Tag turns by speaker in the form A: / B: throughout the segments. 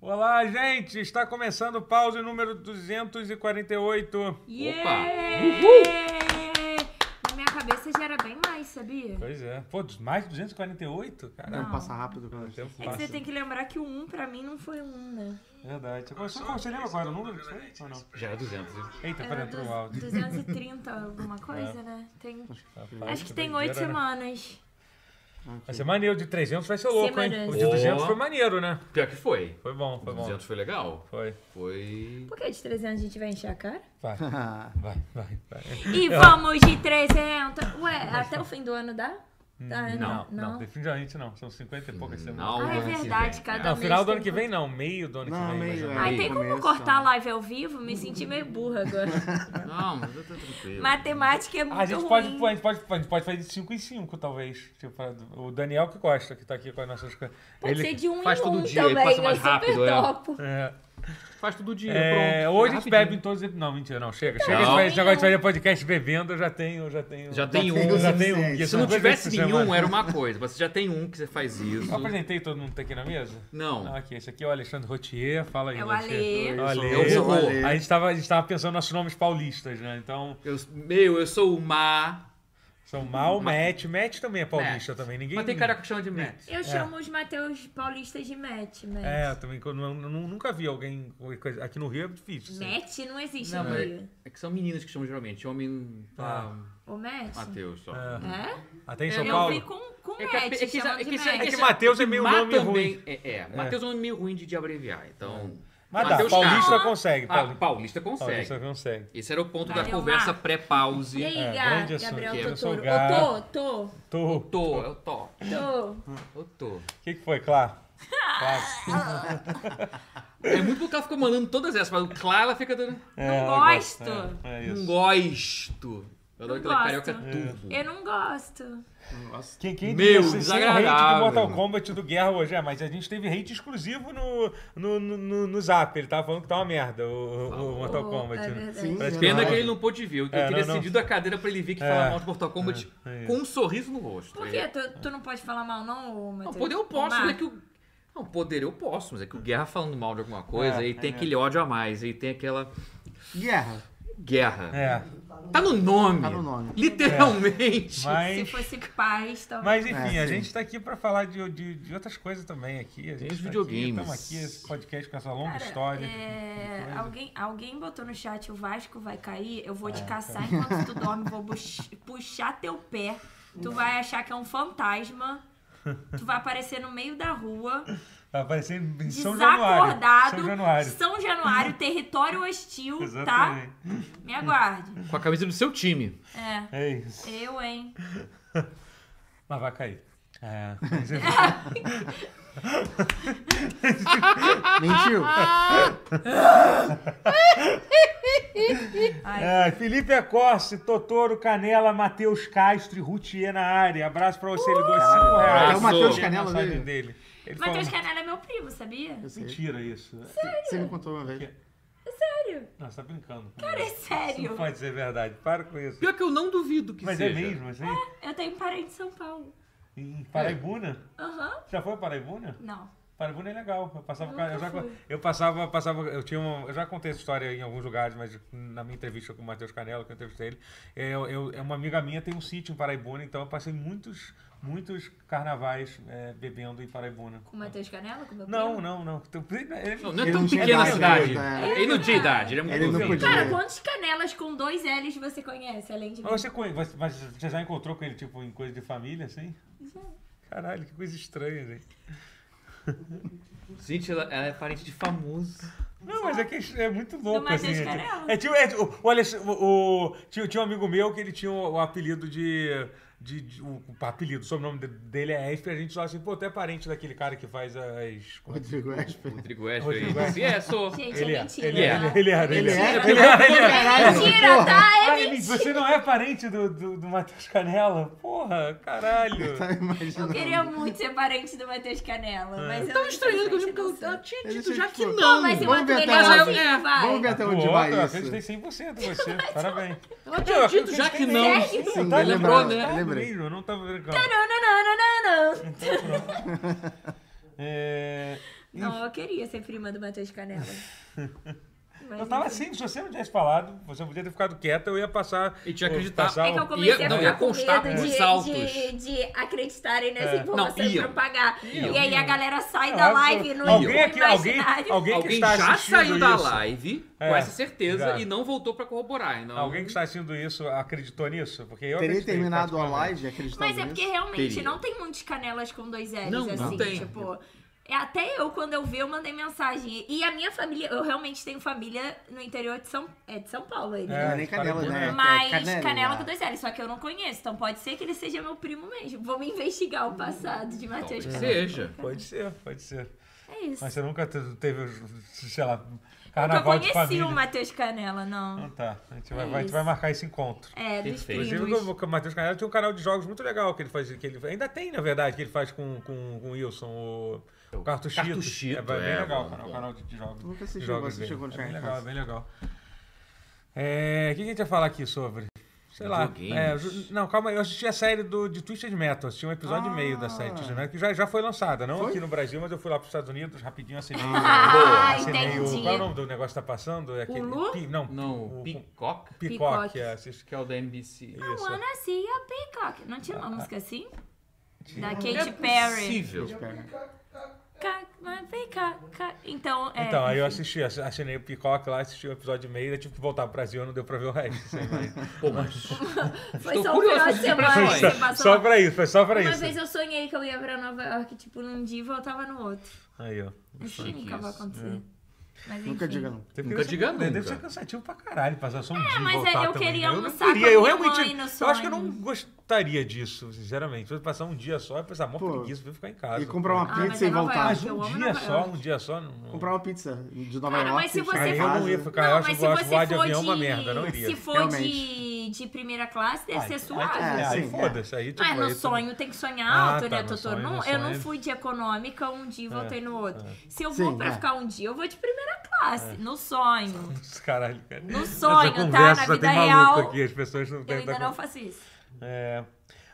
A: Olá, gente! Está começando o pause número 248.
B: Yeah!
C: Uhul!
B: Na minha cabeça já era bem mais, sabia?
A: Pois é. Pô, mais 248? Caramba.
C: Não, passa rápido, cara.
A: O tempo
B: É que
A: passa.
B: você tem que lembrar que o 1 pra mim não foi um, né?
A: Verdade. Você, você lembra qual era o número? disso aí? Ou não?
C: Já era 200.
A: Eita,
B: Era
A: peraí, entrou o
B: du-
A: áudio. É.
B: 230 alguma coisa, né? Tem...
A: Rapaz,
B: Acho que tem
A: doideira,
B: oito
A: né?
B: semanas.
A: Vai ser maneiro. O de 300 vai ser louco, hein? O de
C: Semanas.
A: 200
C: Boa.
A: foi maneiro, né?
C: Pior que foi.
A: Foi bom, foi bom.
C: 200 foi legal.
A: Foi.
C: Foi.
B: Por que de 300 a gente vai encher a cara?
A: Vai, vai, vai. vai.
B: E vamos de 300! Ué, até o fim do ano dá? Dá, né?
A: Hum, Não, não,
B: não.
A: definitivamente não. São 50 e poucas semanas.
C: Não,
B: Ah, é verdade, cada
A: Não,
B: mês
A: final do
B: tem
A: ano que
B: um-
A: vem né? não. Meio do ano que
C: Não,
A: vem.
C: meio,
A: mais ou
C: é.
B: Ai,
C: Aí
B: tem como
C: começa-
B: cortar a live ao vivo? Me senti meio burra agora.
C: Não, mas eu tô tranquilo.
B: Matemática é muito
A: Ah, A gente,
B: ruim.
A: pode, a, gente pode, a gente pode fazer de 5 em 5, talvez. Tipo, pra- o Daniel que gosta, que tá aqui com as nossas coisas.
B: Pode ser de um
C: faz
B: em
C: todo
B: um
C: dia, ele
B: também,
C: passa
B: eu
C: mais
B: super
C: rápido, é.
B: topo.
A: É,
C: Faz todo dia,
A: é,
C: pronto.
A: hoje a gente
C: Rapidinho.
A: bebe em todos os... Não, mentira, não. Chega. Chega,
C: Não.
A: a gente vai- esse negócio de
B: um.
A: fazer podcast bebendo, eu já tenho... eu Já tenho,
C: Já tem
A: eu
C: um.
A: já tenho um. que
C: Se
A: são
C: não
A: duas
C: tivesse
A: vezes por semana.
C: nenhum, era um uma coisa. Mas você já tem um que você faz isso.
A: Eu apresentei todo mundo que tá aqui na mesa? Não,
C: Não.
A: aqui. Esse aqui é o Alexandre Rotier. Fala aí,
B: É o
A: Rotier.
B: Ale.
A: Ale.
C: Eu sou o Ale.
A: A gente tava, a gente tava pensando nossos nomes paulistas, né? Então,
C: Eu, meu, eu sou o Ma.
A: são Mal, Matt. Matt também é paulista
C: Matt.
A: também. Ninguém...
C: Mas tem cara que chama de Matt.
B: Eu chamo os Mateus Paulistas de Matt, Matt.
A: É, também que eu não- não- nunca vi alguém. coisa- Aqui no Rio é difícil. assim.
B: Matt não existe
C: Não,
B: no
C: mas
B: Rio.
C: é que são meninas que chamam geralmente. Homem. Ah,
B: O Matt?
C: Mateus só.
A: É.
B: É?
A: Até em São
B: Eu
A: Paulo.
B: vi com, com Matt,
C: a-
B: é
C: essa-
B: chamando de
C: essa-
B: Matt.
A: É que
C: essa-
A: Mateus é meio
C: Ma
A: nome
C: também-
A: ruim.
C: É, é, Mateus é um nome meio ruim de, de abreviar, então...
A: Mas dá,
C: Mateus
A: Paulista
C: Carlos.
A: consegue.
C: Ah,
A: Pauli-
C: Paulista consegue.
A: Paulista consegue.
C: Esse era o ponto da
B: Valeu,
C: conversa
B: Ma.
C: pré-pause.
B: E aí,
A: É,
B: Gá,
A: grande assunto.
B: Gabriel
C: Eu
A: sou
B: Totoro?
A: Gá.
B: Ô, Tô, Tô,
A: Tô. O
C: Tô, eu tô.
B: Tô.
C: Eu tô.
A: que, que foi, Clá? Clá.
C: É muito porque ela ficou mandando todas essas, mas o Clá ela fica dando.
A: É,
B: Não
A: ela
B: gosto.
A: gosta, É, é
C: Não
A: isso. É.
C: gosto. Eu
B: Não
C: adoro aquela
B: gosto.
C: carioca turvo.
B: Eu não gosto.
A: Quem, quem
C: Meu,
A: diria, assim, sem o hate do
C: desagradável.
A: Mortal Kombat do Guerra hoje, é, mas a gente teve hate exclusivo no, no, no, no- no Zap. Ele tava falando que tá uma merda o, o- o Mortal
B: Ô,
A: Kombat.
B: É
A: né?
B: verdade.
A: Parece
C: Pena
A: não.
C: que ele não pôde ver. Eu, eu
A: É,
C: teria
A: não, não.
C: cedido a cadeira pra ele vir que
A: É.
C: fala mal de Mortal Kombat
A: É, é
C: com um sorriso no rosto.
B: Por
C: Ele-
B: quê? Tu, tu não pode falar mal, não, ô,
C: Não,
B: Mateus?
C: poder eu posso,
B: Ô,
C: mas é
B: Mar-
C: que o. Não, poder eu posso, mas é que o Guerra falando mal de alguma coisa,
A: É,
C: aí tem
A: é.
C: aquele ódio a mais, aí tem aquela
D: Guerra.
C: guerra.
A: É.
C: Tá no nome.
D: Tá no nome.
C: Literalmente.
A: É.
B: Se
A: Mas,
B: fosse paz, talvez.
A: mas enfim,
D: É,
A: a
D: sim.
A: gente tá aqui pra falar de, de, de outras coisas também aqui. A gente
C: os
A: tá
C: videogames.
A: Aqui, estamos aqui, esse podcast com essa longa
B: Cara,
A: história.
B: é, alguém, alguém botou no chat o Vasco vai cair, eu
A: É,
B: vou te caçar enquanto tu dorme, vou bux- puxar teu pé. Tu vai achar que é um fantasma. Tu vai aparecer no meio da rua,
A: Tá aparecendo em São Januário.
B: desacordado. tá-
A: São Januário.
B: São Januário, território hostil,
A: Exatamente.
B: tá? Me aguarde.
C: Com a camisa do seu time.
B: É.
A: É isso.
B: Eu, hein?
A: Mas vai cair. É.
D: Mentiu.
A: É, Felipe Acossi, Totoro, Canela, Matheus Castro e Routier na área. Abraço pra você, ele doou 5 reais.
C: É o Matheus
A: Eu
D: Canela
A: vi a mensagem
D: dele.
A: dele. Ele
B: Uh! Matheus
A: falou, é
B: Canela é meu primo, sabia?
D: Eu sei.
A: Mentira isso.
D: Você me contou uma vez.
B: Sério?
A: Não, você tá brincando.
B: Cara, é
A: Isso não
B: sério.
A: pode ser verdade. Para com isso.
C: Pior que eu não duvido que
A: Mas
C: seja.
A: é mesmo, assim?
B: Eu tenho parente em São Paulo.
A: Em Paraibuna?
B: Aham.
A: Já foi a Paraibuna?
B: Não.
A: Paraibuna é legal. Eu passava,
B: Nunca
A: eu já,
B: fui.
A: eu passava, passava, eu tinha uma, eu já contei essa história em alguns lugares, mas na minha entrevista com o Matheus Canelo, que eu entrevistei ele, eu, eu, é uma amiga minha tem um sítio em Paraibuna, então eu passei muitos, muitos carnavais é, bebendo em Paraibuna.
B: Com o Matheus Canela? Com meu
A: Não,
B: primo?
A: não, não. Então, ele-
C: Não, não é
D: Ele
C: tão
D: não tinha
C: pequena a
D: idade,
C: cidade.
D: né?
C: Ele não tinha idade, ele é muito
D: Ele não
C: novinho.
D: podia.
B: Cara, quantos canelas com dois L's você conhece, além de mim?
A: Mas você, conhe- mas- mas você já encontrou com ele, tipo, em coisa de família, assim? Caralho, que coisa estranha, gente.
C: Gente, ela, ela é parente de famoso.
A: Não, mas é que é muito louco,
B: Matheus
A: assim. É
B: Carel.
A: tipo, é tipo- é tipo- o Alex- o- o- tinha, tinha um amigo meu que ele tinha o, o apelido de. de- de- o, o apelido, o sobrenome de- dele é Esper, a gente só assim, pô, tu é parente daquele cara que faz as. como é que-
D: Rodrigo Esper.
C: Rodrigo Wesley.
A: Rodrigo Wesley.
C: Sim, é, sou.
B: Gente,
A: Ele
B: é
A: é.
B: mentira.
A: Ele
C: né?
A: é, ele é, ele é.
D: Mentira.
A: Ele é, ele é.
B: É mentira, tá? É
A: Ai,
B: mentira.
A: você não é parente do, do, do Matheus Canela? Porra, caralho.
D: Tá
B: Eu
D: imaginando.
B: queria é muito ser parente do Matheus Canela, mas eu não
C: Tão Tá estranhando que eu
B: sei
C: digo que eu
B: se eu
C: ela
B: sou.
C: tinha
D: Ele
C: dito já
D: fez
C: que
D: por-
B: Pô,
C: não.
B: mas eu
D: Vamos
B: ele
D: ver
B: é
D: até onde-
B: assim,
C: é,
B: vai.
D: Vamos ver até onde
A: Pô,
D: vai
A: Tá eu
D: isso.
A: acreditei 100% em você, parabéns.
C: Ela tinha dito já que não.
B: Sério?
A: Sim,
D: Sim,
A: tá lembrou,
D: eu
C: lembrava,
A: né?
D: eu lembrei.
A: Mesmo, eu não tava brincando.
B: Não, não, não, não, não, não.
A: É,
B: Não, eu queria ser prima do Matheus Canela. Mas
A: Eu tava
B: enfim.
A: assim, se você não tivesse falado, você podia ter ficado quieta, eu ia passar.
C: E tinha que
A: eu-
C: acreditar.
A: passar
B: É que eu
A: o-
B: comecei
C: Ia-
B: a
C: não,
B: ficar
C: ia
B: com
C: constar
B: medo
C: nos
B: de,
C: autos.
B: de, de acreditarem nessa
A: É.
B: informação
C: Não,
B: e
C: iam.
B: propagar.
C: Iam.
B: E aí a galera sai da
A: Não,
B: live no
A: Ah, alguém
B: no
A: aqui, alguém,
B: imaginário.
A: alguém que
C: Alguém
A: está
C: já
A: assistindo
C: saiu da
A: isso,
C: live
A: É,
C: com essa certeza
A: já.
C: e não voltou pra corroborar. Então...
A: Alguém que está assistindo isso acreditou nisso? Porque eu
D: Teria
A: acreditei,
D: terminado a
A: particularmente.
D: live acreditando
B: Mas é
D: nisso?
B: porque realmente
C: Teria.
B: não tem muitos canelas com dois L's
C: Não,
B: assim.
C: não tem.
B: Tipo, é, até eu, quando eu vi, eu mandei mensagem. E a minha família, eu realmente tenho família no interior de São, é de São Paulo aí, né?
D: Não é nem canela,
A: Paraibuna,
D: né?
B: Mas
D: canela.
B: canela com dois L's, só que eu não conheço. Então pode ser que ele seja meu primo mesmo. Vamos investigar o passado de Matheus
C: Talvez
B: Canela.
C: seja.
A: Pode ser, pode ser.
B: É isso.
A: Mas você nunca te- teve, sei lá,
B: Porque eu
A: carnaval de
B: conheci
A: família.
B: o Matheus Canela, não.
A: Então tá, a gente,
B: É
A: vai, vai- a gente
B: isso.
A: vai marcar esse encontro.
B: É, dos
C: Perfeito.
A: Inclusive,
B: primos.
A: o Matheus Canela tem um canal de jogos muito legal que ele faz, que ele ainda tem, na verdade, que ele faz com, com, com o Wilson, o, o Cartuchito.
C: Cartuchito,
A: é, bem
C: é,
A: legal
C: bom,
A: o canal,
C: bom.
A: canal de, de jogos.
D: Nunca assisti,
A: de
D: mas
A: jogos
D: assisti
A: dele.
D: quando
A: é bem
D: chegar em
A: legal, é
D: casa.
A: bem legal. É, O que a gente ia falar aqui sobre? Sei lá.
C: Videogames.
A: é, ju- não, calma aí, eu assisti a série do, de Twisted Metal, assisti um episódio e meio da série de Twisted
D: Ah.
A: Metal, que já, já foi lançada, não aqui no Brasil, mas eu fui lá para os Estados Unidos rapidinho, assinei.
B: Ah,
A: assinei o,
B: entendi.
A: qual é o nome do negócio que tá passando? É aquele,
B: Hulu?
A: Pi- não,
C: Não,
A: o,
C: o
A: Picoque.
C: Peacock,
A: Picoque, é, assisti-
C: que é o da NBC.
D: Ah,
B: I
A: isso.
B: wanna see a peacock. Não
C: Ah,
B: tinha uma música assim? Da
C: é
B: Katy Perry.
C: possível.
B: Ca- mas vem cá, ca- Então, é.
A: Então, aí eu
B: enfim.
A: assisti, ass- assinei o Picoque lá, assisti o episódio e meio, eu tive que voltar pro Brasil, não deu pra ver o resto. assim, mas-
C: Pô, mas...
B: Foi
C: Estou
B: só um final
C: curioso com
B: de
C: essas
B: semana.
C: impressões.
B: que você passou
A: só
B: lá.
A: pra isso, foi só pra
B: Uma
A: isso.
B: vez eu sonhei que eu ia pra Nova York, tipo, num dia e voltava no outro.
A: Aí, ó.
B: Isso
C: Sim,
B: nunca vai
C: isso,
B: acontecer. Mas,
D: é. Nunca
B: enfim.
D: diga não.
A: Deve
C: Nunca
A: ser-
C: diga
A: Deve
C: nunca.
A: ser cansativo pra caralho passar só um dia e
B: mas
A: voltar
B: é, eu
A: também.
B: queria
A: não
B: almoçar
A: queria,
B: com a
A: eu
B: minha
A: realmente,
B: mãe no
A: Eu acho que eu não
B: sonho.
A: gostaria disso, sinceramente. Se eu passar um dia só e pensar, mó
D: Pô,
A: preguiça, vou ficar em casa.
D: E comprar uma
B: Ah,
D: pizza
B: mas
D: e
B: é Nova
D: voltar.
A: Mas
B: Eu
A: um
B: amo
A: dia
B: Nova
A: só,
B: York.
A: um dia só... Não...
D: Comprar uma pizza de Nova
B: Cara,
D: York.
B: mas se
D: ficar
B: você
A: Aí
D: em
A: eu
B: for-
A: não
D: casa.
A: ia ficar, eu
B: não,
A: acho
B: mas
A: que
B: se
A: voar- voar
B: você
A: de
B: for
A: avião é uma
B: de-
A: merda, não iria.
B: Se for de,
D: Realmente.
B: de primeira classe, deve
A: Ah,
B: ser
A: aí-
B: suave.
A: Aí, aí
D: É, sim,
A: foda-se, aí tipo...
B: Mas no
A: aí tu-
B: sonho tem que sonhar
A: Ah,
B: alto,
A: tá,
B: né,
A: no
B: Totô?
A: sonho,
B: Não-
A: no
B: eu não
A: sonho. é
B: fui de econômica um dia e voltei no outro. Se eu vou
D: Sim,
B: pra
D: é.
B: ficar um dia, eu vou de
A: É.
B: primeira classe. No sonho.
A: Caralho, cara.
B: No sonho,
A: Essa
B: tá?
A: conversa
B: Na
A: tem
B: vida
A: maluco
B: real,
A: aqui, as pessoas não
B: eu
A: têm
B: ainda
A: tá
B: não
A: com-
B: faço isso.
A: É.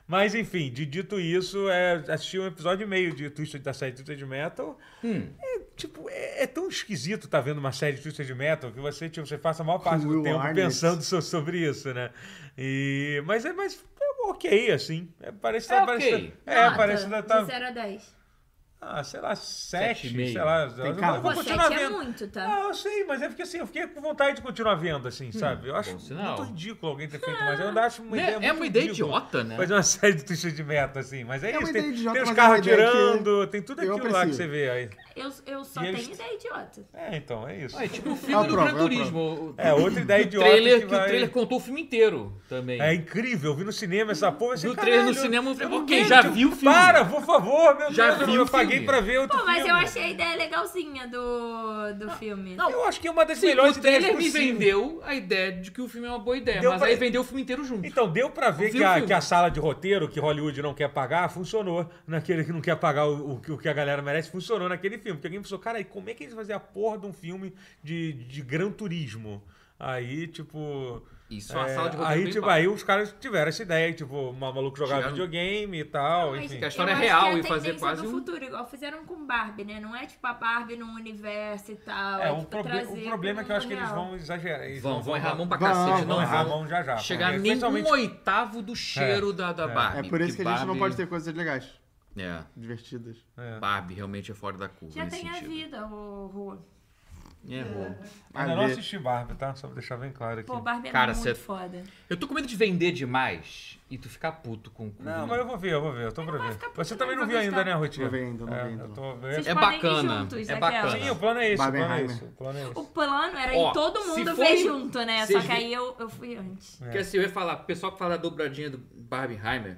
A: Mas enfim, de- dito isso, é, assisti um episódio e meio de Twisted da série Twisted Metal.
C: hum,
A: É, tipo, é, é tão esquisito tá vendo uma série de Twisted Metal que você, tipo, você passa a maior parte
D: Com
A: do
D: Will
A: tempo
D: Arnett.
A: pensando so- sobre isso, né? E, mas é mas é ok, assim. É, parece
C: É
A: tá- parece,
C: ok.
A: É,
B: Nota,
A: parece ainda tá.
B: De 0 a 10.
A: Ah, sei lá, sete,
C: Sete e meio.
A: sei lá. eu- eu
D: cara.
A: Ah, vou
B: Pô,
A: continuar
B: 7 é
A: vendo.
B: muito, tá?
A: Ah, eu sei, mas é porque assim, eu fiquei com vontade de continuar vendo, assim, sabe? Eu acho
C: Hum, bom sinal.
A: muito ridículo alguém ter
B: Ah.
A: feito, mas eu ainda acho uma
C: Né?
A: ideia
C: É
A: muito
C: uma ideia
A: ridícula.
C: idiota, né?
A: Fazer uma série de tuxa de meta, assim, mas é,
D: É uma
A: isso. Tem,
D: ideia idiota,
A: tem os
D: mas é uma
A: carros
D: ideia que
A: tirando, tem tudo
D: eu
A: aquilo lá que
D: aprecio.
A: você vê aí.
B: Eu, eu só
A: E eles-
B: tenho ideia idiota.
A: É, então, é isso.
C: Ah, é tipo o
D: É
C: filme
D: a
C: do
D: prova,
C: Gran
D: é a prova.
C: Turismo. o-
A: É, outra ideia
C: o
A: idiota
C: trailer,
A: que
C: que, o
A: vai...
C: trailer contou o filme inteiro também.
A: É incrível, eu vi no cinema essa porra. assim,
C: No trailer no
A: caralho,
C: cinema, eu
A: eu
C: falei,
A: não
C: ok,
A: quero,
C: já
A: tipo,
C: vi o filme.
A: Para, por favor, meu
C: Já
A: Deus,
C: vi
A: eu
C: o
A: paguei
C: filme.
A: pra ver outro
B: Pô, mas
A: filme.
B: eu achei a ideia legalzinha do, do filme.
C: não,
A: Eu acho que é uma das
C: Sim,
A: melhores
C: o
A: ideias
C: trailer me
A: possíveis.
C: vendeu a ideia de que o filme é uma boa ideia,
A: Deu
C: mas
A: pra-
C: aí vendeu o filme inteiro junto.
A: Então, deu pra ver
C: vi
A: que
C: o
A: a,
C: filme.
A: que a sala de roteiro que Hollywood não quer pagar funcionou. Naquele que não quer pagar o, o que- o que a galera merece, funcionou naquele filme. Porque alguém pensou, cara, e como é que eles vão fazer a porra de um filme de, de Gran Turismo? Aí, tipo.
C: Isso é uma
A: é,
C: sala de roteiro
A: aí,
C: bem
A: tipo,
C: baixa.
A: aí os caras tiveram essa ideia, tipo, o maluco jogava
C: Tiraram-
A: videogame e tal.
B: Mas
A: enfim.
C: que a história
B: eu
C: é
B: acho
C: real
B: que
C: e
B: a
C: fazer
B: tendência
C: quase
B: do
C: um-
B: futuro, igual fizeram com Barbie, né? Não é tipo a Barbie num universo e tal.
A: É,
B: É,
A: o,
B: tipo,
A: proble-
B: trazer
A: o problema é que eu
B: pro
A: acho que eles
B: mundo real.
A: vão exagerar. Eles
C: Vão, vão errar a mão pra
D: Vão,
C: cacete,
D: vão
C: não
A: errar a
C: vão
A: mão já já.
C: chegar
A: porque,
C: nem
A: principalmente-
C: um oitavo do cheiro da, da
D: É
C: Barbie.
D: por isso que a gente não
C: Barbie-
D: pode ter coisas legais,
C: É,
D: divertidas.
A: É.
C: Barbie realmente é fora da curva
B: Já
C: nesse
B: tem a
C: sentido. É,
B: vida, o Rua.
C: Errou.
A: Ainda não
D: A ver.
A: assisti Barbie, tá? Só pra deixar bem claro aqui.
B: Pô, Barbie é
C: Cara,
B: muito
C: cê-
B: foda.
C: Eu tô com medo de vender demais e tu ficar puto com o cu.
A: Não, mas eu vou ver, eu vou ver, eu tô pra
B: vai
A: ver.
B: ficar puto,
A: Você também
B: não,
A: não
B: vai
A: viu ainda,
B: gostar.
A: né, Rotinha?
D: Não vi ainda, não
A: é,
D: vi ainda.
A: Eu tô vendo.
B: Vocês
C: É
B: podem
C: bacana,
B: ir juntos,
C: é
B: aquela.
C: bacana.
A: Sim, o plano é esse, o plano é
D: Barbenheimer.
A: esse. O plano é esse.
B: O plano era
C: Ó,
B: ir todo
C: se
B: mundo
C: for-
B: ver junto, né? Só
C: Vocês-
B: que aí eu, eu fui antes.
C: Porque assim, eu ia falar, o pessoal que fala da dobradinha do Barbenheimer,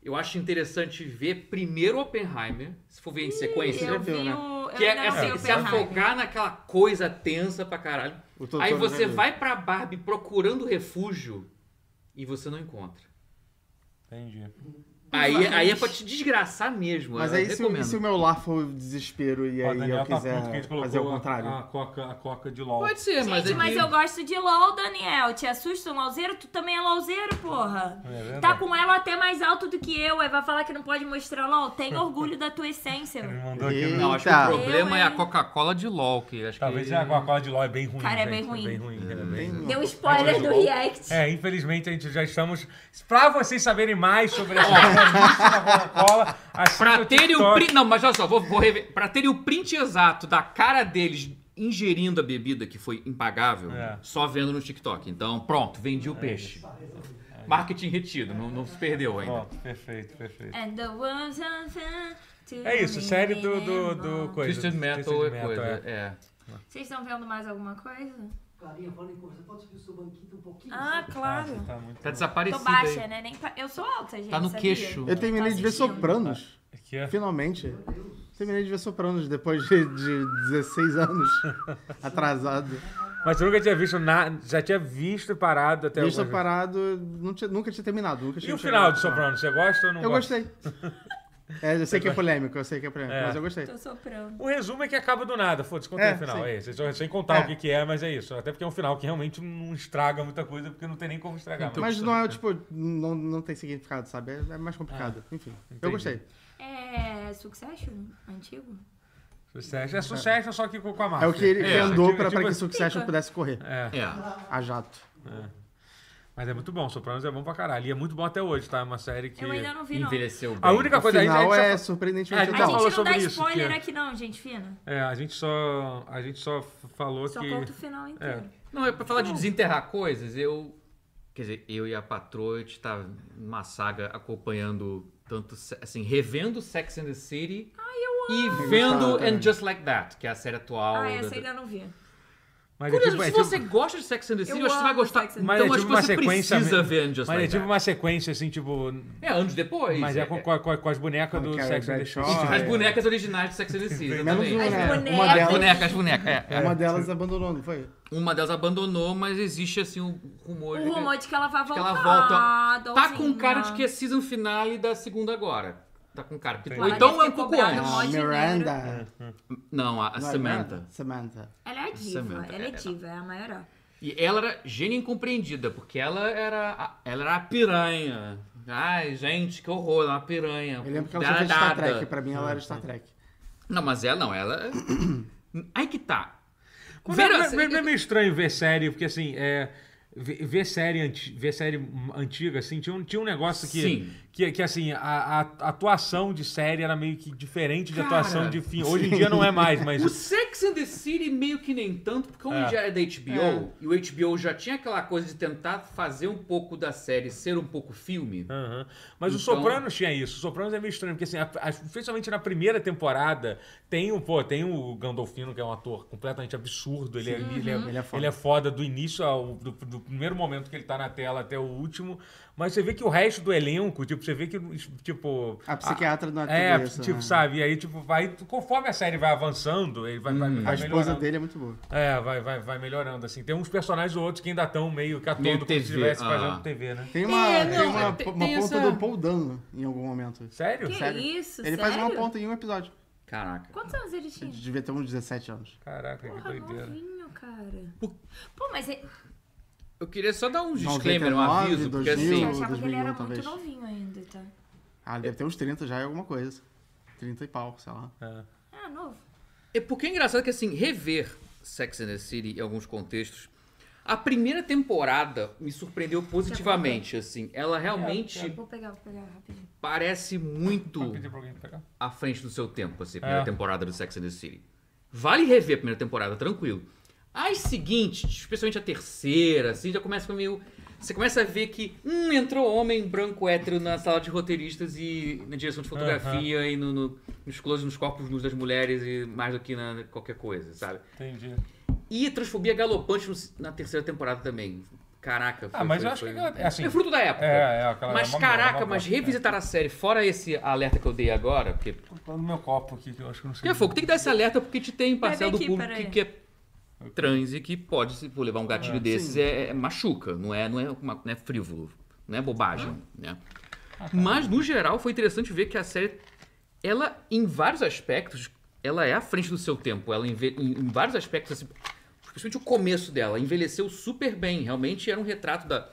C: eu acho interessante ver primeiro Oppenheimer, se for ver em sequência.
B: eu
D: viu,
B: vi
D: né?
B: o... Eu
C: que é,
B: ainda Ah, não
C: assim,
B: vi o
C: se afogar naquela coisa tensa pra caralho.
D: O Totoro
C: Aí você
D: já viu.
C: vai pra Barbie procurando refúgio e você não encontra.
A: Entendi.
C: Aí,
B: Vamos.
C: aí é pra te desgraçar mesmo.
D: Mas
C: eu
D: aí se, o-
C: recomendo.
D: se o meu lar for o desespero e
A: Ó,
D: aí eu
A: tá puto que a
D: quiser
A: gente colocou Ah,
D: fazer o
A: a-
D: contrário.
A: A, coca, a coca de LOL.
C: Pode ser, mas,
B: Gente,
C: é
B: mas
C: que-
B: eu gosto de LOL, Daniel. Te assusta um LOLzeiro? Tu também é LOLzeiro, porra.
A: É verdade.
B: Tá com ela até mais alto do que eu. Aí vai falar que não pode mostrar LOL. Tem orgulho da tua essência.
A: Ele
B: mano.
A: mandou aqui
D: Eita.
A: no-
C: Não, acho que o
B: Eu,
C: problema é a
B: hein?
C: Coca-Cola de LOL, que acho
A: Talvez
C: que...
A: a Coca-Cola de Lol é bem ruim.
B: Cara, é
A: gente,
B: bem ruim.
A: É bem ruim. é bem ruim.
B: Deu spoiler do react.
A: É, infelizmente a gente já estamos. Pra vocês saberem mais sobre essa revista da Coca-Cola, assistam
C: Pra
A: o
C: terem
A: é
C: o
A: TikTok.
C: print. Não, mas olha só, vou, vou rever. Pra terem o print exato da cara deles ingerindo a bebida que foi impagável,
A: É.
C: só vendo no TikTok. Então, pronto, vendi o peixe. Marketing retido, não, não se perdeu ainda.
A: Ó, perfeito, perfeito.
B: And the ones on fire to
A: É isso, série do, do,
B: remember.
A: do coisa.
C: Twisted
A: do
C: Metal
A: Twisted
C: é coisa.
A: é.
C: É.
B: Vocês estão vendo mais alguma coisa?
E: Clarinha, falando em conversa, pode subir o seu banquinho um pouquinho?
B: Ah, claro.
A: Tá muito
C: Tá
B: Tô
C: desaparecido.
B: baixa,
C: aí.
B: né? Nem pa- Eu sou alta, gente.
C: Tá no
B: sabia?
C: queixo.
D: Eu terminei
B: Tá
D: de ver
B: assistindo.
D: Sopranos.
A: Aqui, ó.
D: Finalmente. Terminei de ver Sopranos depois de, de 16 anos. Atrasado.
A: Mas eu nunca tinha visto nada. Já tinha visto e parado até
D: Visto
A: algumas
D: parado, não tinha- nunca tinha terminado. Nunca
A: vezes.
D: tinha
A: E o
D: chegado
A: final
D: no
A: de Soprano, você gosta ou não
D: Eu
A: gosta?
D: gostei. É, eu sei que é polêmico, eu sei que é polêmico,
A: É.
D: mas eu gostei.
B: Tô soprando.
A: O resumo é que acaba do nada, foda-se, contei
D: É,
A: o final.
D: sim.
A: É isso, sem contar
D: É.
A: o que, que é, mas é isso. Até porque é um final que realmente não estraga muita coisa, porque não tem nem como estragar.
C: Então,
D: Mas não é, tipo, não, não tem significado, sabe? É, é mais complicado. Enfim, eu
A: entendi.
D: gostei.
B: É. Succession? Antigo?
A: Sucesso. É sucesso, só que com com a marca.
D: É o que ele
C: É,
D: andou
A: tipo-
D: pra, pra
A: tipo-
D: que Succession
B: Fica.
D: pudesse correr.
A: É.
C: É.
D: A jato.
A: Mas é muito bom, Sopranos é bom pra caralho. E é muito bom até hoje, tá? É uma série que.
B: Eu ainda não vi, não.
C: Envelheceu bem.
A: A única
D: O
A: coisa a gente-
D: final
A: a gente
D: é
A: só-
D: surpreendentemente
A: a
B: A
A: Já
D: legal.
A: falou
B: gente não
A: sobre
B: dá
A: isso,
B: spoiler
A: que-
B: aqui, não, gente fina.
A: É, a gente só. A gente só f- falou
B: Só
A: que.
B: conta o final inteiro.
C: Não, é pra falar de desenterrar coisas, eu. Quer dizer, eu e a patroa, a gente tá numa saga acompanhando tanto. se- Assim, revendo Sex and the City. E vendo
D: também.
C: And Just Like That, que é a série atual.
B: Ah,
C: da-
B: essa ainda não vi.
A: Mas
C: Curioso,
A: é
C: se
A: tipo-
C: você gosta de Sex and the City,
B: Eu
C: eu acho que você vai
B: amo
C: gostar.
B: Sex and the
A: Mas
C: Então,
A: é
C: acho
A: tipo
C: que
A: uma
C: você
A: sequência.
C: precisa
A: me-
C: ver And
A: Mas
C: Just
A: é
C: Like
A: tipo
C: That.
A: uma sequência, assim, tipo.
C: É, anos depois.
A: Mas é com, Ah, com, com- com as bonecas
D: Com
A: do
D: Carrie
A: Sex and the
D: Bradshaw,
A: City.
D: é.
C: As bonecas originais de Sex and the City.
D: Menos
C: exatamente.
D: uma,
B: As
D: né? Uma
B: bonecas.
C: As
D: delas,
C: bonecas, as bonecas. é, é.
D: uma delas abandonou, não foi?
C: Uma delas abandonou, mas existe assim um rumor. de
B: O
C: que-
B: rumor então, de que ela vai
C: de que
B: voltar.
C: ela volta. Tá
B: Dolzinha.
C: com cara de que é season finale da segunda agora. Tá com cara. Porque- Ou
B: Ela
C: então
B: deve
C: é um
B: ter
C: pouco
B: cobrado
C: antes.
B: mó
D: A
B: dinheiro.
D: Miranda.
C: Não, a, a
D: Não é
C: Samantha.
D: Samantha.
B: Ela é diva,
C: Samantha,
B: ela é
C: ela-
B: diva, é a maior.
C: E ela era gênia incompreendida, porque ela era a, ela era a piranha. Ai, gente, que horror, ela é uma piranha.
D: Eu lembro que ela só fez Star Trek. Pra mim, ela era Star Trek.
C: Não, mas ela não, ela. Aí que tá.
A: Mas
C: Vera,
A: é-
C: você-
A: é, é meio estranho ver série, porque assim, é, ver, ver série, anti- ver série antiga, assim, tinha um, tinha um negócio que,
C: Sim.
A: que, que, assim, a, a- a atuação de série era meio que diferente de
C: Cara.
A: atuação de filme. Hoje em dia não é mais,
C: O
A: mas...
C: Sex and the City meio que nem tanto, porque como
A: É.
C: já é da HBO, e o HBO já tinha aquela coisa de tentar fazer um pouco da série ser um pouco filme.
A: Aham. Mas o
C: Então-
A: Sopranos tinha isso. O Sopranos é meio estranho, porque assim, a- a- especialmente na primeira temporada, tem o, pô, tem o Gandolfino, que é um ator completamente absurdo. Ele, é, ele, é,
D: Ele é foda.
A: ele é foda do início ao do, do primeiro momento que ele tá na tela até o último. Mas você vê que o resto do elenco, tipo, você vê que, tipo.
D: A psiquiatra não
A: É,
D: atribuiu isso,
A: tipo,
D: né?
A: sabe? E aí, tipo, vai. Conforme a série vai avançando, ele vai, vai, vai
D: A esposa
A: melhorando.
D: dele é muito boa.
A: É, vai, vai, vai melhorando, assim. Tem uns personagens ou outros que ainda estão meio que atuando
C: Meio
A: como se
C: TV,
A: estivesse
C: ah.
A: fazendo TV, né?
D: Tem uma,
C: É,
D: tem
C: não,
D: uma,
C: tem-
D: uma
C: tem
D: ponta
C: essa-
D: do Paul Dano em algum momento.
A: Sério?
B: Que
D: Sério?
B: isso,
D: Ele
B: sério?
D: faz uma ponta em um episódio.
C: Caraca.
B: Quantos anos ele tinha?
D: Ele devia ter uns 17 anos.
A: Caraca, que
B: Porra,
A: doideira.
B: novinho, cara.
C: Por-
B: Pô, mas ele...
C: Eu queria só dar um disclaimer, um
D: 99,
C: aviso, porque
D: 2000.
B: eu
C: assim.
B: achava que ele
D: 2001,
B: era
D: talvez.
B: muito novinho ainda, tá?
D: Ah, ele deve ter uns 30 já, é alguma coisa. 30 e pau, sei lá.
A: É.
B: Ah, novo.
C: É porque é engraçado que assim, rever Sex and the City em alguns contextos. A primeira temporada me surpreendeu positivamente, assim. Ela realmente
B: Vou pegar, vou pegar rapidinho.
C: parece muito
A: Vou pedir pra alguém pegar.
C: à frente do seu tempo, assim, a primeira
A: É.
C: temporada do Sex and the City. Vale rever a primeira temporada, tranquilo. As seguintes, especialmente a terceira, assim, já começa com meio. Você começa a ver que, hum, entrou homem branco hétero na sala de roteiristas e na direção de fotografia e no, no- nos close, nos corpos nus das mulheres e mais do que na qualquer coisa, sabe?
A: Entendi.
C: E transfobia galopante no- na terceira temporada também. Caraca, foi,
A: Ah, mas
C: foi-
A: eu acho
C: foi-
A: que é assim.
C: é fruto da época.
A: É, é, aquela-
C: mas
A: é uma- é
C: caraca,
A: uma
C: mas
A: bosta,
C: revisitar a série, fora esse alerta que eu dei agora, porque
A: Tô colocando meu copo aqui, que eu acho que não sei.
C: que é fogo, tem que dar esse alerta porque te tem parcela do
B: aqui,
C: público que,
B: peraí.
C: que é trans e que pode, se for levar um gatilho desses, é, é machuca, não é, não, é uma- não é frívolo, não é bobagem, né? Mas, no geral, foi interessante ver que a série, ela, em vários aspectos, ela é à frente do seu tempo. Ela, enve- em, em vários aspectos, assim, principalmente o começo dela, envelheceu super bem. Realmente era um retrato da,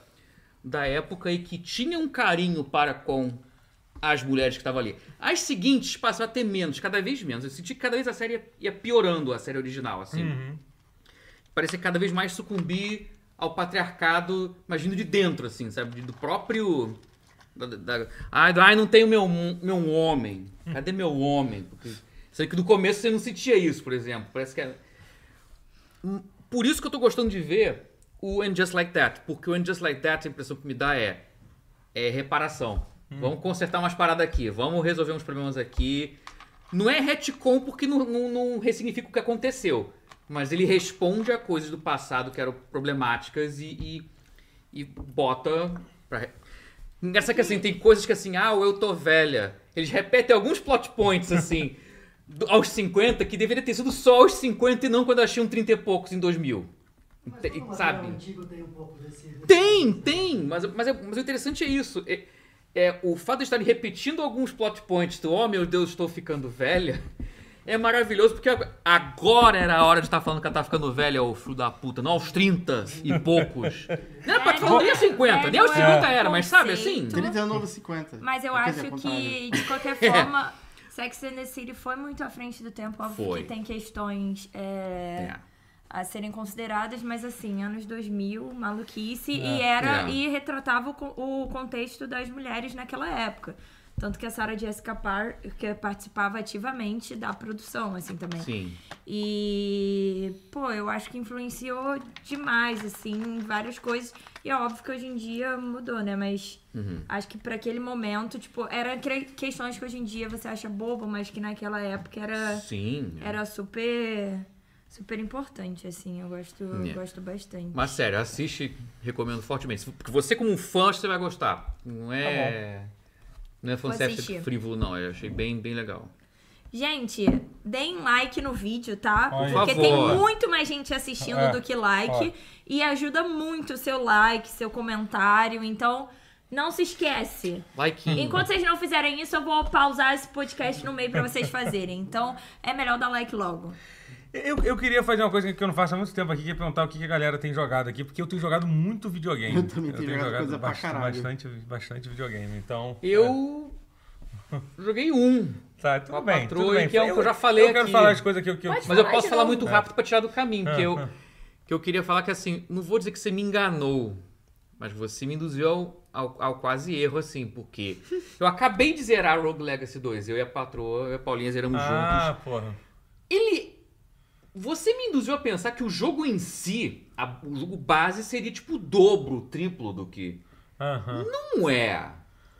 C: da época e que tinha um carinho para com as mulheres que estavam ali. As seguintes passaram a ter menos, cada vez menos. Eu senti que cada vez a série ia- ia piorando, a série original, assim. Parecia cada vez mais sucumbir ao patriarcado, mas vindo de dentro, assim, sabe? Do próprio... Da, da, da- ai, do- ai, não tenho meu, meu homem. Cadê meu homem? Porque, sei que no começo você não sentia isso, por exemplo. Parece que era... Hum, Por isso que eu tô gostando de ver o And Just Like That. Porque o And Just Like That, a impressão que me dá é... É reparação. Vamos consertar umas paradas aqui. Vamos resolver uns problemas aqui. Não é retcon porque não, não, não ressignifica o que aconteceu. Mas ele responde a coisas do passado que eram problemáticas e, e, e bota pra... Engraçado que assim, tem coisas que assim, ah, o eu tô velha. Eles repetem alguns plot points assim, do- aos 50, que deveria ter sido só aos 50 e não quando elas tinham 30 e poucos em 2000.
E: Mas
C: Tem-
E: todo material
C: sabe?
E: antigo tem um pouco desse...
C: Tem, tem, mas, mas, é- mas o interessante é isso. É, é o fato de estarem repetindo alguns plot points do oh meu Deus, estou ficando velha. É maravilhoso, porque ag- agora era a hora de estar falando que ela tá ficando velha, ô filho da puta, não aos 30 e poucos. Não era pra
B: É,
C: falar nem aos 50, nem aos 50
B: é um
C: era, mas sabe assim?
B: conceito.
D: 30 é o novo 50.
B: Mas eu
D: Quer
B: acho
D: dizer, ao contrário.
B: que, de qualquer
C: É.
B: forma, Sex and the City foi muito à frente do tempo. Óbvio
C: Foi.
B: que tem questões é,
C: É.
B: a serem consideradas, mas assim, anos 2000, maluquice, e era
C: É.
B: e retratava o, con- o contexto das mulheres naquela época. Tanto que a Sarah Jessica Parr, que participava ativamente da produção, assim, também.
C: Sim.
B: E, pô, eu acho que influenciou demais, assim, em várias coisas. E é óbvio que hoje em dia mudou, né? Mas
C: Uhum.
B: acho que pra aquele momento, tipo, eram cre- questões que hoje em dia você acha bobo, mas que naquela época era,
C: Sim.
B: É. era super, super importante, assim. Eu gosto, eu
C: Yeah.
B: gosto bastante.
C: Mas sério, assiste, recomendo fortemente. Porque você, como um fã, acho que você vai gostar. Não é. não é fanservice
B: Tá assistir.
C: frívolo, não. Eu achei bem, bem legal.
B: Gente, deem like no vídeo, tá?
A: Olha.
B: Porque
C: Por
B: tem
C: favor.
B: muito mais gente assistindo
A: É,
B: do que
A: ó.
B: like. E ajuda muito o seu like, seu comentário. Então, não se esquece.
C: Like.
B: Enquanto vocês não fizerem isso, eu vou pausar esse podcast no meio pra vocês fazerem. Então, é melhor dar like logo.
A: Eu, eu queria fazer uma coisa que eu não faço há muito tempo aqui, que é perguntar o que que a galera tem jogado aqui, porque eu tenho jogado muito videogame.
D: Eu também tenho jogado coisa pra
A: bast-
D: caralho.
A: bastante, bastante videogame, então...
C: Eu
A: É.
C: joguei um,
A: Tá, tudo
C: Uma
A: bem,
C: patroa,
A: tudo bem.
C: que é o que eu já falei
A: Eu quero
C: aqui.
A: falar as coisas que eu... Que eu...
B: Pode
C: mas eu
B: Falar
C: posso
B: de
C: falar
B: novo.
C: muito rápido pra tirar do caminho, porque
A: É,
C: eu,
A: é.
C: que eu queria falar que assim, não vou dizer que você me enganou, mas você me induziu ao, ao, ao quase erro, assim, porque eu acabei de zerar Rogue Legacy 2, eu e a patroa, eu e a Paulinha zeramos juntos.
A: Ah, porra.
C: ele. Você me induziu a pensar que o jogo em si, a- o jogo base, seria tipo o dobro, o triplo do que.
A: Aham.
C: Não é.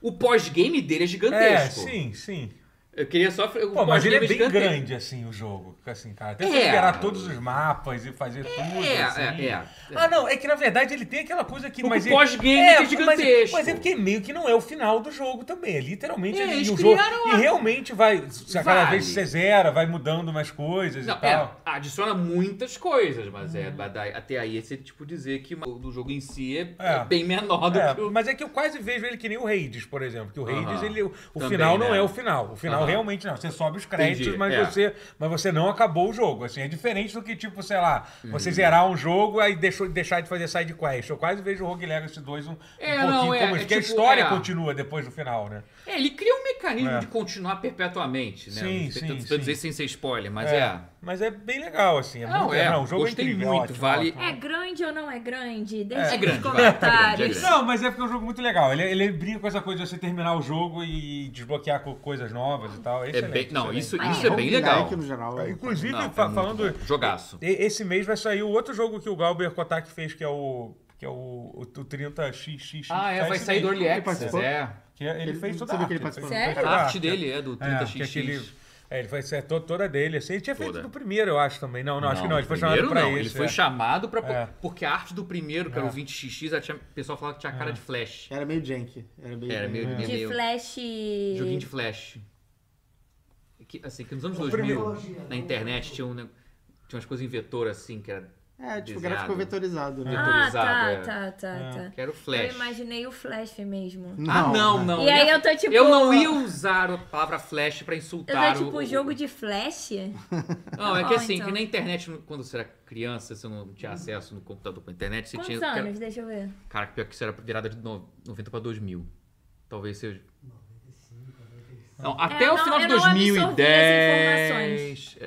C: O pós-game dele é
A: É,
C: gigantesco.
A: sim, sim.
C: Eu queria só. O
A: Pô, mas ele é
C: pós-game
A: bem
C: gigantesco.
A: grande, assim, o jogo. Assim, cara. Até você
C: É.
A: liberar todos os mapas e fazer tudo,
C: É,
A: assim.
C: é, é.
A: Ah, não, é que na verdade ele tem aquela coisa que.
C: O
A: mas
C: pós-game
A: ele,
C: é
A: Mas,
C: gigantesco.
A: mas é porque meio que não é o final do jogo também. É literalmente
C: É,
A: ele,
C: eles
A: e o jogo.
C: criaram
A: E
C: a-
A: realmente vai. se a Cada
C: Vale.
A: vez que você zera, vai mudando umas coisas
C: Não,
A: e
C: é,
A: tal.
C: adiciona muitas coisas, mas é, mas daí- até aí é tipo dizer que o do jogo em si é,
A: É.
C: é bem menor do
A: É,
C: que o.
A: mas é que eu quase vejo ele que nem o Raids, por exemplo. Que o Raids,
C: Aham.
A: ele, o
C: Também,
A: final não
C: né?
A: é o final. O final
C: Aham.
A: realmente não. Você sobe os créditos,
C: Entendi,
A: mas,
C: é.
A: você, mas você não acabou o jogo. Assim, é diferente do que, tipo, sei lá,
C: Hum.
A: você zerar um jogo aí deixou, deixar de fazer side quest. Eu quase vejo o Rogue Legacy 2 um, um
C: É,
A: pouquinho
C: não, é,
A: como
C: é
A: isso. Porque
C: tipo,
A: a história
C: é.
A: continua depois do final, né?
C: É, ele cria um mecanismo
A: É.
C: de continuar perpetuamente, né?
A: Sim,
C: Não sei-
A: sim,
C: tô- tô
A: sim.
C: dizer sem ser spoiler, mas
A: É,
C: é.
A: Mas é bem legal, assim. É
C: Não,
A: muito,
C: é.
A: não, o jogo
C: Gostei
A: é incrível,
C: muito,
A: ótimo,
C: vale-
A: ótimo.
B: É grande ou não é grande? Deixa
C: É
B: nos
C: grande, vai. É grande, é
B: comentários.
C: grande.
A: Não, mas é porque é um jogo muito legal. Ele, ele brinca com essa coisa de você terminar o jogo e desbloquear co- coisas novas e tal. É
C: É
A: excelente,
C: bem, não,
A: excelente.
C: isso,
B: Mas
C: isso é
D: Rogue
C: bem
D: Então, Like,
C: legal.
D: no geral, é-
A: Inclusive,
C: Não,
A: fa-
C: é muito
A: falando.
C: bom. Jogaço.
A: E- Esse mês vai sair o outro jogo que o Galber Kotak fez, que é o. Que é o, o, o 30xxx.
C: Ah, é, vai
A: esse
C: sair do
A: mês.
C: Early Access,
D: participou?
C: é.
A: Que é- ele,
D: Ele-
A: fez toda a
D: sabe
A: arte.
D: que ele
A: fez
D: participou?
A: toda
B: Sério?
C: A
A: arte.
C: arte dele é do
A: Ah, É,
C: 30xx.
A: que aquele, é, ele vai ser to- toda dele. Assim, ele tinha feito
C: Toda.
A: do primeiro, eu acho também. Não, não, acho que não. Ele foi
C: primeiro
A: chamado pra
C: não,
A: esse.
C: ele foi
A: é.
C: chamado pra...
A: É.
C: Porque a arte do primeiro, que era
A: É.
C: o 20xx, ela tinha- o pessoal falava que tinha cara de flash.
D: Era meio jank. Era meio.
C: Era meio... meio,
B: De
C: meio-
B: flash.
C: Joguinho de flash. Que, assim, que nos anos
A: primeiro-
C: 2000, na internet, tinha, um, ne- tinha umas coisas em vetor, assim, que era...
D: É, tipo,
C: Desenhado.
D: gráfico vetorizado, né?
B: Ah,
C: Autorizado,
B: tá,
C: é.
B: tá, tá, tá.
C: Quero
B: Eu
C: flash.
B: imaginei o Flash mesmo.
C: Ah, não,
D: né?
C: não.
B: E aí eu tô tipo.
C: Eu não ia usar a palavra flash pra
B: Eu
C: insultar
B: tô tipo,
C: o...
B: jogo de Flash?
C: Não, é
B: Ó,
C: que assim,
B: então.
C: que na internet, quando você era criança, você não tinha acesso no computador pra internet, você
B: Quantos
C: tinha...
B: anos? Deixa eu ver.
C: Cara, pior que isso era virada de no- 90 pra 2000. Talvez seja... Não, até o
B: não,
C: final de
B: É, eu não absorvi as
C: 2010... É,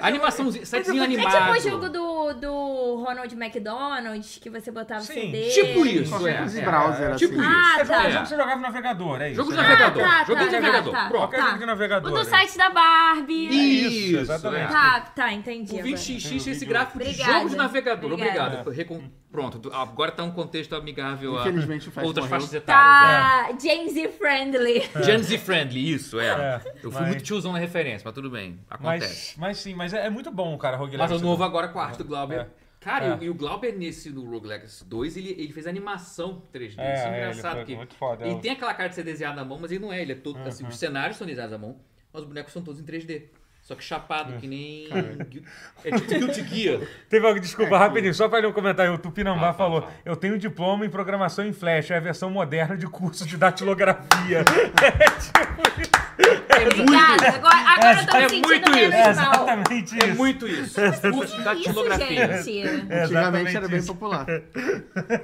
A: É.
C: Animaçãozinho, sitezinho animado.
B: É tipo o jogo do, do Ronald McDonald's, que você botava
A: Sim.
B: CD.
C: Tipo isso,
D: Só
C: é.
D: que os
C: é,
D: browser,
C: é,
D: assim.
C: Tipo
B: Ah,
C: isso.
B: tá.
A: É.
C: É.
A: Jogo que você jogava no navegador, é isso.
C: Jogo de
A: né?
C: navegador.
B: tá,
C: jogo
B: tá,
C: de
B: tá,
C: navegador.
B: tá.
C: Pronto.
A: Qualquer jogo de navegador.
B: O do
A: é.
B: site da Barbie.
A: Isso, exatamente.
C: é.
B: Tá, tá, entendi.
C: O
B: agora.
C: 20xx tinha esse
A: Obrigada.
C: gráfico de jogo de navegador.
B: Obrigada.
C: Obrigado. Recon- Pronto, do- agora tá um contexto amigável a
D: Infelizmente o Fast
C: outras
D: morreu.
C: faixas etárias.
B: Tá, Gen Z friendly.
C: É. Gen Z friendly, isso, é.
A: É,
C: Eu fui
A: mas-
C: muito tiozão na referência, mas tudo bem, acontece.
A: Mas, mas sim, mas é, é muito bom, cara, Rogue
C: Mas, o
A: Legacy.
C: novo agora com a arte do Glauber.
A: É.
C: Cara,
A: É.
C: e o- e o Glauber nesse no Rogue Legacy 2, ele, ele fez animação 3D.
A: É,
C: isso é
A: é, ele
C: engraçado.
A: foi
C: que
A: muito foda,
C: Ele
A: é. Uhum.
C: tem aquela cara de ser desenhado na mão, mas ele não é. Ele é todo, assim, os cenários são desenhados à mão, mas os bonecos são todos em 3D. Só que chapado, que nem. É tipo Guilty Gear.
A: Teve alguém, desculpa, rapidinho, só pra ler um comentário. O Tupinambá
C: É Ah, tá,
A: falou:
C: tá.
A: Eu tenho diploma em programação em Flash, é a versão moderna de curso de datilografia.
C: É muito
B: Obrigada. Agora, agora eu tô
C: É
B: me sentindo
C: muito
B: menos
C: isso.
B: mal.
A: Exatamente
C: É
A: isso.
C: muito isso. Curso de datilografia.
B: Isso, gente.
A: É
D: Antigamente era
A: exatamente
D: bem
A: isso.
D: popular.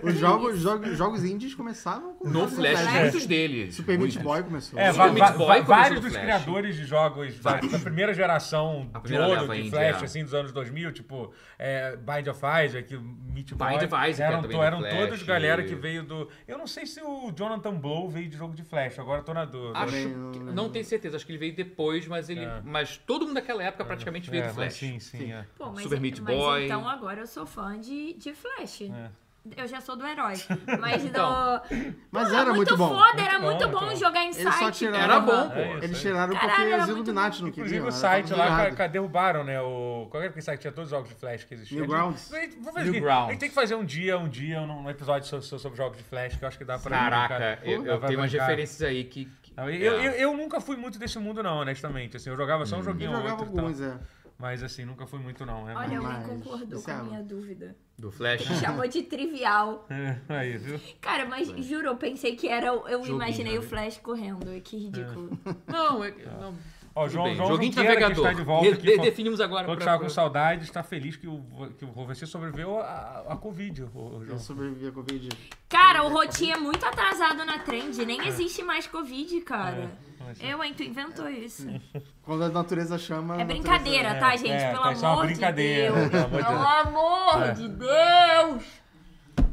D: Os jogos, jogos, jogos indies começavam com
C: No
D: jogos
C: Flash, é né?
D: legais.
C: muitos deles.
D: Super Meat
C: Muitos.
D: Boy começou.
A: É,
C: Os
A: va-
C: Meat
A: va- va-
C: Boy começou
A: vários
C: no
A: dos
C: Flash.
A: criadores de jogos da, da primeira geração
C: A
A: de
C: primeira
A: ouro
C: leva
A: de
C: indie,
A: Flash,
C: é.
A: assim, dos anos 2000, tipo é, Bind of Isaac, que Meat Boy,
C: Bind of Isaac,
A: eram,
C: é, também
A: to-
C: do
A: eram
C: Flash.
A: todos galera que veio do... Eu não sei se o Jonathan Blow veio de jogo de Flash, agora eu tô na dúvida.
C: Acho
D: Também
C: que,
D: não lembro.
C: não tenho certeza, acho que ele veio depois, mas ele,
A: É.
C: mas todo mundo daquela época praticamente veio
A: É,
C: do
A: mas
C: Flash.
A: Sim, sim, é.
B: Pô, mas,
C: Super Meat
B: mas
C: Boy.
B: então agora eu sou fã de, de Flash.
A: É.
B: Eu já sou do herói. Mas
C: Então.
B: do...
D: Mas
B: Pô,
D: era muito bom.
B: foda, era
A: Muito
B: muito
A: bom,
B: bom,
A: muito bom.
B: jogar em
D: Eles só
B: site.
D: tiraram.
C: Era bom,
A: É isso,
C: pô.
D: Eles
A: é
D: tiraram
B: Caralho,
D: porque
B: era
D: os
B: muito
D: Illuminati não
A: Inclusive
D: queriam.
A: o
D: era
A: site
D: tá tudo
A: lá,
D: errado.
A: ca- ca- derrubaram, né? O... Qual era aquele site que tinha todos os jogos de Flash que existiam?
D: Newgrounds.
A: A gente- vamos fazer o seguinte,
C: Newgrounds.
A: A gente tem que fazer um dia, um dia, um, um episódio so- so- sobre, jogos de Flash, que eu acho que dá pra...
C: Caraca,
A: brincar.
C: eu, eu
A: Dá pra
C: tenho umas
A: brincar.
C: referências aí que. que-
D: Tá
A: Não, eu,
C: é.
A: eu, eu nunca fui muito desse mundo, não, honestamente. Assim, eu jogava
C: Hum.
A: só um joguinho
D: Eu
A: ou
D: jogava
A: outro. e tal.
D: alguns, é.
A: Mas assim, nunca fui muito, não. É,
B: Olha, alguém
D: Mas,
B: concordou com a
D: sabe?
B: minha dúvida.
C: Do Flash.
B: Me chamou de trivial.
A: É, aí, viu?
B: Cara, mas juro, eu pensei que era. Eu
C: Joguinho,
B: imaginei o
C: né?
B: Flash correndo. Que ridículo.
C: Não, é.
D: Tá.
C: Não.
A: Ó, o
C: tudo
A: João,
C: bem.
A: João
C: Joguinho de
A: Junqueira, que
C: navegador.
A: está de volta
C: Re-
A: aqui.
C: de-
A: com-
C: definimos agora.
A: Falou que
C: pra-
A: estava com saudade, está feliz que o, que o você sobreviveu a, a Covid, o, o João.
D: Eu sobrevivi à Covid.
B: Cara, o Rotinho é muito atrasado na trend. Nem existe mais Covid, cara.
A: Mas-
B: Eu, hein? Tu inventou isso.
D: Quando a natureza chama. a
B: É
D: natureza-
B: brincadeira, tá, gente?
A: é,
B: pelo
A: tá, isso é uma
B: amor de
A: brincadeira,
B: Deus.
A: pelo amor de
B: Pelo
A: Deus.
B: amor
A: É.
B: de Deus.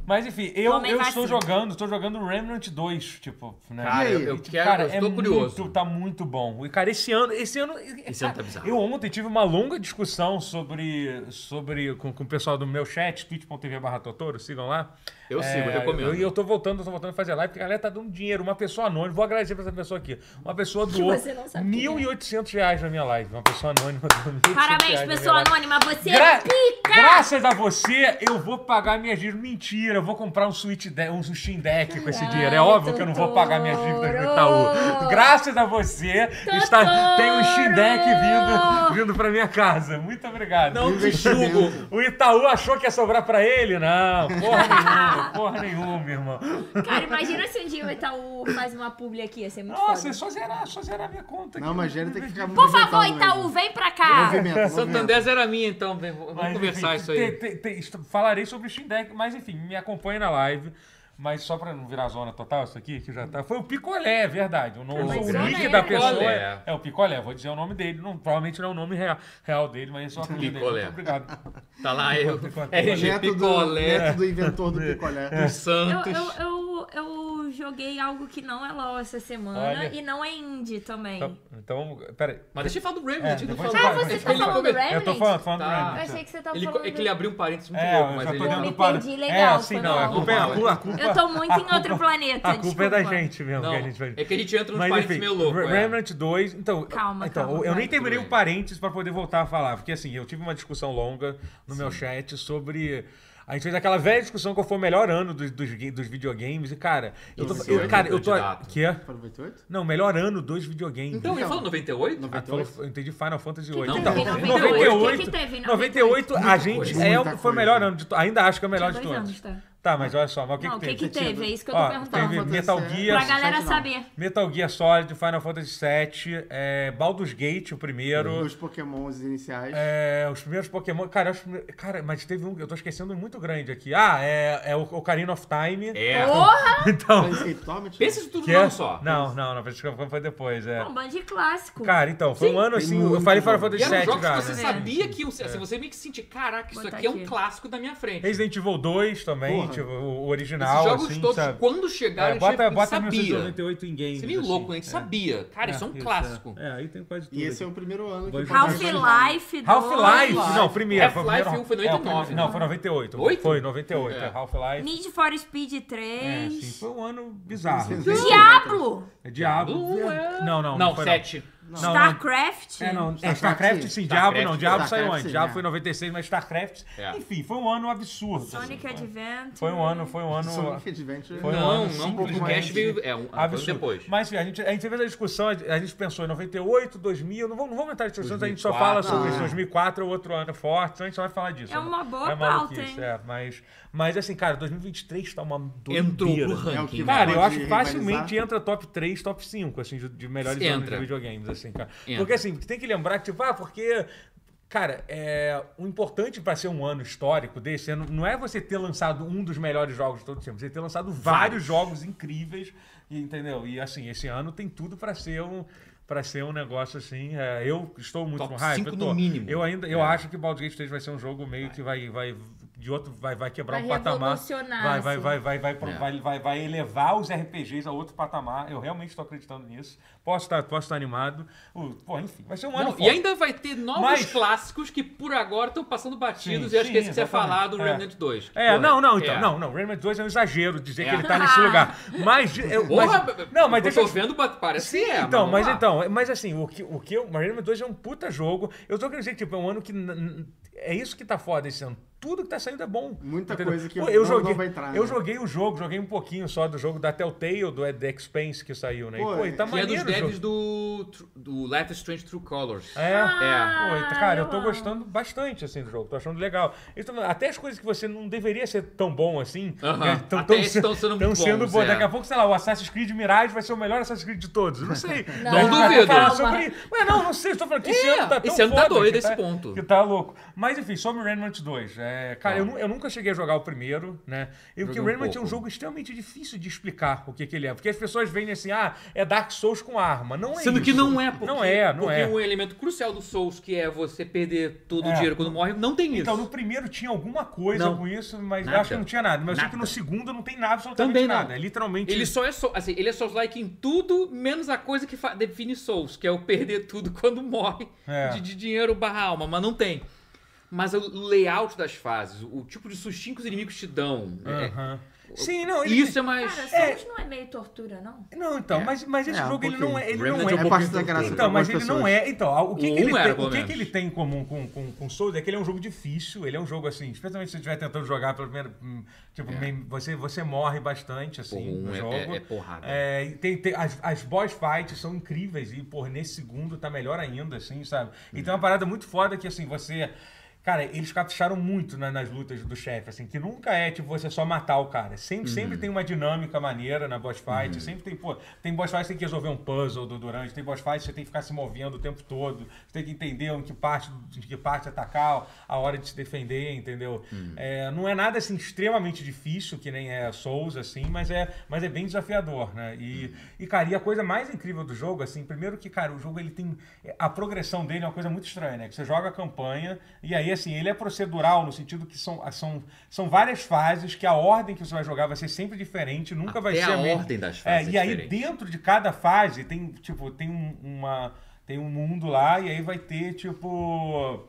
A: Mas enfim, eu,
B: Tomem
A: eu estou
B: vacina.
A: jogando, estou jogando Remnant 2, tipo, né?
C: Cara, eu, eu
A: Tipo,
C: quero.
A: cara,
C: eu
A: é
C: tô curioso.
A: Muito, tá muito bom. E, cara, esse ano. Esse ano, é,
C: Esse
A: cara,
C: ano tá bizarro.
A: Eu ontem tive uma longa discussão sobre. sobre com, com o pessoal do meu chat, twitch.tv barra Totoro, sigam lá.
C: Eu sigo, eu recomendo.
A: E eu, tô voltando, eu tô voltando a fazer live, porque a galera tá dando dinheiro. Uma pessoa anônima, vou agradecer pra essa pessoa aqui. Uma pessoa doou
B: você não sabe quem é.
A: 1.800 reais na minha live. Uma pessoa anônima doou 1.800 reais
B: Parabéns,
A: na minha
B: pessoa
A: live.
B: anônima. Você
A: é Gra-
B: é pica!
A: Graças a você, eu vou pagar minhas dívidas. Mentira, eu vou comprar um Switch de... um Steam Deck com esse dinheiro. É óbvio que eu não vou pagar minhas dívidas no Itaú.
B: Totoro!
A: Graças a você, está... tem um Steam Deck vindo, vindo pra minha casa. Muito obrigado.
D: é um
C: Não te julgo.
A: O Itaú achou que ia sobrar pra ele? Não, porra nenhuma, porra nenhuma, meu irmão.
B: Cara, imagina se um dia o Itaú faz uma publi aqui, ia ser muito
A: Nossa,
B: foda.
A: é só zerar, só zerar minha conta aqui. né?
D: Não, mas gera tem que ficar muito.
B: Por favor,
D: movimentado
B: Itaú,
D: mesmo.
B: vem pra cá.
D: Movimento, movimento.
C: Santander era minha, então. vem, Vamos
A: Mas,
C: conversar
A: enfim,
C: isso aí.
A: te- te- te- isto- falarei sobre o Steam Deck, mas enfim, me acompanha na live. Mas só pra não virar zona total, isso aqui, que já tá. Foi o Picolé, é verdade. O, nome,
C: Mas
A: o
B: zona
A: nick
B: é,
A: da
B: né?
A: pessoa é,
C: Picolé.
A: é o Picolé. Vou dizer o nome dele. Não, provavelmente não é o nome real, real dele, mas é só o apelido dele.
C: Picolé.
A: Muito obrigado.
C: Tá lá eu.
B: é
C: RG
D: Neto do,
C: Picolé
D: neto do inventor do picolé.
A: É.
C: dos
B: Eu,
C: Santos.
B: eu, eu, eu joguei algo que não é LOL essa semana
A: Olha.
B: e não é indie também.
A: Então, então peraí.
C: Mas deixa eu falar do Remedy.
A: É,
C: a gente não
A: depois
C: falou.
A: eu falo. Ah, você tá
C: Ele
B: falando do
C: come-
B: Remedy?
A: Eu tô falando, falando
C: Tá.
A: do
B: É, Eu
A: Remedy.
B: achei que você tava
C: Ele, co-
B: falando.
C: é que ele abriu um parênteses muito
A: É,
C: louco,
A: eu
C: mas
A: já tô
C: ele.
B: dando-
A: dando
B: me
A: para.
B: perdi,
A: é,
B: legal,
A: assim,
B: foi
A: não, a
B: mal.
A: culpa, é- a culpa, a culpa,
B: Eu tô muito
A: a
B: em outro
A: culpa-
B: planeta,
A: A culpa é da
B: desculpa.
A: gente mesmo,
C: Não,
A: que a gente vai...
C: é que a gente entra nos
A: Mas,
C: parênteses
A: enfim,
C: meio louco.
A: Re-
C: é.
A: Remnant 2, então...
B: Calma,
A: então,
B: calma,
A: Eu
B: vai.
A: nem terminei o
C: bem.
A: parênteses pra poder voltar a falar, porque assim, eu tive uma discussão longa no meu chat sobre... A gente fez aquela velha discussão qual foi o melhor ano dos, dos, ga- dos videogames. E, cara, eu tô. eu-
C: 98,
A: cara, eu tô.
C: candidato.
A: Que é?
D: Para 98?
A: Não, melhor ano dos videogames.
C: Então, ele
D: Então,
C: falou 98?
A: Ah, tu falou-
D: 98?
A: eu entendi Final Fantasy VIII.
C: teve
A: Então, 98,
C: em 98?
B: O que que teve em
A: 98, a gente
D: coisa.
A: é,
D: Muita
A: o- foi o
D: coisa.
A: melhor ano de to- Ainda acho que é o melhor
B: Tinha
A: de
B: dois
A: todos.
B: anos, tá?
A: Tá, mas olha só, mas o que,
B: não,
A: que
B: o que
A: teve?
B: que teve? É isso que eu tô
A: Ó,
B: perguntando. é.
A: teve
D: Fantasy
A: Metal
D: VII.
A: Gear,
B: Pra galera
D: 7 não.
B: saber.
A: Metal Gear Solid, Final Fantasy VII, é, Baldur's Gate, o primeiro.
C: Uhum.
D: Os pokémons iniciais.
A: é, os primeiros Pokémon. Cara, os prime- cara, mas teve um que eu tô esquecendo muito grande aqui. Ah, é, é o Ocarina of Time.
C: É.
B: Porra!
A: Então.
D: Planescape
C: Pensa isso tudo
A: que é-
C: não só.
A: Não, não, não, Francisco Campo foi depois. É.
B: Um bando de clássico.
A: Cara, então, foi um ano
D: Tem
A: assim. Eu
D: muito
A: falei Final
D: jogo.
A: Fantasy
C: E eram
A: VII,
C: jogos
A: cara.
C: que você
B: É.
C: sabia que... iam ser- Assim, você meio que sentia, caraca, isso
B: Botar
C: aqui é um
B: aqui.
C: clássico da minha frente.
A: Resident Evil 2 também,
D: Porra.
A: tipo, o original,
C: Esses jogos
A: assim,
C: todos,
A: sabe?
C: quando chegaram,
A: É,
C: a gente já
A: bota, bota
C: sabia.
A: 1998 em games.
C: Você é meio
A: assim.
C: louco, né? A gente sabia. Cara, isso é um clássico.
A: É, aí tem quase tudo.
D: E esse é o primeiro ano que
A: Dois
D: o
A: jogos.
D: Pokémon-
B: Half-Life.
A: Half-Life!
B: dois.
A: Não, primeiro. foi o primeiro-
C: Half-Life foi
A: é, o primeiro-
C: 99, né?
A: Não, foi 98.
C: Oito?
A: Foi 98, é.
C: É.
A: Half-Life.
B: Need for Speed
A: É,
B: 3.
A: assim, foi um ano bizarro.
B: Diablo!
A: É Diabo.
C: Um é-
A: Não, não.
C: Não,
A: foi,
C: sete.
A: Não, não.
B: StarCraft.
A: É, não, é,
D: Starcraft,
A: StarCraft
D: sim.
A: sim,
C: Starcraft,
A: Diabo não, Diabo saiu
D: Starcraft,
A: antes,
D: sim,
A: Diabo
D: é.
A: foi em 96, mas StarCraft,
C: É.
A: enfim, foi um ano absurdo.
B: Sonic é
A: assim,
B: Adventure.
A: Foi um ano, foi um ano...
D: Sonic é Adventure.
A: Foi um
C: Não,
A: ano
C: não, o
A: simplesmente
C: podcast veio. É, um ano
A: Absurdo.
C: depois.
A: Mas enfim, a gente, a gente teve essa discussão, a gente pensou em 98, 2000, não vamos, não vamos entrar em discussões, a gente só
C: 2004,
A: fala sobre
D: não,
A: isso.
D: é.
A: 2004 é outro ano forte, então a gente só vai falar disso.
B: É uma boa
A: maluquice,
B: pauta, hein?
A: É, mas, mas assim, cara, 2023 tá uma doideira. né?
C: Entrou pro
D: É o
C: ranking.
D: que
C: cara.
A: Cara, eu
D: Pode
A: acho que facilmente
D: rivalizar.
A: entra top 3, top 5, assim, de, de melhores
C: Entra.
A: anos de videogames, assim, cara.
C: Entra.
A: Porque, assim, tem que lembrar que, tipo, ah, porque... Cara, é, o importante pra ser um ano histórico desse ano não é você ter lançado um dos melhores jogos de todo o tempo, você ter lançado vários jogos incríveis, e, entendeu? E, assim, esse ano tem tudo pra ser um... Pra ser um negócio assim, é, eu estou muito
C: Top
A: com hype.
C: cinco
A: eu
C: no
A: tô-
C: mínimo.
A: Eu ainda, eu acho que Baldur's Gate 3 vai ser um jogo meio que vai, vai de outro, vai, vai quebrar
B: Vai
A: um patamar.
B: revolucionar,
A: Vai, vai,
B: assim.
A: vai, vai, vai, pro-
C: É.
A: vai, vai, vai elevar os RPGs a outro patamar. Eu realmente estou acreditando nisso. Posso estar posso estar animado. O- pô, enfim, vai ser um ano
C: Não, e
A: forte.
C: ainda vai ter novos
A: Mas-
C: clássicos que por agora estão passando batidos
A: Sim,
C: e acho que
A: sim,
C: esse que você ia
A: exatamente.
C: falar do
A: É.
C: Remnant 2.
A: É,
C: Porra,
A: não, não, então.
C: é.
A: Não, não. Rayman 2 é um exagero dizer
C: É.
A: que ele tá nesse lugar. Mas. Eu,
C: Porra,
A: mas não, mas
C: eu
A: deixa
C: tô
A: eu.
C: vendo, bat- parece
A: Sim,
C: que é,
A: então,
C: vamos
A: mas,
C: lá.
A: então, mas assim, o que o que eu, Rayman 2 é um puta jogo. Eu tô querendo dizer que tipo, é um ano que n- n- é isso que tá foda esse ano. Tudo que tá saindo é bom.
D: Muita coisa que
A: Pô,
D: não-
A: eu
D: não
A: joguei,
D: vai entrar,
A: Eu
D: né?
A: joguei o jogo, joguei um pouquinho só do jogo da Telltale, do The Expanse que saiu, né? E,
D: Pô,
A: pô, e tá
C: Que é
A: maneiro
C: dos
A: o jogo.
C: devs do, do Life is Strange True Colors.
A: É.
B: Ah,
A: Pô, e, cara, eu,
B: eu
A: tô
B: amo.
A: gostando bastante assim do jogo, tô achando legal. Então, até as coisas que você não deveria ser tão bom assim,
C: Aham.
A: né, tão-
C: Até
A: tão
C: esses
A: se-
C: tão sendo
A: tão
C: bons,
A: sendo bom.
C: é.
A: Daqui a pouco, sei lá, o Assassin's Creed Mirage vai ser o melhor Assassin's Creed de todos. Não sei.
B: Não
A: Daí a gente vai
C: duvido.
A: falar
B: Calma.
A: sobre- Ué, não, não sei, estou falando que esse
C: É,
A: ano tá tão
C: esse ano tá
A: foda
C: doido
A: que
C: esse ponto.
A: Que tá louco. Mas enfim, sobre o Remnant 2. é, cara, eu, nu- eu nunca cheguei a jogar o primeiro, né? E porque
C: Joguei
A: o
C: um
A: Remnant é um
C: pouco.
A: jogo extremamente difícil de explicar o que, que ele é. Porque as pessoas veem assim, ah, é Dark Souls com arma. Não é
C: Sendo que
A: isso.
C: não é, porque,
A: Não é, não
C: porque
A: é.
C: um elemento crucial do Souls, que é você perder todo
A: É.
C: o dinheiro quando morre, não tem isso.
A: Então, no primeiro tinha alguma coisa
C: Não.
A: com isso, mas eu
C: Nada.
A: acho que não tinha nada. Mas eu sei que
C: Nada.
A: no segundo não tem nada, absolutamente
C: Também não.
A: nada. É literalmente.
C: Ele só é Souls, assim, ele é Souls-like em tudo, menos a coisa que fa- define Souls, que é o perder tudo quando morre
A: É.
C: de, de dinheiro barra alma, mas não tem. Mas o layout das fases, o tipo de sustinho que os inimigos te dão, é-
A: Aham. Sim, não, ele. assim,
C: isso é mais...
B: Cara, Souls não é meio tortura, não?
A: Não, então, mas, mas esse
D: É, um
A: jogo ele não é. Ele
C: Remnant
A: não
C: é um
D: É
A: é.
D: parte da
C: pouquinho
D: graça. pra
A: Então, mas ele
D: algumas
A: não
D: pessoas.
A: é. Então, a- o que,
C: O
A: que ele,
C: um era,
A: tem,
C: pelo
A: o que, que
C: menos.
A: ele tem em comum com, com, com, com Souls é que ele é um jogo difícil, ele é um jogo assim, especialmente se você estiver tentando jogar pelo primeiro. hum, Tipo,
C: É.
A: meio- você, você morre bastante, assim,
C: Porra, um
A: no
C: é-
A: jogo.
C: é- é porrada.
A: É, e tem, tem- as, as boss fights são incríveis e, porra, nesse segundo tá melhor ainda, assim, sabe? E
C: Uhum.
A: tem uma parada muito foda que, assim, você... Cara, eles capricharam muito na- nas lutas do chefe, assim, que nunca é, tipo, você só matar o cara. Sempre,
C: Uhum.
A: sempre tem uma dinâmica maneira na boss fight, sempre tem, pô, tem boss fight que você tem que resolver um puzzle do durante, tem boss fight que você tem que ficar se movendo o tempo todo, você tem que entender em que parte, de que parte atacar, a hora de se defender, entendeu?
C: Hum.
A: É, não é nada, assim, extremamente difícil, que nem é Souls, assim, mas é, mas é bem desafiador, né? E,
C: Hum.
A: e, cara, e a coisa mais incrível do jogo, assim, primeiro que, cara, o jogo ele tem. A progressão dele é uma coisa muito estranha, né? Que você joga a campanha e aí, assim, ele é procedural no sentido que são, são, são várias fases, que a ordem que você vai jogar vai ser sempre diferente, nunca vai
C: Até
A: ser.
C: a
A: mesma.
C: ordem das
A: É,
C: fases
A: e
C: é
A: aí,
C: diferente.
A: dentro de cada fase, tem, tipo, tem um- uma. Tem um mundo lá e aí vai ter, tipo.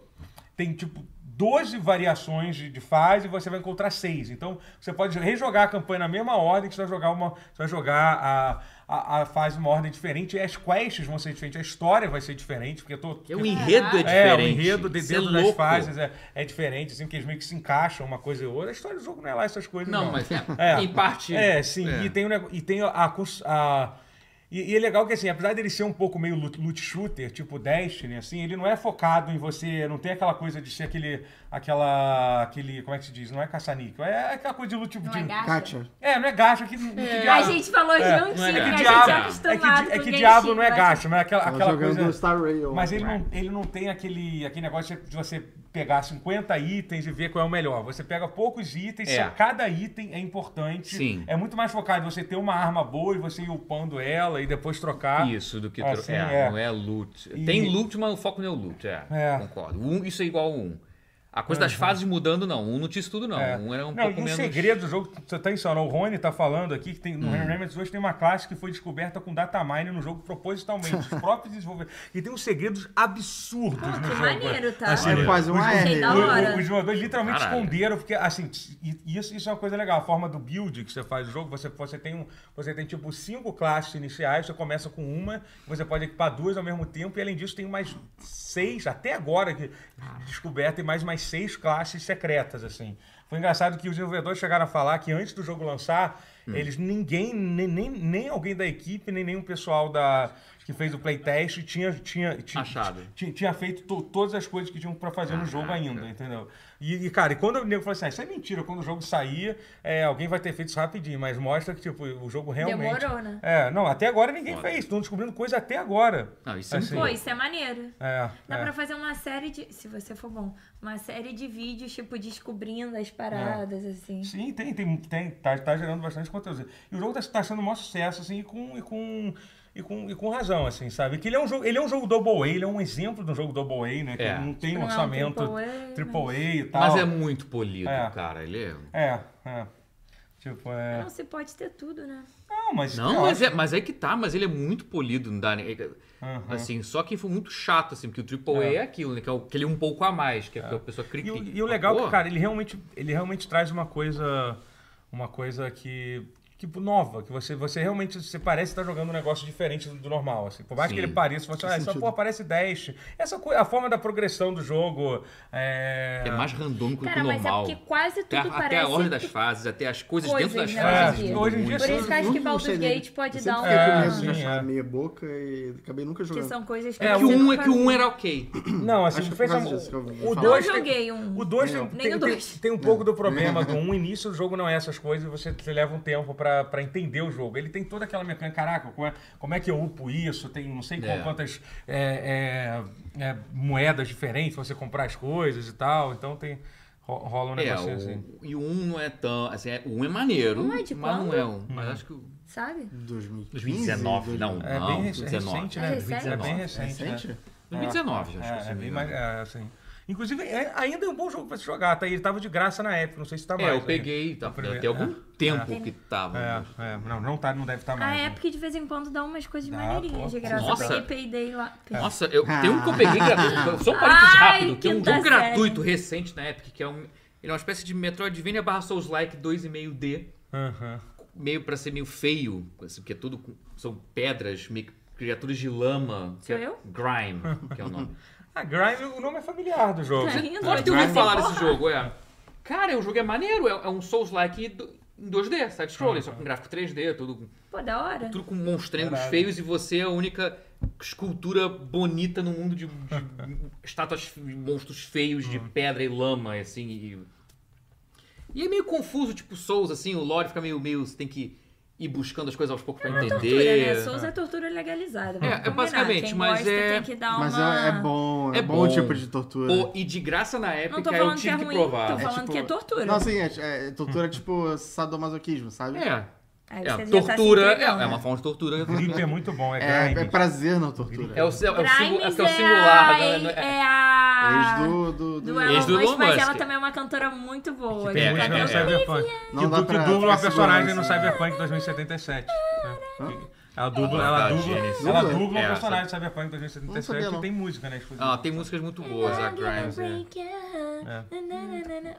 A: Tem, tipo. 12 variações de, de fase e você vai encontrar seis. Então você pode rejogar a campanha na mesma ordem que você vai jogar uma. Você vai jogar a, a, a fase numa ordem diferente, e as quests vão ser diferentes, a história vai ser diferente, porque eu tô.
C: É, o enredo é diferente.
A: É, o enredo de
C: Isso é
A: dentro das
C: louco.
A: fases é, é diferente, assim, porque eles meio que se encaixam uma coisa e outra. A história do jogo não é lá essas coisas, não.
C: Não, mas é,
A: É.
C: em parte.
A: É, sim.
C: é.
A: E tem, o nego- e tem a. cons- a- e, e é legal que, assim, apesar dele ser um pouco meio loot, loot shooter, tipo Destiny, assim, ele não é focado em você. Não tem aquela coisa de ser aquele. aquela. aquele. como é que se diz? Não é caça-níquel. É aquela coisa de loot.
B: Não
A: de-
B: é gacha?
D: Kátia.
A: é, não é gacha. Que, que
B: A
A: diabo-
B: gente falou
A: É,
B: juntinho,
C: não é
B: a
C: gacha.
B: gente
C: Diabo.
A: é
B: é
A: que,
B: acostumado
A: di- é
B: com
A: que
B: Genshin,
A: diabo não é
B: mas-
A: gacha, mas é aquela,
D: Tava
A: aquela
D: tá jogando
A: coisa.
D: Star Rail. É
A: Mas ele não, ele não tem aquele, aquele negócio de você pegar 50 itens e ver qual é o melhor. Você pega poucos itens,
C: É.
A: só cada item é importante.
C: Sim.
A: É muito mais focado em você ter uma arma boa e você ir upando ela e depois trocar.
C: Isso, do que
A: Ah,
C: tro-
A: sim,
C: é,
A: é.
C: não é loot.
A: E-
C: Tem loot, mas o foco não é o loot, é.
A: É.
C: Concordo. Um, isso é igual a um. A coisa das fases mudando, não. Um não tinha isso tudo, não.
A: É.
C: Um era um
A: não,
C: pouco
A: e o
C: menos. Hum.
A: segredo do jogo, você tá insano. O Rony tá falando aqui que tem, no Remnants hoje tem uma classe que foi descoberta com datamine no jogo propositalmente. Os próprios desenvolvedores. E tem uns segredos absurdos
B: Ah,
A: no
B: que
A: jogo.
B: maneiro, tá?
A: Assim,
D: É quase um
A: os-
B: Achei da
A: O-
D: AR.
B: hora.
A: o- Os jogadores literalmente
C: Caralho.
A: esconderam, porque assim, e- e isso, isso é uma coisa legal. A forma do build que você faz o jogo, você, você, tem, um, você tem tipo cinco classes iniciais, você começa com uma, você pode equipar duas ao mesmo tempo, e além disso, tem mais seis, até agora que descoberta, tem mais mais seis classes secretas, assim. Foi engraçado que os desenvolvedores chegaram a falar que antes do jogo lançar,
C: Hum.
A: eles ninguém, nem, nem, nem alguém da equipe, nem nenhum pessoal da que fez o playtest tinha, tinha, tinha,
C: Achado.
A: tinha, tinha feito to- todas as coisas que tinham pra fazer no um jogo
C: Caraca.
A: ainda, entendeu? E, e, cara, e quando o nego falou assim, ah, isso é mentira, quando o jogo saía, é, alguém vai ter feito isso rapidinho, mas mostra que, tipo, o jogo realmente...
B: Demorou, né?
A: É, não, até agora ninguém
C: Foda.
A: fez, estão descobrindo coisa até agora.
C: Não, isso é muito
A: Assim,
B: Pô, isso é maneiro.
A: É,
B: Dá
A: é.
B: pra fazer uma série de. Se você for bom, uma série de vídeos, tipo, descobrindo as paradas, assim.
A: Sim, tem, tem, tem tá, tá gerando bastante conteúdo. E o jogo tá, tá sendo um maior sucesso, assim, e com, e com, e com, e com razão, assim, sabe? Que ele é um jogo, ele é um jogo double A, ele é um exemplo de um jogo double A, né? Que
C: É.
A: não tem
B: Não
A: um
B: é um
A: orçamento
B: triple A, né?
A: triple A e tal.
C: Mas é muito polido,
A: É.
C: cara. Ele é.
A: É, é. Tipo, é.
B: Não se pode ter tudo, né?
A: Não, mas.
C: Não,
A: eu
C: mas
A: acho-
C: é, mas é que tá, mas ele é muito polido, não dá nem. é-
A: Aham.
C: Assim, só que foi muito chato, assim, porque o AAA é, aquilo, né? Que é o- aquele um pouco a mais, que é, que a pessoa
A: E,
C: clica.
A: o- e o legal é que, cara, ele realmente, ele realmente traz uma coisa. Uma coisa que. que nova, que você, você realmente você parece estar jogando um negócio diferente do, do normal. Assim. Por mais
C: Sim.
A: que ele pareça, você fala, ah, essa
D: sentido.
A: porra parece 10. Essa coisa, a forma da progressão do jogo. É,
C: É mais randômico do que
B: Cara,
C: o
B: mas é
C: normal.
B: porque quase
C: Até a-
B: tudo
C: até
B: parece.
C: a ordem das fases, até as coisas,
B: coisas,
C: dentro das
B: né,
C: fases.
B: hoje em
C: assim. mudam
A: dia. É, Hoje em
C: muito.
A: dia,
B: Por isso que eu
C: Uhum.
B: acho que Baldur's Gate pode dar um.
A: É,
D: Eu
A: sim,
D: sempre fiquei com medo de
A: é.
D: achar meia boca e acabei nunca
B: Que
D: jogando.
B: são coisas que
A: É,
C: Que
B: você
C: o um é
B: nunca
C: que o um
B: viu.
C: era ok.
A: Não, assim,
D: Acho que é
A: fez
D: por
A: uma-
D: causa disso que eu vou
A: o
D: falar.
B: Não
A: 2 tem,
B: joguei um.
A: o dois
D: Nem
A: tem,
D: eu.
B: Nem o
A: tem-
B: dois.
A: tem- tem um pouco do problema do 1. Um. No início do jogo não é essas coisas, você te leva um tempo pra pra entender o jogo. Ele tem toda aquela mecânica, caraca, como é, como é que eu upo isso? Tem não sei
C: É.
A: quantas é, é, é, moedas diferentes pra você comprar as coisas e tal. Então tem ro- rola um
C: É,
A: negocinho assim.
C: o, e o um não é tão. Assim, é, o um é maneiro.
B: Um é de
C: mas não
B: quando?
C: é um. Mas acho que. o-
B: Sabe?
D: 2015,
C: 2019, não.
A: É
C: não,
A: bem rec-
C: 2019.
A: recente, né?
B: É recente?
A: É bem
D: É
A: recente. né?
D: recente?
C: 2019, acho que né?
A: É,
C: se
A: é
C: não
A: bem
C: me
A: mais.
C: engano.
A: É, assim. Inclusive, é- ainda é um bom jogo pra se jogar, tá? Ele tava de graça na época, não sei se tá mais.
C: É, eu
A: né?
C: peguei, tá,
A: primeiro-
C: até algum tempo
B: É.
C: que tava.
A: É,
C: mas-
A: é, não, não, tá, não deve estar
B: A
C: Ah,
A: mais. né?
B: época de vez em quando dá umas coisas
A: Dá,
B: maneirinhas
A: pô.
B: de graça.
C: é. Nossa. É.
B: Eu peguei peidei lá. Tá
C: Nossa, eu, tem um que
A: Ah.
C: eu peguei gratuito. Só um parênteses
B: É. Ai,
C: rápido. Tem um
B: quinta
C: jogo
B: série.
C: gratuito recente na Epic, que é um. Ele é uma espécie de Metroidvania barra Souls-like 2,5D.
A: Aham.
C: Meio pra ser meio feio, assim, porque é tudo. com- São pedras, meio que criaturas de lama. que
B: Sou
C: é
B: eu?
C: Grime, que é o nome.
A: Ah, Grime, o nome é familiar do jogo.
B: Tá rindo?
C: Pode ter
B: Vai
C: ouvido
B: ser
C: é falar
B: porra.
C: desse jogo, é. Cara, o jogo é maneiro, é, é um Souls-like do- em 2D, side-scrolling, só com gráfico 3D, tudo,
B: Pô, da hora.
C: tudo com monstrengos
A: Caralho.
C: feios e você é a única escultura bonita no mundo de, de estátuas, de monstros feios de
D: Hum.
C: pedra e lama, assim, e... E é meio confuso, tipo Souls, assim, o lore fica meio, meio, você tem que ir buscando as coisas aos poucos pra
B: Tortura, né?
C: entender.
B: Souls é tortura legalizada.
C: É,
B: vamos
C: é
B: combinar.
C: basicamente,
B: Quem
C: mas
B: gosta
C: é-
B: Tem que dar uma...
D: Mas é, é bom, é,
C: É
D: bom o
C: bom.
D: tipo de tortura.
C: Pô, e de graça na
B: Não
C: época
B: tô
C: eu
B: falando que é
C: tive que,
B: ruim, tô
C: provar.
B: falando
D: tipo-
B: que é tortura.
D: Não, assim, é, é tortura tipo sadomasoquismo, sabe?
C: É,
B: Aí
C: é,
B: você já tá se
C: tortura, é,
B: entregando.
C: é uma forma de tortura.
A: Grip é muito bom, é
D: É,
A: Grime.
D: é prazer na tortura.
C: É o, seu- é o, singu- é
B: Grimes
C: porque é o singular,
B: é,
C: né?
B: a, é a...
D: Ex do, do, do-
B: Ah, do Elon
C: Ex do
B: Musk,
C: Elon
B: mas
C: Musk.
B: ela também é uma cantora muito boa. né?
A: Tem
C: É,
A: muito
C: é,
A: no
C: é.
A: Cyberpunk.
D: Não
A: que
D: dá
A: du- que
D: pra
A: dubla uma
D: ficar né?
A: personagem no
D: segurando,
A: Cyberpunk 2077. né? Ela dubla, ela
F: Ah,
A: dubla,
F: Gênesis.
A: ela
D: Dubla?
A: dubla
F: É,
A: o personagem
F: essa-
A: de Cyberpunk 2077
D: sabia,
A: que
D: não.
A: tem música, né? exclusiva.
C: Ela Ah, tem músicas muito boas, a Grimes. né?
A: é.
D: É.
B: Na, na, na, na.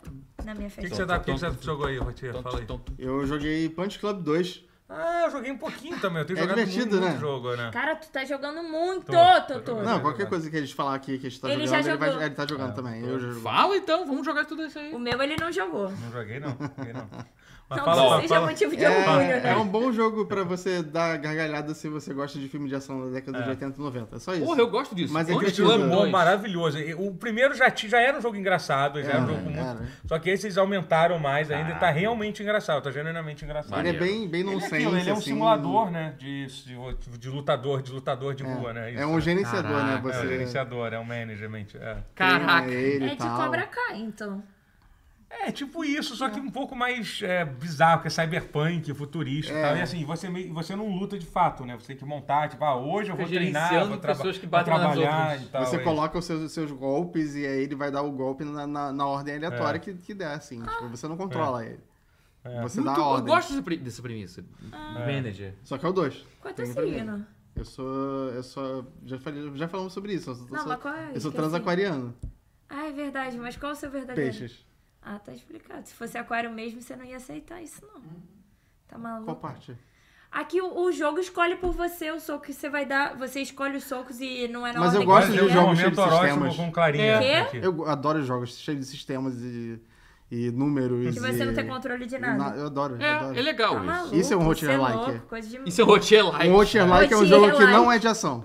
B: Na minha
A: O que, que
B: festa.
A: você dá- o que que você jogou aí, Rotier? Então, Fala aí.
C: Então,
D: Eu joguei Punch Club 2.
A: Ah, eu joguei um pouquinho também. Eu tenho
D: É
A: jogado muito,
D: divertido,
A: muito
D: né?
A: jogo,
C: é?
A: né?
B: Cara, tu tá jogando muito,
A: Tô, tô
B: Totô.
A: jogando.
D: Não, qualquer coisa que eles falar aqui que a gente tá
B: Ele
D: jogando,
B: já
D: ele, vai,
B: jogou.
D: ele tá
A: É,
D: jogando também. Eu já joguei.
C: Fala então, vamos jogar tudo isso aí.
B: O meu ele não jogou. Então,
A: Não joguei, não. Joguei, não. Mas
B: Não
A: fala,
B: que
A: fala,
B: seja
A: fala.
B: motivo de orgulho,
D: É,
B: né?
D: é um bom jogo pra você dar gargalhada se você gosta de filme de ação da década de 80 e 90. É só isso.
C: Porra, eu gosto disso.
D: Mas é
C: Punch
D: que eu
A: Esse
D: Club
A: jogo é bom,
C: dois.
A: maravilhoso. E O primeiro já, ti- já era um jogo engraçado, já era um
D: Era,
A: jogo
D: É, era.
A: muito. Só que esses aumentaram mais ainda e tá
F: Caralho.
A: realmente engraçado, tá genuinamente engraçado.
D: Ele é bem, bem
A: Ele é,
D: nonsense.
A: aquilo, ele é um
D: assim,
A: simulador, né? De, de, de lutador, de lutador de rua, né?
D: É um gerenciador, né?
A: É um
D: Você
A: gerenciador, é um management. É.
D: treina
C: Caraca.
D: ele e
B: É de
D: tal.
B: Cobra Kai, então.
A: É, tipo isso, só que um pouco mais é, bizarro, que é cyberpunk, futurista
D: É.
A: e tal. E assim, você, meio- você não luta de fato, né? Você tem que montar, tipo, ah, hoje eu vou
C: Fica
A: treinar,
C: gerenciando
A: vou, traba-
C: pessoas que
A: vou
C: batem umas nas
A: trabalhar e
C: outras.
A: tal.
D: Você
A: é.
D: coloca os seus, seus golpes e aí ele vai dar o golpe na, na, na ordem aleatória que, que der, assim. Tipo, você não controla ele. Você
C: Muito-
D: dá a
C: eu
D: ordem.
C: gosto dessa pre- dessa premissa.
B: Ah.
C: Manager.
D: Só que é o 2.
B: Qual é teu signo?
D: Eu sou. Eu sou. Já, falei, já falamos sobre isso. Eu sou,
B: Não,
D: sou-
B: mas qual é?
D: eu sou
B: Esqueci.
D: transaquariano.
B: Ah, é verdade, mas qual é o seu verdadeiro?
D: Peixes.
B: Ah, tá explicado. Se fosse aquário mesmo, você não ia aceitar isso, não.
D: Hum.
B: Tá
D: Qual
B: maluco?
D: parte?
B: Aqui o, o jogo escolhe por você o soco que você vai dar. Você escolhe os socos e não é na
D: Mas
B: ordem
D: eu gosto
B: que
D: de
A: Tem um
B: você quer.
D: um jogo cheio
A: momento
D: de
A: erótico
D: sistemas.
A: com clarinha. né,
B: É.
A: aqui.
D: Eu adoro jogos cheios de sistemas e, e números.
B: Que você
D: e-
B: não tem controle de
D: e
B: nada.
D: na- eu adoro, eu adoro.
C: É, é legal
B: Tá maluco,
D: Isso é um
B: você
D: roteiro like.
B: louco, coisa de...
C: isso. Isso é Rotier
D: Um
C: Light.
D: Watcher Like é um
B: Watcher
D: jogo que
B: Like.
D: não é de ação.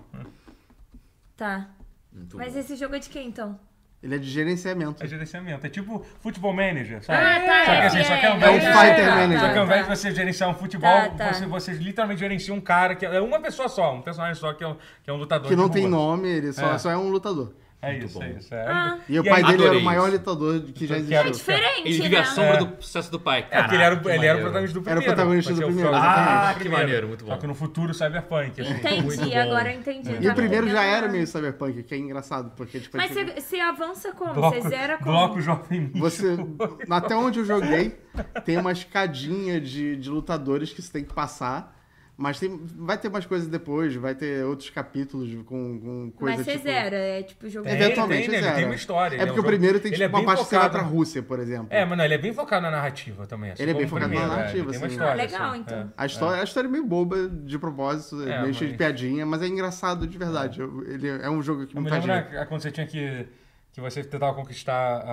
B: Tá.
C: Muito
B: Mas
C: bom.
B: esse jogo é de quem, então?
D: Ele é de gerenciamento.
A: É gerenciamento. É tipo futebol manager, sabe?
B: Ah, tá,
A: só que
B: é,
A: assim, só que
B: é,
A: ao invés
D: é,
A: de-
D: é um fighter
A: só
D: manager.
A: que ao invés de
B: Tá,
A: você gerenciar um futebol,
B: Tá, tá.
A: Você, você literalmente gerencia um cara que é uma pessoa só, um personagem só que é um, que é um lutador.
D: Que não
A: de
D: tem
A: rua.
D: nome, ele só
A: É.
D: é, só é um lutador.
A: É isso, é isso. É.
B: Ah.
D: E o
A: E
D: pai
A: aí-
D: dele era
C: Adorei
D: o maior
C: isso.
D: lutador que já
A: Eu
D: existiu.
A: quero-
B: Diferente,
C: Ele vive a
B: né?
C: sombra do sucesso do pai.
A: É, porque ele era, o- ele era
C: Caraca,
A: o
C: Ah, que maneiro.
A: protagonista do
D: Era o
A: primeiro.
D: protagonista
A: Vai
D: do
A: ser o
D: primeiro,
A: Frozen
C: exatamente.
A: do
C: Ah, que
A: primeiro.
C: maneiro, muito bom.
A: Só que no futuro cyberpunk. assim.
C: Muito
B: Entendi,
C: bom.
B: agora eu entendi.
D: E
B: Tá
D: o primeiro já
B: pegando
D: era
B: a-
D: meio cyberpunk, que é engraçado, porque tipo,
B: Mas
D: tipo,
B: você você avança como?
A: Bloco,
B: Você zera como?
A: bloco jovem místico.
D: você. Até onde eu joguei, tem uma escadinha de, de lutadores que você tem que passar. Mas tem, vai ter mais coisas depois, vai ter outros capítulos com, com coisas.
B: Mas você
D: tipo,
B: zera, é tipo jogo...
A: Tem,
D: Eventualmente
A: tem, né? Ele
D: zero.
A: tem uma história, ele
D: É
A: é um
D: porque o
A: jogo-
D: primeiro tem
A: ele
D: tipo,
A: é
D: uma
A: bem
D: parte que você vai
A: focado.
D: pra Rússia, por exemplo.
A: É, mano, ele é bem focado na narrativa também. assim,
D: Ele é bem
A: como o
D: focado na
A: primeiro, é,
D: narrativa,
A: ele Tem uma
D: sim.
A: história.
B: Ah, legal,
A: assim,
B: então.
D: A história, a história é meio boba de propósito, é
A: É,
D: meio cheia
A: mas-
D: de piadinha, mas é engraçado de verdade. Eu- ele é um jogo que
A: Eu
D: me
A: me
D: faz
A: lembro
D: rir.
A: na- quando você tinha que. que você tentava conquistar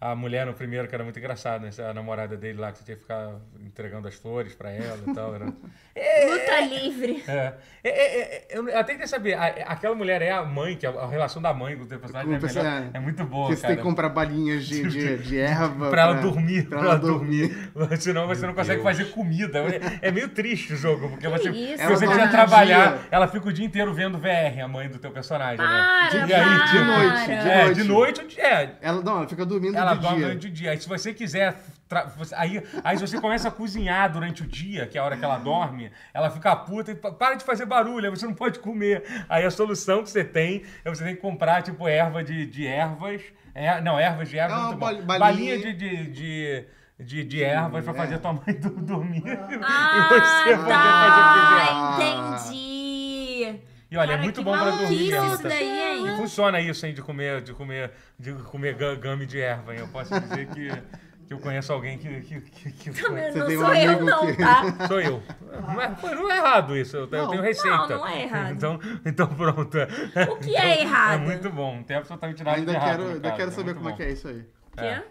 A: a, a mulher no primeiro, que era muito engraçado, né? A namorada dele lá, que você tinha que ficar entregando as flores pra ela e tal. Era...
B: Luta livre.
A: É. É, é, é, eu até queria saber, a- aquela mulher é a mãe, que a, a relação da mãe com o teu personagem
D: Com o
A: é, melhor,
D: personagem.
A: é muito boa,
D: Porque você tem que
A: cara.
D: comprar balinhas de, de, de erva.
A: Pra ela dormir,
D: Pra ela dormir.
A: Senão você não consegue
C: Deus.
A: fazer comida. É meio triste o jogo, porque você,
B: isso,
A: se
D: Ela
A: você
D: dorme
A: quiser
D: de
A: trabalhar,
D: dia.
A: ela fica o dia inteiro vendo VR, a mãe do teu personagem.
B: Para,
A: né?
B: para.
A: tipo,
D: De noite, de
A: é,
D: noite.
A: de noite, ou de- é,
D: Ela, não, ela fica dormindo
A: ela
D: de
A: dorme
D: dia.
A: durante o dia. Aí se você quiser. tra- você- Aí, aí se você começa a cozinhar durante o dia, que é a hora que ela dorme, ela fica puta e pa- para de fazer barulho, aí você não pode comer. Aí a solução que você tem é você tem que comprar, tipo, erva de, de ervas. É, não, ervas de erva
D: Não,
A: é muito bom.
D: bal-
A: Balinha,
D: balinha. é.
A: de. de, de de, de ervas pra fazer tua mãe do- dormir.
B: Ah,
A: e você poder fazer cozinhar.
B: tá,
D: cozinhar.
B: entendi.
A: E olha,
B: Cara,
A: é muito
B: que
A: bom pra dormir.
B: maluquice
A: mesmo.
B: isso daí,
A: E
B: hein?
A: funciona isso, hein, de comer, de comer, de comer ga- game de erva, hein? Eu posso dizer que, que eu conheço alguém que. que, que, que
B: Também
D: Você
B: não
D: tem um
B: sou eu,
D: amigo
B: não,
D: que-
B: tá?
A: Sou eu. Não é, pô, não é errado isso, eu tenho, eu
D: Não.
A: tenho receita.
B: Não, não é errado.
A: Então, então pronto.
B: O que é
A: É
B: errado?
A: muito bom, não tem absolutamente nada
D: Ainda
A: tá de errado.
D: quero,
A: no
D: ainda
A: caso,
D: quero
A: é
D: saber
A: muito
D: como é
A: bom.
D: que é isso aí.
B: Quê?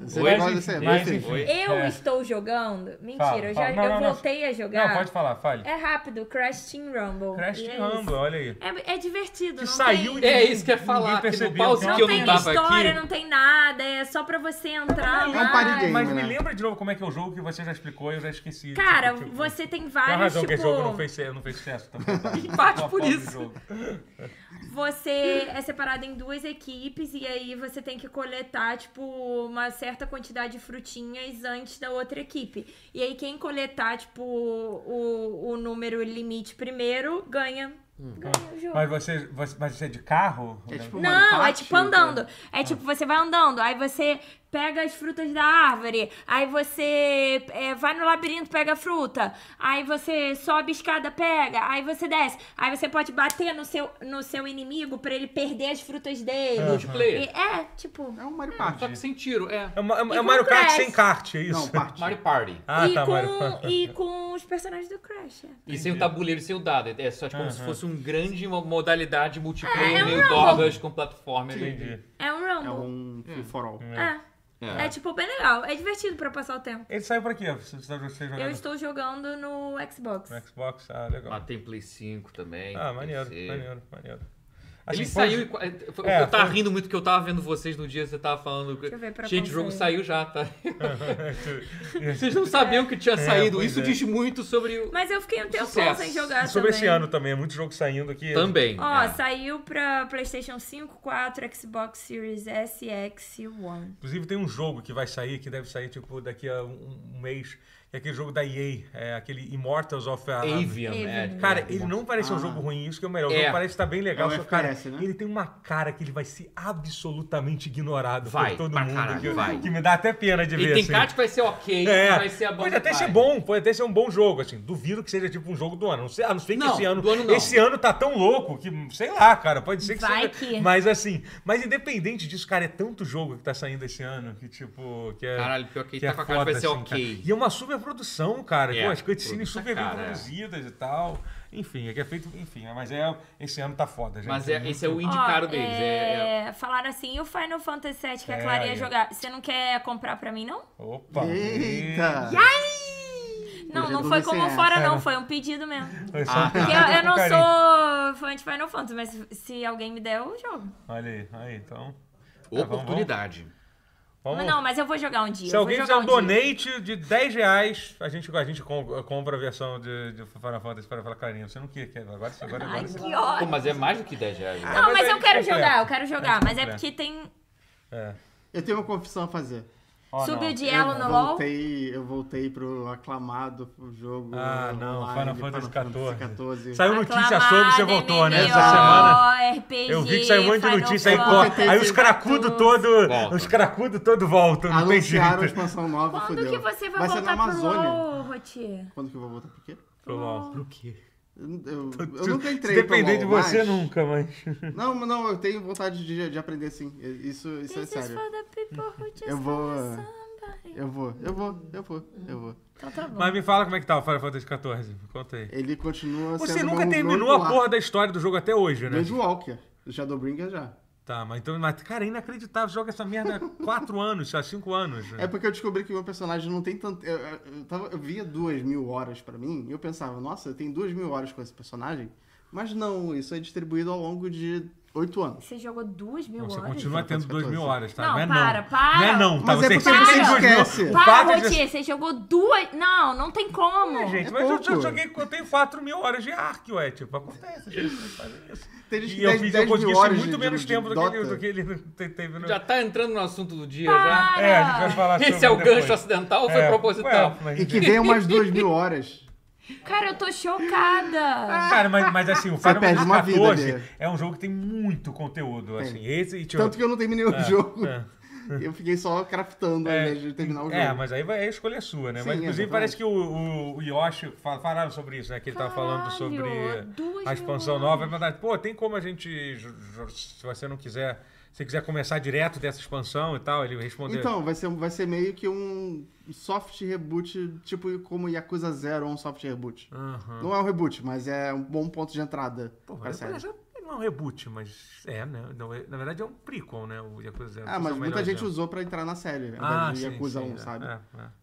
D: Você
A: Mas
D: gosta
A: enfim,
D: dessa
A: mas
D: mas
A: enfim.
D: enfim.
C: Oi?
B: Eu
A: É.
B: estou jogando. Mentira,
A: Fala,
B: eu,
A: fala.
B: já,
A: Não,
B: eu
A: não, não.
B: voltei a jogar.
A: Não, pode falar, fale.
B: É rápido, Crash Team Rumble.
A: Crash
B: E é
A: de
B: isso.
A: Rumble, olha aí.
B: É, é divertido,
A: Que
B: não
A: saiu
B: tem...
A: e
C: É
A: ninguém-
C: isso que eu ia falar,
A: ninguém
C: que no
A: percebeu,
C: pause
A: então-
B: Não
C: que eu
B: tem
C: não tava
B: história,
C: aqui.
B: não tem nada, é só pra você entrar
D: É
B: lá.
D: um party game.
A: Mas me
D: né?
A: lembra de novo como é que é o jogo que você já explicou e eu já esqueci.
B: Cara,
A: Tipo, tipo,
B: você
A: Tem
B: tem
A: uma
B: vários,
A: razão
B: tipo...
A: que esse jogo não fez, ce- não fez sucesso também. tá?
C: parte
A: Uma
C: por
A: foto do
C: isso.
A: jogo.
B: Você é separado em duas equipes e aí você tem que coletar, tipo, uma certa quantidade de frutinhas antes da outra equipe. E aí quem coletar, tipo, o, o número limite primeiro ganha, ganha o jogo.
A: Mas você, você- mas você é de carro?
D: É tipo
B: Não,
D: Mario
B: é
D: Party,
B: tipo andando. É tipo, você vai andando, aí você pega as frutas da árvore, aí você é, vai no labirinto, pega a fruta, aí você sobe escada, pega, aí você desce, aí você pode bater no seu, no seu inimigo pra ele perder as frutas dele. E
C: Multiplayer.
B: é, tipo.
D: É um Mario
C: Só
D: Party.
C: que sem tiro, é.
A: É, uma, é, uma- é
B: E
A: Mario
B: com
A: Kart
B: Crash.
A: sem kart, é isso?
D: Não, parte.
C: Mario Party.
A: Ah,
B: e,
A: tá, Mario
B: com, e com os personagens do Crash. é.
C: E sem o tabuleiro e sem o dado. É só tipo, como se fosse um grande mo- modalidade multiplayer
B: É, é um
C: meio
B: jogo.
C: Dogas com né? platformer.
A: Entendi.
B: É um
D: É
B: Rumble.
D: um free for
A: Hum,
D: all.
B: É, é. tipo bem legal. É divertido pra passar o tempo.
A: Ele saiu pra quê? Você tá está você jogando
B: Eu estou jogando no Xbox.
A: no Xbox? Ah, legal.
C: Mas tem Play 5 também.
A: ah,
C: tem
A: maneiro,
C: PC.
A: maneiro, maneiro.
C: Ele
A: Assim,
C: saiu
A: foi-
C: e. qua- é, foi-
A: É,
C: eu tava
A: foi-
C: rindo muito que eu tava vendo vocês no dia que você tava falando.
B: eu ver pra
C: Gente, o jogo
B: vocês.
C: saiu já, tá? vocês não sabiam que tinha saído.
A: pois
C: Isso
A: é.
C: diz muito sobre o.
B: Mas eu fiquei um tempo
C: Sucesso.
B: sem jogar
A: Sobre
B: também.
A: esse ano também, é muito jogo saindo aqui.
C: Também.
B: Ó,
C: é.
B: saiu pra PlayStation 5, 4, Xbox Series S, X e One.
A: Inclusive tem um jogo que vai sair, que deve sair tipo daqui a um, um mês, que é aquele jogo da EA, é aquele Immortals of a...
C: Avian,
B: Avian.
C: é.
A: Cara, ele não parece um
D: Ah.
A: jogo ruim, isso que é o melhor. O
C: É.
A: jogo parece estar bem legal,
D: É um
A: só que, cara,
D: FPS, né?
A: ele tem uma cara que ele vai ser absolutamente ignorado
C: Vai,
A: por todo
C: pra
A: mundo.
C: caralho,
A: que,
C: vai.
A: que me dá até pena de ver,
C: Ele tem
A: assim.
C: cara que vai ser ok,
A: É,
C: vai ser a
A: pode
C: banda
A: até
C: vai.
A: ser bom, pode até ser um bom jogo, assim. Duvido que seja tipo um jogo do ano. Não sei, a não ser que
C: Não,
A: esse ano.
C: do ano não.
A: Esse ano tá tão louco que, sei lá, cara, pode ser que
B: Vai
A: seja.
B: que-
A: Mas assim, mas independente disso, cara, é tanto jogo que tá saindo esse ano que, tipo, que é.
C: Caralho, pior que
A: que
C: ele tá
A: é
C: com a cara que vai
A: foda,
C: ser
A: assim,
C: ok.
A: cara. E é uma super produção, cara.
C: É,
A: Pô, as cutscenes
C: puta,
A: super
C: cara,
A: bem
C: é.
A: produzidas e tal. Enfim, é que é feito. Enfim, mas é. Esse ano tá foda, gente.
C: Mas é,
A: muito-
C: esse é o
B: Ó,
C: indicado deles. É, é-
B: é, Falaram assim, e o Final Fantasy VII que a
A: É,
B: Clara ia
A: aí, ó.
B: jogar? Você não quer comprar pra mim, não?
A: Opa!
D: Eita!
B: Não,
D: Eu
B: não
D: não
B: foi
D: sei
B: como
D: essa.
B: fora, não. Foi um pedido mesmo.
A: Foi só-
B: Ah. Porque eu, eu não
A: um Carinho.
B: sou fã de Final Fantasy, mas se- se alguém me der, eu jogo.
A: Olha aí, aí, então. Tá, vamos-
C: Oportunidade.
A: Vamos,
B: Mas não, mas eu vou jogar um dia.
A: Se
B: eu
A: alguém
B: vou
A: fizer
B: jogar
A: um
B: dia.
A: donate de 10 reais, a gente, a gente com- compra a versão de, de Final Fantasy para falar carinha. Você não quer, quer agora, agora, agora,
B: Ai,
A: você-
B: que
C: Pô,
B: ódio.
C: mas é mais do que 10 reais. né?
B: Não,
A: mas
B: mas
A: aí
B: eu quero
A: completa.
B: jogar, eu quero jogar. Mas é
A: completa.
B: porque tem.
A: É.
D: Eu tenho uma confissão a fazer.
A: Ó, não.
B: Subiu de elo no
D: eu
B: LOL.
D: voltei, eu voltei pro aclamado pro jogo.
A: Ah, não,
D: online,
A: Final Fantasy
D: XIV.
A: Saiu notícia sobre, você voltou, né? Essa semana. Eu vi que saiu um monte de notícia aí, pô. Aí os cracudos todo.
C: Volta.
A: Os cracudos todo voltam, não tem
D: Anunciaram a
A: jeito.
D: expansão nova,
B: Quando
D: fudeu.
B: que você vai,
D: ser na
B: voltar pro
D: Amazônia.
B: LOL, Rotier?
D: Quando que eu vou voltar pro quê?
A: Pro LOL.
C: Pro quê?
D: Eu, eu- eu nunca entrei
A: Se depender de
D: pro LOL,
A: você,
D: mas-
A: nunca, mas.
D: Não, mas não, eu tenho vontade de, de aprender sim. Isso, isso
B: This
D: é
B: is
D: sério.
B: for the people who just
D: Eu vou-
B: wanna somebody.
D: Eu vou, eu vou, eu vou, eu vou.
B: Então tá bom.
A: Mas me fala como é que tá o Final Fantasy XIV. Conta aí.
D: Ele continua
A: Você
D: Tá sendo
A: nunca
D: meu-
A: terminou
D: meu
A: a porra da história do jogo até hoje, né?
D: Mesmo Walker. Shadowbringer já.
A: Tá, mas então, mas, cara, é inacreditável. Joga essa merda há 4 anos, há 5 anos. né?
D: É porque eu descobri que o meu personagem não tem tanto. Eu, eu- eu tava- eu via duas mil horas pra mim e eu pensava, nossa, eu tenho duas mil horas com esse personagem. Mas não, isso é distribuído ao longo de oito anos.
B: Você jogou duas mil
A: Não, você
B: horas?
A: continua tendo 2 mil horas, tá?
B: Não,
A: é
B: para,
A: não.
B: para.
A: Não é não, tá?
D: Mas é
A: você
D: porque
A: sempre
B: você
A: tem dois mil.
D: esquece.
A: O fato
B: Para,
A: é que-
B: Rotier, você jogou duas. Não, não tem como.
A: Gente,
D: É
A: mas eu, eu
D: pouco.
A: joguei, eu tenho 4 mil horas de Ark, ué. Tipo, acontece. Gente, fazem isso.
D: Tem gente
A: E
D: que
A: eu,
D: dez-
A: fiz, eu
D: dez mil
A: consegui
D: horas
A: muito
D: de-
A: menos
D: de
A: tempo do que,
D: Dota.
A: ele, do que ele te- teve no...
C: Já tá entrando no assunto do dia já.
B: Para.
A: É, a gente vai falar sobre
C: Esse é o
A: depois.
C: gancho acidental ou foi
A: É,
C: proposital?
A: ué, mas-
D: E que vem umas duas mil horas.
B: Cara, eu tô chocada.
A: Cara, mas, mas assim, o Final
D: perde
A: Fantasy
D: uma
A: XIV
D: vida, Diego.
A: é um jogo que tem muito conteúdo, assim. Esse e tipo...
D: Tanto que eu não terminei o jogo.
A: é.
D: Eu fiquei só craftando ao
A: É,
D: invés de terminar o um jogo.
A: É, mas aí vai, a escolha é sua, né?
D: Sim,
A: mas inclusive
D: exatamente.
A: parece que o, o, o Yoshi fal- falaram sobre isso, né? Que ele tava falando
B: Caralho,
A: sobre
B: duas
A: a expansão
B: mil
A: nova. É verdade. Pô, tem como a gente. j- j- Se você não quiser. Se quiser começar direto dessa expansão e tal, ele respondeu.
D: Então, vai ser, vai ser meio que um soft reboot, tipo como Yakuza Zero ou um soft reboot.
A: Aham.
D: Não é um reboot, mas é um bom ponto de entrada
A: Pô,
D: pra
A: mas
D: série.
A: parece- não é um reboot, mas é, né? Não, é- na verdade é um prequel, né? O Yakuza Zero.
D: Ah, mas
A: Esse é o
D: muita
A: melhor
D: gente né?
A: exemplo.
D: usou pra entrar na série, ao
A: Ah,
D: invés de
A: sim,
D: Yakuza
A: sim,
D: 1,
A: é,
D: sabe?
A: é, é.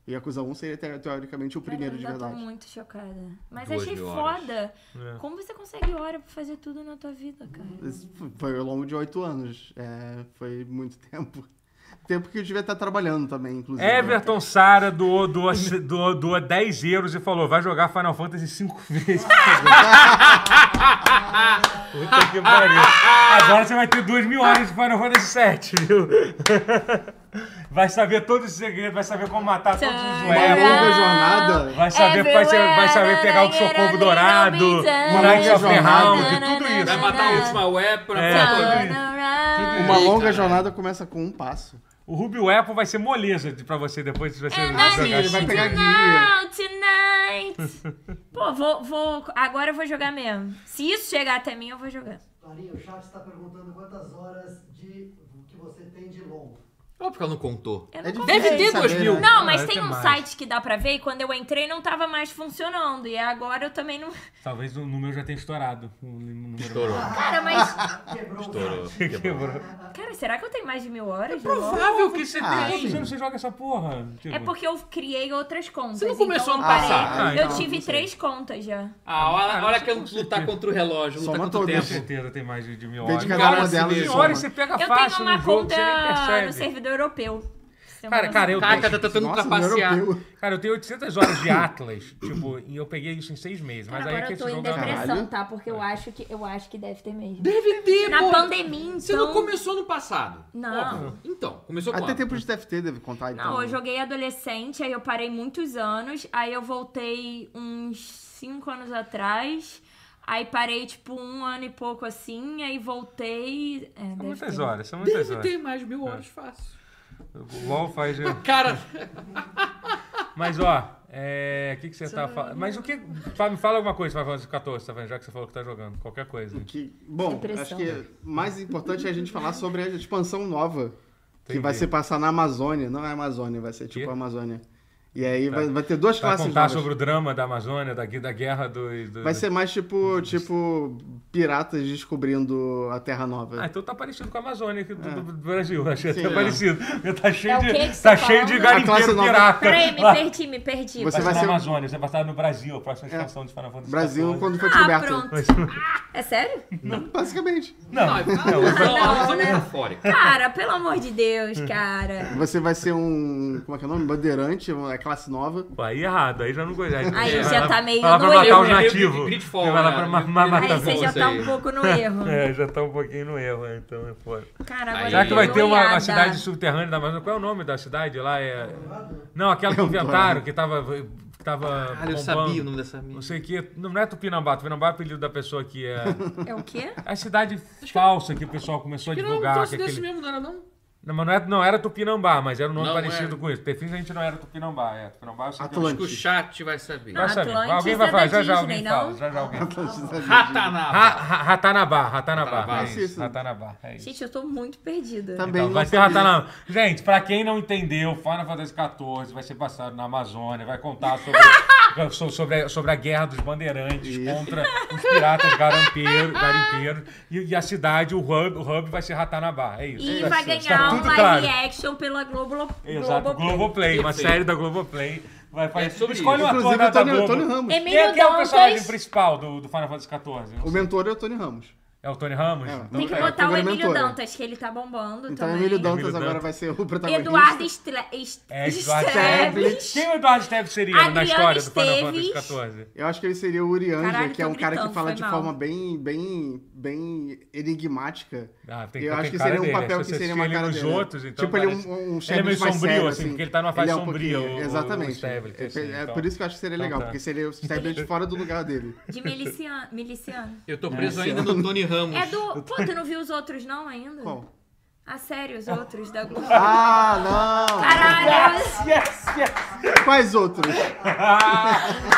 D: E Yakuza 1 seria te- teoricamente o primeiro de
B: Cara, eu ainda tô
D: verdade.
B: muito chocada. Mas
C: Duas
B: achei
C: mil horas.
B: foda.
A: É.
B: Como você consegue hora pra fazer tudo na tua vida, cara?
D: Esse f- Foi ao longo de oito anos. É, foi muito tempo. Tempo que eu devia estar trabalhando também, inclusive.
A: Everton Sara doou, doou, doou, doou 10 euros e falou: vai jogar Final Fantasy 5 vezes. Puta que pariu. Agora você vai ter 2 mil horas de Final Fantasy 7, viu? Vai saber todos os segredos, vai saber como matar todos os
D: Uma
A: levels.
D: longa jornada.
A: Vai saber, vai saber, vai saber pegar o socorro dourado, o Knight of the Round, tudo isso.
C: Vai matar a última web pra
A: É,
C: pra-
A: tudo isso.
D: Uma longa jornada começa com um passo.
A: O Ruby Apple vai ser moleza de- pra você depois se você
B: And
A: jogar.
D: Sim, É ele vai pegar guia.
B: Now, tonight. Pô, vou, vou. Agora eu vou jogar mesmo. Se isso chegar até mim, eu vou jogar.
E: Clarinha, o chat está perguntando quantas horas de que você tem de longo.
C: Óbvio que ela não contou.
B: Eu
D: É
B: não
D: difícil
C: Deve
B: comprei.
C: ter
D: saber,
C: dois mil.
D: né?
B: Não, mas
A: Ah,
B: tem
A: tem
B: um
A: mais.
B: site que dá pra ver e quando eu entrei não tava mais funcionando. E agora eu também não.
A: Talvez o número já tenha estourado. O número
C: Estourou.
B: Cara, mas.
E: Quebrou o
C: Estourou.
E: chat.
D: Tipo,
C: Quebrou.
A: Quebrou.
B: Cara, será que eu tenho mais de mil horas? de LOL?
C: Provável que você
D: Ah,
C: tenha.
A: Quantos
D: sim.
A: anos Tipo, você joga essa porra? Tipo,
B: É porque eu criei outras contas.
C: Você não começou
B: então eu
C: ano
B: parei.
C: passado?
A: Ah,
B: eu
A: então,
B: tive
D: não sei.
B: três contas já.
C: Ah, olha,
A: Ah,
C: olha
A: com
C: que eu lutar
A: certeza.
C: contra o relógio, lutar
D: Soma
C: contra o
A: Com
D: todas.
C: tempo.
A: certeza tem mais de de mil horas.
D: Dentro de cada uma
C: Cara,
D: delas. né?
C: esse
A: Mil
D: soma.
A: horas você pega
B: Eu
A: Tá fácil
B: tenho uma
A: no jogo,
B: conta
A: você nem
B: no
A: percebe.
B: servidor europeu. é Você
A: Cara,
B: não-
A: cara, eu
C: Caraca,
A: tenho.
C: tá tentando
D: Nossa,
C: trapacear.
D: europeu.
A: Cara, eu tenho 800 horas de Atlas, tipo, e eu peguei isso em seis meses. Mas aí
B: Agora
A: que
B: eu tô
A: esse
B: em
A: jogo é uma
D: depressão.
B: depressão,
D: Caralho.
B: tá? Porque eu acho que eu acho que deve ter mesmo.
C: Deve ter,
B: Na
C: pô.
B: pandemia, então.
C: Você não começou no passado.
B: Não.
C: Óbvio. Então, começou
D: Até
C: quando?
D: tempo de TFT deve contar, então.
B: Não, eu joguei adolescente, aí eu parei muitos anos, aí eu voltei uns cinco anos atrás, aí parei tipo um ano e pouco assim, aí voltei. É,
A: São
B: deve
A: muitas
B: ter.
A: horas, são muitas
C: Deve
A: horas.
C: ter mais de mil horas fácil.
A: O LOL faz.
C: Cara,
A: Mas ó, é. O que, que você tá falando? Mas o que. fa- Me fala alguma coisa, Fábio, de 14, tá vendo? Já que você falou que tá jogando. Qualquer coisa.
D: Que, bom,
B: Depressão.
D: acho que mais importante é a gente falar sobre a expansão nova. Que
A: Entendi.
D: vai se passar na Amazônia. Não é Amazônia, vai ser tipo
A: Que?
D: Amazônia. E aí vai, vai ter duas
A: Vai
D: classes
A: contar
D: novas.
A: sobre o drama da Amazônia, da, da guerra dos. Do...
D: Vai ser mais
A: Uhum.
D: tipo, tipo piratas descobrindo a Terra
A: Ah,
D: Nova.
A: então tá parecido com a Amazônia aqui do, do Brasil. Achei
D: Ah. Sim,
A: até
D: é.
A: parecido. Porque Tá cheio
B: É o
A: de.
B: que que você
A: tá
B: tá
A: cheio de
B: falando?
D: A classe
A: garimpeiro
D: nova-
A: pirata.
B: Peraí, me
A: Lá.
B: perdi, me perdi.
D: Você
A: Vai
D: vai
A: ser na
D: ser- É.
A: Amazônia, você vai estar no Brasil, a próxima expansão de Final Fantasy
D: Brasil,
A: XIV.
D: quando foi
B: Ah,
D: descoberto.
B: pronto. É sério?
D: Basicamente.
A: Não,
C: não, é um
A: não,
C: não, não,
B: não,
C: não,
B: né?
C: metafórica.
B: Cara, pelo amor de Deus,
A: Hum.
B: cara.
D: Você vai ser um. Como é que é o nome? Bandeirante, uma classe nova.
A: Pô, aí é errado, aí já não gostei.
B: Aí
A: vai
B: já
A: lá-
B: tá meio
A: Vai lá pra
B: no
A: matar
B: erro.
A: os
C: Eu- eu-
A: nativos.
C: Gridfall,
A: Vai lá
C: né?
A: pra ma-
C: Eu-
A: ma-
C: eu-
A: matar
B: Aí
A: os
B: você já
C: você
B: tá
C: aí.
B: um pouco no erro.
A: É, já tá um pouquinho no erro, é, então é foda.
B: Cara,
C: Aí-
B: agora
A: Será
B: eu
A: que vai
B: tô
A: ter uma, uma
B: é noiada.
A: cidade subterrânea da Amazônia? Qual é o nome da cidade lá? É... Não, aquela
D: É um
A: que inventaram, que tava. Que tava
C: Cara, eu
A: bombando.
C: sabia o nome dessa mina.
A: Não sei o que. Não é Tupinambá, Tupinambá é o apelido da pessoa que é.
B: É o quê?
A: A cidade falsa que o pessoal começou a
C: Não, não
A: divulgar.
C: trouxe
A: que
C: desse
A: aquele-
C: mesmo, não era não?
A: Não, mas não, é- não era Tupinambá, mas era um nome
C: Não
A: parecido
C: era.
A: com isso. Definitivamente não era Tupinambá, é. Tupinambá eu sei que é-
C: Acho que o
D: Atlântico.
C: chat vai saber.
A: Vai saber.
B: Atlantis
A: Alguém vai falar,
B: é
A: já
B: da
A: já
B: Disney,
A: alguém fala.
B: não?
A: Já já alguém fala.
C: Ratanaba.
A: Ra- ra- Ratanabá, Ratanabá.
C: Ratanabá.
A: É isso,
D: Isso.
A: Ratanabá. É isso.
B: Gente, eu tô muito perdida.
D: Tá
A: Então,
D: bem.
A: vai
D: não
A: ter
D: sabia.
A: Ratanabá. Gente, pra quem não entendeu, Final Fantasy XIV vai ser passado na Amazônia, vai contar sobre, so- sobre, a, sobre a guerra dos bandeirantes
D: Isso.
A: contra os piratas garimpeiros, garimpeiros e, e a cidade, o hub, o hub vai ser Ratanabá. É isso.
B: E
A: Tá-
B: vai
A: tá
B: ganhar um
A: tudo
B: live
A: claro.
B: action pela Globo
A: Exato,
B: Globoplay.
A: Globoplay, uma
C: Perfeito.
A: série da Globoplay. Vai fazer
C: É sobre
A: Escolhe
C: isso.
A: o ator da,
D: Inclusive o
A: da
D: Tony, o
A: Globo.
D: Tony Ramos.
A: Quem é
B: Emílio
A: que é o personagem
B: Dantas.
A: principal do, do Final Fantasy XIV?
D: O
A: Não sei.
D: mentor é o Tony Ramos.
A: É o Tony Ramos?
D: É.
A: Então
B: Tem que
A: tá.
B: botar o
D: Agora
B: Emílio
D: mentora.
B: Dantas, que ele tá bombando
D: Então o
B: também.
D: Emílio
A: Emílio
D: Dantas é um agora
A: Dantas.
D: vai ser o protagonista.
B: Eduardo Estre... Est-
A: É, Eduardo
B: Esteves.
A: Esteves. Quem o Eduardo Esteves seria na
B: Adriano
A: história do
B: Esteves.
A: Final Fantasy XIV?
D: Eu acho que ele seria o Uri Anja,
B: Caralho,
D: que é
B: tô
D: um cara que
B: gritando,
D: fala
B: foi
D: de
B: mal.
D: forma bem, bem, bem enigmática.
A: Ah, tem-
D: eu
A: tem
D: acho que
A: cara
D: seria um
A: dele, né?
D: papel
A: Se
D: que
A: você
D: seria uma
A: assistir ele
D: cara
A: nos
D: dele.
A: outros, então
D: tipo, ele é um-
A: parece-
D: um, um
A: ele é
D: chefe
A: meio
D: mais
A: sombrio,
D: sério,
A: assim, porque ele tá numa fase
D: é um
A: sombria,
D: pouquinho-
A: o- o
D: Exatamente.
A: Stavlet,
D: é,
A: assim,
D: é
A: então.
D: por isso que eu acho que seria
A: Então
D: legal,
A: tá.
D: porque seria o Stablet fora do lugar dele.
B: De miliciano. miliciano.
C: Eu tô preso ainda no Tony Ramos.
B: É do... Pô, tu não viu os outros não ainda?
D: Bom.
B: Ah, sério, os outros da Globo.
D: Ah, não!
B: Caralho!
A: Yes, yes!
D: Quais outros?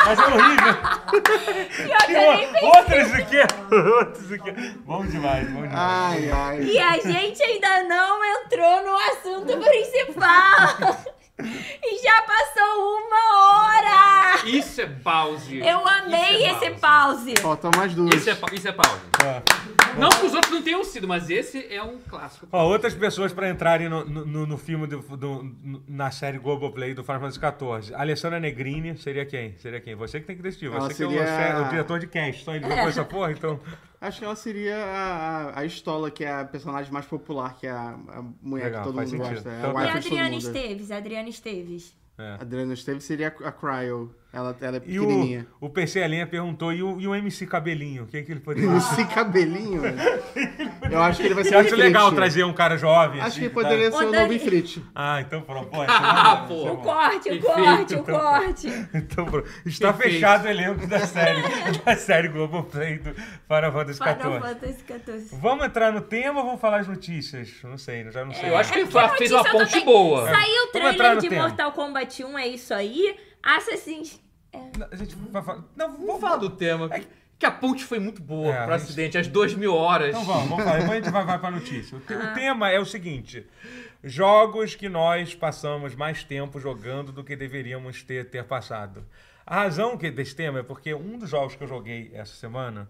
A: Mas é horrível!
B: Pior que eu nem pensei.
A: Outros do que? Outros do que? Bom demais, bom demais.
D: Ai, ai.
B: E a gente ainda não entrou no assunto principal. E já passou uma hora.
C: Isso é pause.
B: Eu amei
C: Isso é
B: esse pause.
D: Faltam mais duas.
C: Isso é, pa- isso é pause.
A: Ó,
C: Não que os outros não tenham sido, mas esse é um clássico.
A: Ó, outras pessoas pra entrarem no, no, no filme, do, do- no- na série Globoplay do Final Fantasy XIV. Alessandra Negrini seria quem? Seria quem? Você que tem que decidir.
D: Ela
A: Você que é o,
D: seria-
A: chefe- o diretor de cast. Só ele jogou essa porra, então...
D: Acho que ela seria a, a, a Estola, que é a personagem mais popular, que é a, a mulher
A: Legal,
D: que todo mundo
A: faz sentido.
D: gosta. É
A: Então
D: a
A: tá.
B: E a
D: wife de todo
B: Adriana
D: mundo.
A: É.
B: Esteves, a Adriana Esteves.
D: Adriana Esteves seria a, a Cryo. Ela, ela é
A: E o,
D: pequenininha.
A: o PC Alinha perguntou, e o, e o MC Cabelinho? O que, que ele
D: E
A: poderia...
D: o... Esse cabelinho, velho. Eu acho que ele vai ser
A: Eu acho
D: Ifrit.
A: legal trazer um cara jovem.
D: Acho
A: assim,
D: que
A: tá?
D: poderia
B: Ô,
D: ser o
B: Dani.
D: novo Ifrit.
A: Ah, então pronto. Pô,
C: Ah,
A: então-
B: O
C: pô.
B: corte, o
C: Perfeito,
B: corte, o
A: então.
B: corte.
A: Então, pronto. está
C: Perfeito.
A: fechado o elenco da série, da série Globoplay do Final Fantasy
B: Final
A: XIV.
B: Fantasy 14.
A: Vamos entrar no tema ou vamos falar as notícias? Não sei, já não sei.
C: Eu acho que
B: É
C: ele
B: porque
C: fez
B: notícia
C: uma
B: eu tô
C: ponte
B: bem-
C: boa.
B: Saiu o
A: entrar no
B: trailer de
A: tema.
B: Mortal Kombat 1, é isso aí. Assassin's
A: Não, A gente vai falar... Não,
C: Vamos falar do tema. que- É Que a ponte foi muito boa
A: É,
C: pro
A: a gente-
C: acidente, às duas mil horas.
A: Então vamos, vamos falar. Depois a gente vai, vai pra notícia. O, te- o tema é o seguinte: jogos que nós passamos mais tempo jogando do que deveríamos ter, ter passado. A razão que desse tema é porque um dos jogos que eu joguei essa semana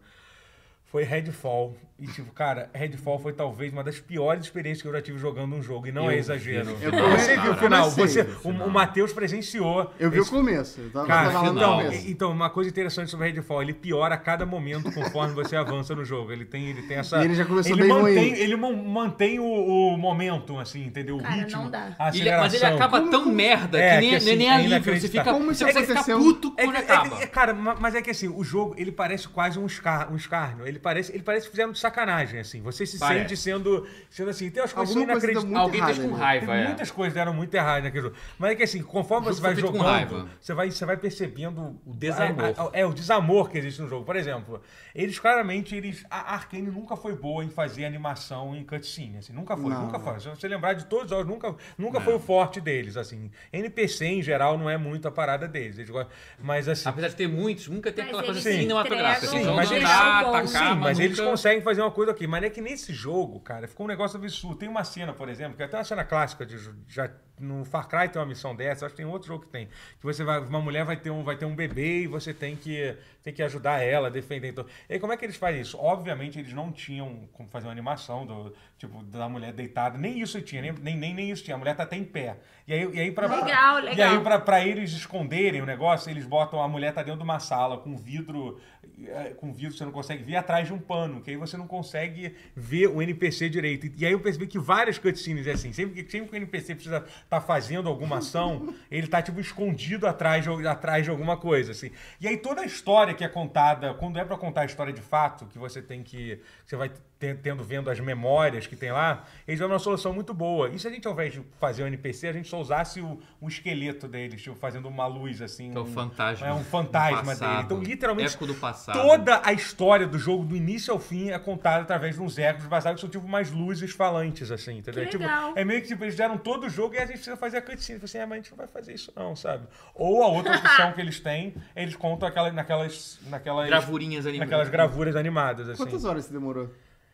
A: foi Redfall. E, tipo, cara, Redfall foi talvez uma das piores experiências que eu já tive jogando um jogo. E não é exagero.
D: vi o final,
A: você viu o
D: cara.
A: final.
D: Eu comecei
A: Você,
D: a ver
A: o, o Matheus presenciou.
D: Eu vi o
A: esse
D: começo. Eu tava,
A: Cara,
D: tava lá no
A: então,
D: começo.
A: e- então, uma coisa interessante sobre Redfall, ele piora a cada momento conforme você avança no jogo. Ele tem, ele tem essa.
D: E ele já começou bem
A: mantém,
D: ruim.
A: Ele mon- mantém o, o momento, assim, entendeu? O
B: Cara,
A: ritmo.
B: não dá.
A: a
C: E ele- é- mas ele
A: aceleração.
C: acaba tão merda
A: É,
C: que nem,
A: que assim,
C: nem- nem
A: é
C: alívio. Você fica,
A: inacreditável.
D: Como isso
C: você fica
D: aconteceu?
C: puto
A: É,
C: quando
A: que- é que-
C: acaba.
A: é, cara, ma- mas é que assim, o jogo, ele parece quase um, escar, um escárnio. Ele parece, ele parece que fizeram de sacanagem, assim. Você se
C: Parece.
A: sente sendo, sendo assim, tem umas coisas
D: Alguma coisa deu
A: inacreditáveis.
D: muito
C: Alguém
D: errado
C: fez com
D: ali.
A: Tem
C: raiva, é.
A: muitas coisas deram muito errado naquele jogo. Mas é que assim, conforme
C: O
A: você
C: jogo
A: vai
C: foi feito com
A: jogando,
C: raiva.
A: você vai, você vai percebendo
C: O desamor.
A: a- a- é, o desamor que existe no jogo. Por exemplo, eles claramente, eles. A Arkane nunca foi boa em fazer animação em cutscene. Assim, nunca foi,
D: Não.
A: nunca foi. Se você lembrar de todos os jogos, nunca, nunca foi o forte deles. assim. NPC, em geral, não é muito a parada deles. Eles gostam- mas assim.
C: Apesar de ter muitos, nunca tem
B: Mas
C: aquela coisa assim, é
B: eles entregam
C: cinematográfica.
A: Sim,
C: Eles vão
A: mas eles-
C: andar,
B: Sim,
C: atacar,
A: Sim, mas eles
C: nunca-
A: conseguem fazer uma coisa aqui. Mas é que nesse jogo, cara, ficou um negócio absurdo. Tem uma cena, por exemplo, que é até uma cena clássica de ju- já no Far Cry tem uma missão dessa, acho que tem outro jogo que tem, que você vai, uma mulher vai ter um, vai ter um bebê e você tem que, tem que ajudar ela, defender. Então, e aí, como é que eles fazem isso? Obviamente eles não tinham como fazer uma animação do, tipo, da mulher deitada, nem isso tinha, nem, nem, nem, nem isso tinha, a mulher tá até em pé. E aí, e aí pra,
B: Legal,
A: E aí
B: legal.
A: pra, pra eles esconderem o negócio, eles botam a mulher tá dentro de uma sala com vidro, eh, com vidro você não consegue ver atrás de um pano, que aí você não consegue ver o NPC direito. E aí eu percebi que várias cutscenes é assim, sempre que, sempre que o NPC precisa estar fazendo alguma ação, ele tá tipo escondido atrás de, atrás de alguma coisa, assim. E aí toda a história que é contada, quando é pra contar a história de fato, que você tem que você vai te- tendo vendo as memórias que tem lá, eles dão uma solução muito boa. E se a gente, ao invés de fazer um o NPC, a gente só usasse o, o esqueleto deles, tipo, fazendo uma luz, assim.
C: Que é o
A: um-
C: fantasma
A: É um
C: do
A: fantasma
C: passado,
A: dele. Então, literalmente,
C: eco do passado.
A: toda a história do jogo, do início ao fim, é contada através de uns ecos vazados, que são tipo umas luzes falantes, assim, entendeu?
B: Que
A: Tipo,
B: legal.
A: é meio que tipo, eles deram todo o jogo e a gente precisa fazer a cutscene. Tipo Assim, ah, mas a gente não vai fazer isso, não, sabe? Ou a outra opção que eles têm, eles contam aquela, naquelas. naquelas
C: Gravurinhas animadas.
A: Naquelas gravuras animadas, assim.
D: Quantas horas você demorou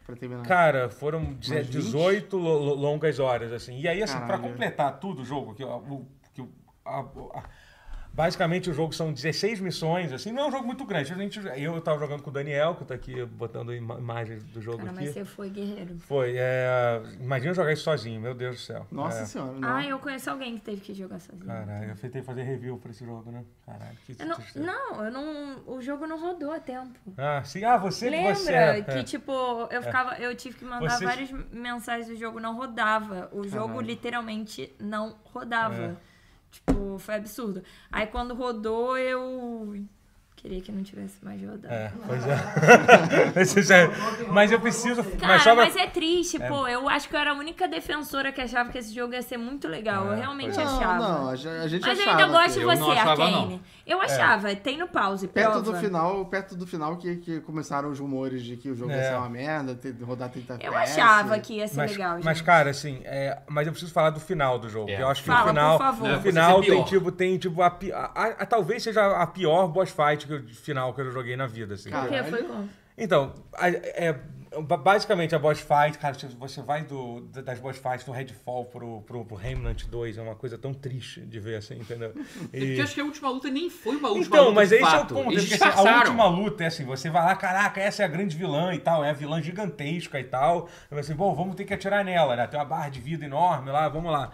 D: pra terminar?
A: Cara, foram deze-
D: Mais 20?
A: 18 lo- lo- longas horas, assim. E aí, assim, pra
D: Caralho.
A: completar tudo o jogo, que, o- que o- a- a- basicamente o jogo são 16 missões, assim, não é um jogo muito grande. A gente, eu tava jogando com o Daniel, que tá aqui botando ima imagens do jogo
B: Cara,
A: aqui.
B: mas você foi guerreiro.
A: Foi, é, imagina jogar isso sozinho, meu Deus do céu.
D: Nossa
A: É.
D: senhora. não.
B: Ah, eu conheço alguém que teve que jogar sozinho.
A: Caralho, eu tentei fazer review pra esse jogo, né? Caralho, que
B: Eu não,
A: tristeza.
B: não, eu não. O jogo não rodou a tempo.
A: Ah, sim, ah, você
B: Lembra
A: que você. é.
B: que, tipo, eu ficava. Eu tive que mandar
A: Você-
B: várias mensagens o jogo não rodava. O jogo literalmente não rodava.
A: É.
B: Tipo, foi absurdo. Aí quando rodou, eu. Queria que não tivesse mais rodado.
A: É, pois é. mas eu preciso.
B: Cara,
A: mas
B: mas,
A: só pra-
B: é triste, pô. Eu acho que eu era a única defensora que achava que esse jogo ia ser muito legal. eu
A: É,
B: realmente
A: pois é.
D: Não,
B: achava.
D: não, a gen- a gente
B: Mas eu
D: achava.
B: ainda gosto de
D: que-
C: Eu não
B: você,
C: achava,
B: Arkane.
A: É.
B: Eu achava, tem no pause,
D: Perto
B: prova.
D: do final, perto do final que, que começaram os rumores de que o jogo ia
A: É.
D: ser uma merda, ter, rodar 30
B: Eu
D: FPS.
B: achava que ia ser
A: mas,
B: legal, gente.
A: mas, cara, assim, é, mas eu preciso falar do final do jogo.
C: É.
A: que Eu acho que
B: Fala,
A: o final,
B: por favor.
A: no
C: Não,
A: final
C: precisa ser
A: tem
C: pior.
A: tipo, tem tipo a, pi- a- a- a- talvez seja a pior boss fight que eu, de final que eu joguei na vida, assim.
D: Cara,
B: Porque foi como?
A: Então, a- é, ba- basicamente a boss fight, cara, você- você vai do, da- das boss fights do Redfall pro, pro, pro Remnant 2, é uma coisa tão triste de ver, assim, entendeu?
C: É porque Eu acho que a última luta nem foi uma última
A: Então,
C: luta
A: mas
C: de
A: esse é o
C: fato.
A: ponto.
C: Eles
A: Porque, assim, a
C: disfarçaram.
A: última luta é assim, você vai lá, caraca, essa é a grande vilã e tal, é a vilã gigantesca e tal. Aí Você, bom, vamos ter que atirar nela, né? Tem uma barra de vida enorme lá, vamos lá.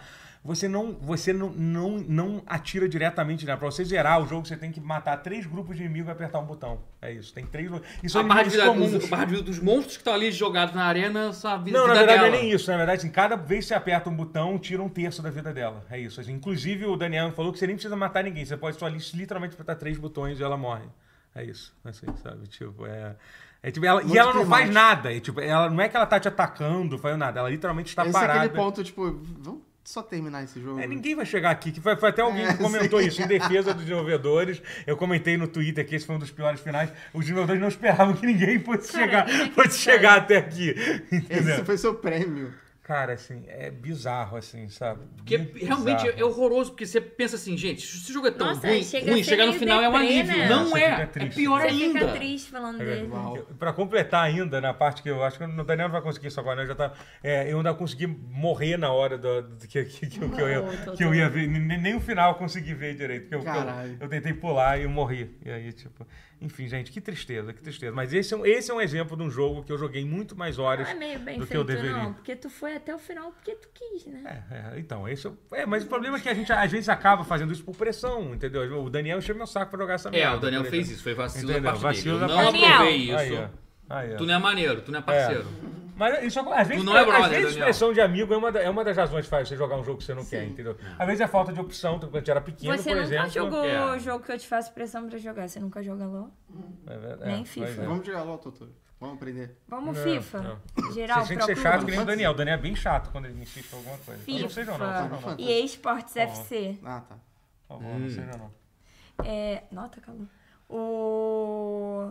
A: você não, você não, não, não atira diretamente nela. Pra você zerar o jogo, você tem que matar três grupos de inimigo e apertar um botão. É isso. é Tem três. E são
C: a barra de
A: inimigos
C: vida,
A: comuns.
C: os- a barra de vida dos monstros que estão ali jogados na arena, só a vida
A: Não, na
C: vida
A: verdade
C: dela.
A: é nem isso. Na verdade, assim, cada vez que você aperta um botão, tira um terço da vida dela. É isso. Assim, inclusive, o Daniel falou que você nem precisa matar ninguém. Você pode só li- literalmente apertar três botões e ela morre. É isso. Assim, sabe? Tipo, é. é tipo, ela- e
D: Muito
A: ela não faz
D: climático.
A: nada. É, tipo, ela, não é que ela tá te atacando, fazendo nada. Ela literalmente está
D: Esse é
A: parada.
D: aquele ponto, tipo, vamos só terminar esse jogo.
A: Tá É, ninguém vai chegar aqui. Que foi, foi até alguém
D: É,
A: que comentou
D: sim.
A: isso, em defesa dos desenvolvedores. Eu comentei no Twitter que esse foi um dos piores finais. Os desenvolvedores não esperavam que ninguém fosse
B: Cara,
A: chegar,
B: inacreditável.
A: fosse chegar até aqui.
D: Esse
A: Entendeu?
D: foi seu prêmio.
A: Cara, assim, é bizarro, assim, sabe?
C: Porque
A: Muito
C: realmente
A: bizarro.
C: é horroroso, porque você pensa assim, gente, se o jogo é tão
B: Nossa,
C: ruim,
B: aí chega a
C: ruim,
B: ser
C: chegar no
B: meio
C: final é um
B: deprê,
C: alívio.
B: né?
C: Não
A: Você fica
C: é, é
A: triste.
C: pior
B: Você
C: ainda.
B: fica triste
A: É,
B: falando dele.
D: Uau.
A: Eu- Pra completar ainda, na parte que eu acho que o Daniel não vai conseguir isso agora, né? Eu, já tá, é, eu ainda consegui morrer na hora do, do que, que, que eu- que eu, ia-
B: Não, tô-
A: que eu ia ver. Nem, nem o final eu consegui ver direito. porque eu, que eu-
D: Caralho.
A: eu tentei pular e eu morri. E aí, tipo... Enfim, gente, que tristeza, que tristeza. Mas esse é um, esse é um exemplo de um jogo que eu joguei muito mais
B: Não
A: horas
B: é meio bem
A: do que eu
B: feito,
A: deveria.
B: não. Porque tu foi até o final porque tu quis, né?
A: É, é, então, esse é, o- é, mas o problema é que a gente às vezes acaba fazendo isso por pressão, entendeu? O Daniel encheu meu saco pra jogar essa
C: É,
A: merda.
C: o Daniel
A: por
C: fez
A: exemplo.
C: isso, foi vacilo
A: Entendeu?
C: da parte
A: Vacilo
C: dele.
A: da
C: Eu não
B: parte dele.
C: aprovei isso.
A: Aí, ó. Aí, ó.
C: Tu não é maneiro, tu não é parceiro.
A: Mas isso, às vezes,
C: Tu não é
A: às
C: brother,
A: vezes
C: Daniel.
A: expressão de amigo é uma, da- é uma das razões que faz você jogar um jogo que você não quer, entendeu? Às vezes é falta de opção, quando a gente era pequeno,
B: você
A: por
B: nunca
A: exemplo.
B: jogou
C: é.
B: o jogo que eu te faço pressão pra jogar. Você nunca joga LOL?
A: É verdade,
B: Nem
A: pois
B: FIFA.
A: é.
D: Vamos jogar LOL, Totoro. Vamos aprender.
B: Vamos
A: Não,
B: FIFA? Geral,
A: Vocês têm que ser
B: procura.
A: chato que nem o
D: Pode ser.
A: Daniel. O Daniel é bem chato quando ele insiste em alguma coisa. Então não seja não, seja não.
B: FIFA. EA Sports
A: Ó.
B: FC.
D: Ah, tá.
A: Por favor,
C: Hum.
A: não seja não.
B: É... Nota, calor. O...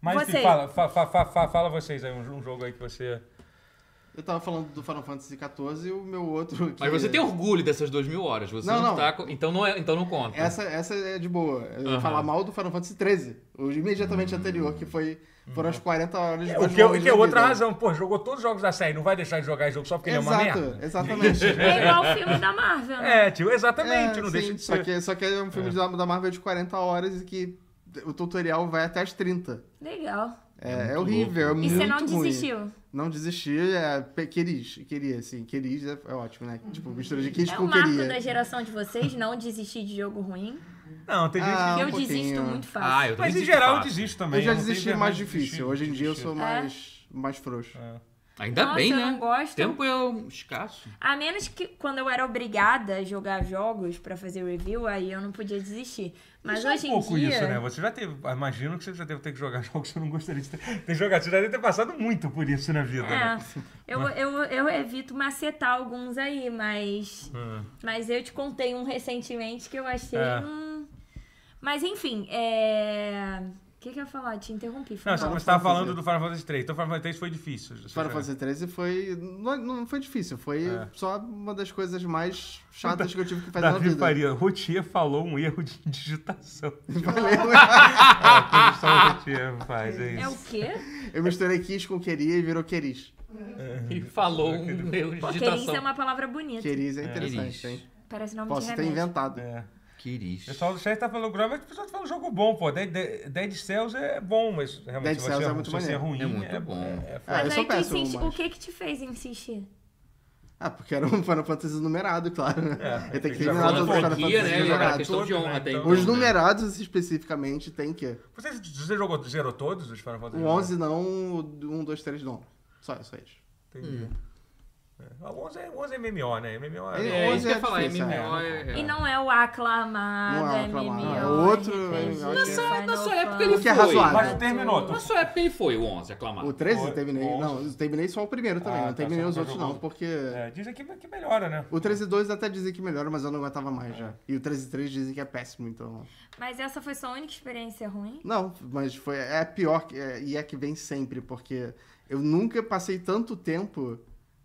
A: Mas enfim,
B: Você.
A: fala, fa- fa- fa- fa- fala vocês aí, um, um jogo aí que você...
D: Eu tava falando do Final Fantasy XIV e o meu outro. que-
C: Mas você
A: um
C: tem orgulho dessas duas mil horas, você
D: Não,
C: não,
D: não.
C: tá co- Então não, é, então não conta.
D: Essa, essa é de boa. Eu ia
C: Aham.
D: falar mal do Final Fantasy XIII, o imediatamente anterior, que foi, foram as 40 horas
A: O
D: mais
A: que,
D: longas
A: Uhum. é
D: da
A: outra
D: vida.
A: razão. Pô, jogou todos os jogos da série, não vai deixar de jogar jogo só porque ele é uma merda.
D: Exato, exatamente.
B: É igual o filme da Marvel, né?
A: É, tio, exatamente,
D: É,
A: não
D: sim,
A: deixa de
D: só
A: ser.
D: que, só que é um filme da- da Marvel de 40 horas e que o tutorial vai até as 30.
B: Legal.
D: É, é horrível, é
B: E
D: muito
B: você não
D: ruim.
B: desistiu.
D: Não desisti, é, pe- queris, queria, sim, queris é, é ótimo, né? Tipo, mistura de quis
B: É o
D: com
B: marco
D: queria.
B: da geração de vocês não desistir de jogo ruim.
A: Não, tem gente que
D: Ah,
B: eu
D: um
B: desisto
D: pouquinho.
B: muito fácil.
C: Ah, eu
A: Mas em
C: desisto
A: geral eu
C: fácil.
A: desisto também.
D: Eu já
A: não tenho
D: desisti
A: vergonha
D: mais
A: de
D: difícil,
A: desistir,
D: hoje em dia eu
A: desistir.
B: É.
A: É,
D: sou mais, mais frouxo.
C: Ainda
B: Nossa,
C: bem,
B: eu
C: né?
B: não gosto.
C: Tempo é um escasso.
B: A menos que quando eu era obrigada a jogar jogos pra fazer review, aí eu não podia desistir. Mas
A: Isso é
B: hoje
A: um pouco
B: em dia.
A: isso, né? Você já teve. Imagino que você já deve ter que jogar jogos que você não gostaria de ter, ter jogado. Você já deve ter passado muito por isso na vida. né?
B: É, eu, eu, eu evito macetar alguns aí, mas.
A: Hum.
B: Mas eu te contei um recentemente que eu achei.
A: É.
B: Hum... Mas enfim, é. O que, que eu ia falar? Te interrompi. foi
A: Não,
B: mal.
A: você estava
D: Fantasy.
A: falando do Final Fantasy 3. Então, Final Fantasy 3 foi difícil. Você
D: Final
A: já-
D: Fantasy XIII foi. Não, não foi difícil, foi
A: É.
D: só uma das coisas mais chatas que eu tive que fazer na
A: Davi
D: vida.
A: Faria, Routier falou um erro de digitação.
D: Valeu.
A: Ah, que só o Routier faz, é
B: É
A: isso.
B: o quê?
D: Eu misturei quis com queria e virou queris.
A: Uhum.
C: Ele falou um erro de
B: Pô, Querins é
C: digitação.
B: uma palavra bonita.
D: Queris é interessante,
C: Queris.
D: hein?
B: Parece nome
D: Posso
B: de
D: ter
B: remédio.
D: inventado.
A: É. O
C: Queris.
A: pessoal do chat tá falando grosso, mas o pessoal tá falando jogo bom, pô. Dead, Dead, Dead Cells é bom, mas realmente
D: Dead
A: se você,
D: Cells é
A: se
D: muito
A: você é
D: maneiro.
A: ruim.
C: É muito bom.
A: É, é foda.
D: Ah, eu
B: Mas
D: sou
B: aí tu
D: péssimo,
B: insiste, o
D: mas...
B: que que te fez insistir?
D: Ah, porque era um Final Fantasy numerado, claro.
A: É,
D: Eu tenho que
A: já
D: eliminar
A: falou
D: todos os
A: da
D: Final
A: franquia,
D: Fantasy
A: né?
C: É uma
A: Jogar
D: numerados.
C: questão de
A: todos, né?
C: honra até
A: Então-
C: então,
D: Os
C: né?
D: numerados, especificamente, tem que...
A: Você, você jogou, zerou todos os Final Fantasy?
D: O 11 não, o 1, 2, 3 não. Só, só eles.
A: Entendi. É. O 11 é, o 11 é MMO, né? MMO é.
D: Hum. É,
C: É, isso que eu
D: é
C: ia falar,
D: difícil, é.
C: MMO é...
B: E não é o aclamado,
D: Não é o
B: é
D: aclamado,
B: MMO,
D: é outro
B: RPG,
D: MMO.
C: Na sua- na sua
B: Final
C: época ele
D: O que é
C: foi.
D: razoável.
A: Mas tu terminou.
C: Na
A: Tu...
C: sua época ele foi o 11, aclamado.
D: O 13
A: O-
D: eu terminei.
A: o
D: Não,
A: 11.
D: eu terminei só o primeiro também.
A: Ah,
D: não
A: tá,
D: terminei
A: só
D: os
A: não
D: outros
A: jogou.
D: não, porque...
A: É, dizem que, que melhora, né?
D: O 13 2 até dizem que melhora, mas eu não aguentava mais já. E o 13 3 dizem que é péssimo, então...
B: Mas essa foi sua única experiência ruim?
D: Não, mas foi é pior que- é, e é que vem sempre, porque eu nunca passei tanto tempo,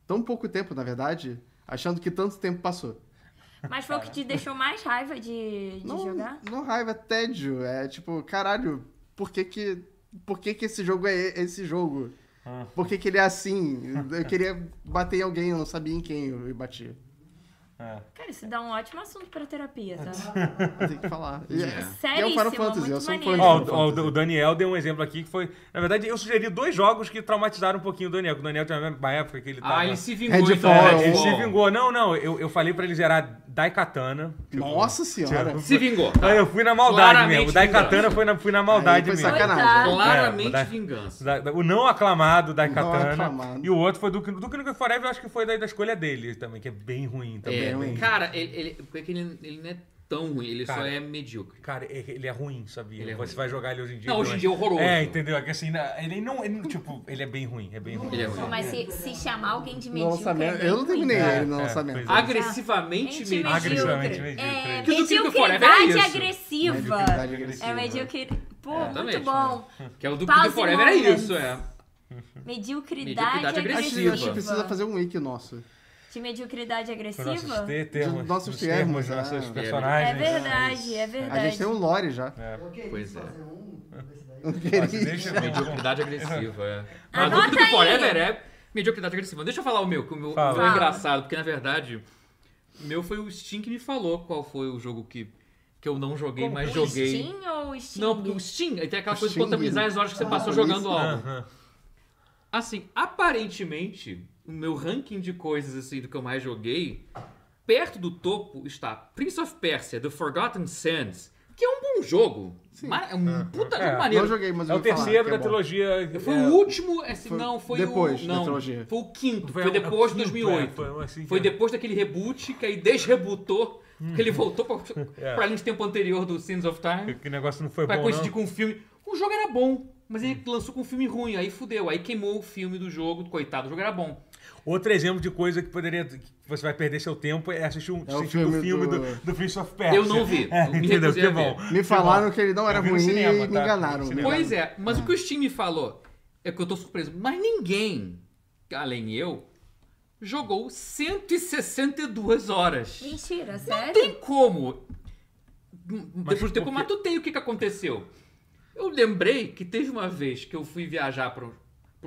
D: tão pouco tempo, na verdade, achando que tanto tempo passou.
B: Mas foi o que te deixou mais raiva de, de
D: não,
B: jogar?
D: não raiva, é tédio, é tipo, caralho, por que que por que que esse jogo é e- esse jogo?
A: Ah.
D: Por que, que ele é assim? Eu queria bater em alguém, eu não sabia em quem eu bati.
A: É.
B: Cara, isso dá um ótimo assunto pra terapia, tá?
D: Tem que falar. E-
C: É.
D: E é o
B: Seríssimo,
D: Final Fantasy,
B: muito
D: eu sou um
B: maneiro.
D: fã de
A: Ó,
D: Final
A: o- ó, o,
D: Fantasy.
A: o Daniel deu um exemplo aqui que foi. Na verdade, eu sugeri dois jogos que traumatizaram um pouquinho o Daniel. Que o Daniel tinha uma época que ele tava.
C: Ah, ele se vingou.
D: Redfall,
C: então,
A: É,
D: Pô,
A: ele
D: pô.
A: se vingou. Não, não, eu, eu falei pra ele zerar Daikatana. Tipo,
D: Nossa senhora.
C: Se vingou.
A: Aí eu fui na maldade
C: Claramente
A: mesmo. Daikatana
C: vingança.
A: foi na, fui na maldade
D: Aí foi
A: mesmo.
D: sacanagem.
C: Claramente
A: É,
C: vingança.
A: Da- da- o não aclamado
D: Não
A: Daikatana.
D: aclamado.
A: E o outro foi do Duke Duke Nukem Forever, eu acho que foi da, da escolha dele também, que é bem ruim também.
C: É,
A: bem ruim.
C: cara, ele, ele, porque ele, ele não é tão ruim, ele só
A: Cara.
C: é medíocre.
A: Cara, e- ele é ruim, sabia?
C: Ele é
A: Você
C: ruim.
A: vai jogar ele hoje em dia.
C: Não,
A: ele
C: hoje em dia é horroroso.
A: É, entendeu? É que assim, na- ele não, ele não- Tipo, ele é bem ruim, é bem ruim.
C: Ele é
B: Pô,
C: ruim.
B: mas se, se chamar alguém de
D: No
B: medíocre...
D: lançamento.
B: é
D: Eu não
B: ruim.
D: terminei
A: É,
D: ele no
A: é,
D: lançamento.
A: pois é.
C: Agressivamente
B: Gente medíocre.
C: medíocre.
A: Agressivamente medíocre.
B: É,
C: Que eu duvido que o Forever é
B: mediocridade
C: isso.
B: agressiva.
D: Mediocridade agressiva. né?
A: né?
B: É mediocridade... Pô,
C: É,
B: muito
C: exatamente,
B: bom.
C: Que é o do
B: Pause
C: Forever, é
B: moments.
C: isso, é.
B: Mediocridade,
C: Mediocridade
D: Acho
B: agressiva.
D: que
C: agressiva.
D: a gente precisa fazer um wiki nosso.
B: De mediocridade
A: Com nossos
B: agressiva?
A: te- termos,
D: nossos
A: nos
D: termos, é.
A: nossos
D: É
B: É
A: personagens.
B: verdade, é
D: A
B: verdade.
D: gente tem um lore já.
E: Eu queria
C: Pois é.
E: fazer um desse daí.
D: Não
A: Ó,
D: queria.
A: deixa eu-
C: Mediocridade agressiva, é.
B: Anota
C: Mas o do
B: aí.
C: Forever é mediocridade agressiva. Deixa eu falar o meu, que o meu, o
A: Fala.
C: meu é
B: Fala.
C: engraçado, porque na verdade, o meu foi o Steam que me falou qual foi o jogo que, que eu não joguei,
A: Como
C: mas
A: que
B: O
C: joguei.
B: Steam ou o Steam?
C: Não, porque o Steam, aí tem aquela
D: O
C: coisa
D: Steam.
C: de contabilizar as horas que você
D: Ah,
C: passou
D: por
C: jogando
D: isso.
C: algo.
A: Aham.
C: Assim, aparentemente, o meu ranking de coisas assim do que eu mais joguei, perto do topo está Prince of Persia, The Forgotten Sands, que é um bom jogo. Mar- É um puta
A: É,
C: jogo
D: Não
C: maneiro.
D: joguei, mas
A: É o
D: eu ouvi falar
A: terceiro
D: que é
A: da
D: bom.
A: trilogia.
C: Foi
A: é,
C: o último, assim,
D: Foi
C: não, foi
D: depois
C: o...
D: da
C: Não,
D: trilogia.
C: foi o quinto, foi,
A: a- a
C: depois de
A: quinta,
C: 2008.
A: é, foi assim
C: Foi
A: que-
C: depois daquele reboot, que aí desrebootou, porque ele voltou pra,
A: É.
C: pra linha de tempo anterior do Sins of Time.
A: Que negócio não foi
C: Pra
A: bom,
C: coincidir
A: não. Hum.
C: com o filme. O jogo era bom, mas ele lançou com um filme ruim, aí fudeu, aí queimou o filme do jogo, coitado, o jogo era bom.
A: Outro exemplo de coisa que poderia... que você vai perder seu tempo é assistir um
D: É o
A: assistir
D: filme
A: o filme do,
D: do-
A: do Prince of Persia.
C: Eu não vi,
A: É,
C: eu me
A: entendeu?
C: recusei
A: Que
C: a ver.
A: bom.
D: Me falaram que ele não era
A: Eu vi no
D: ruim
A: cinema, tá?
D: e me enganaram.
A: No cinema.
C: Pois é,
A: Hum.
C: mas o que o Steam me falou é que eu tô surpreso, mas ninguém, além eu, jogou 162 horas.
B: Mentira,
C: Não
D: É
B: sério?
C: tem como. Depois do tempo
A: por
C: eu
A: quê?
C: matutei o que, que aconteceu. Eu lembrei que teve uma vez que eu fui viajar pra, um-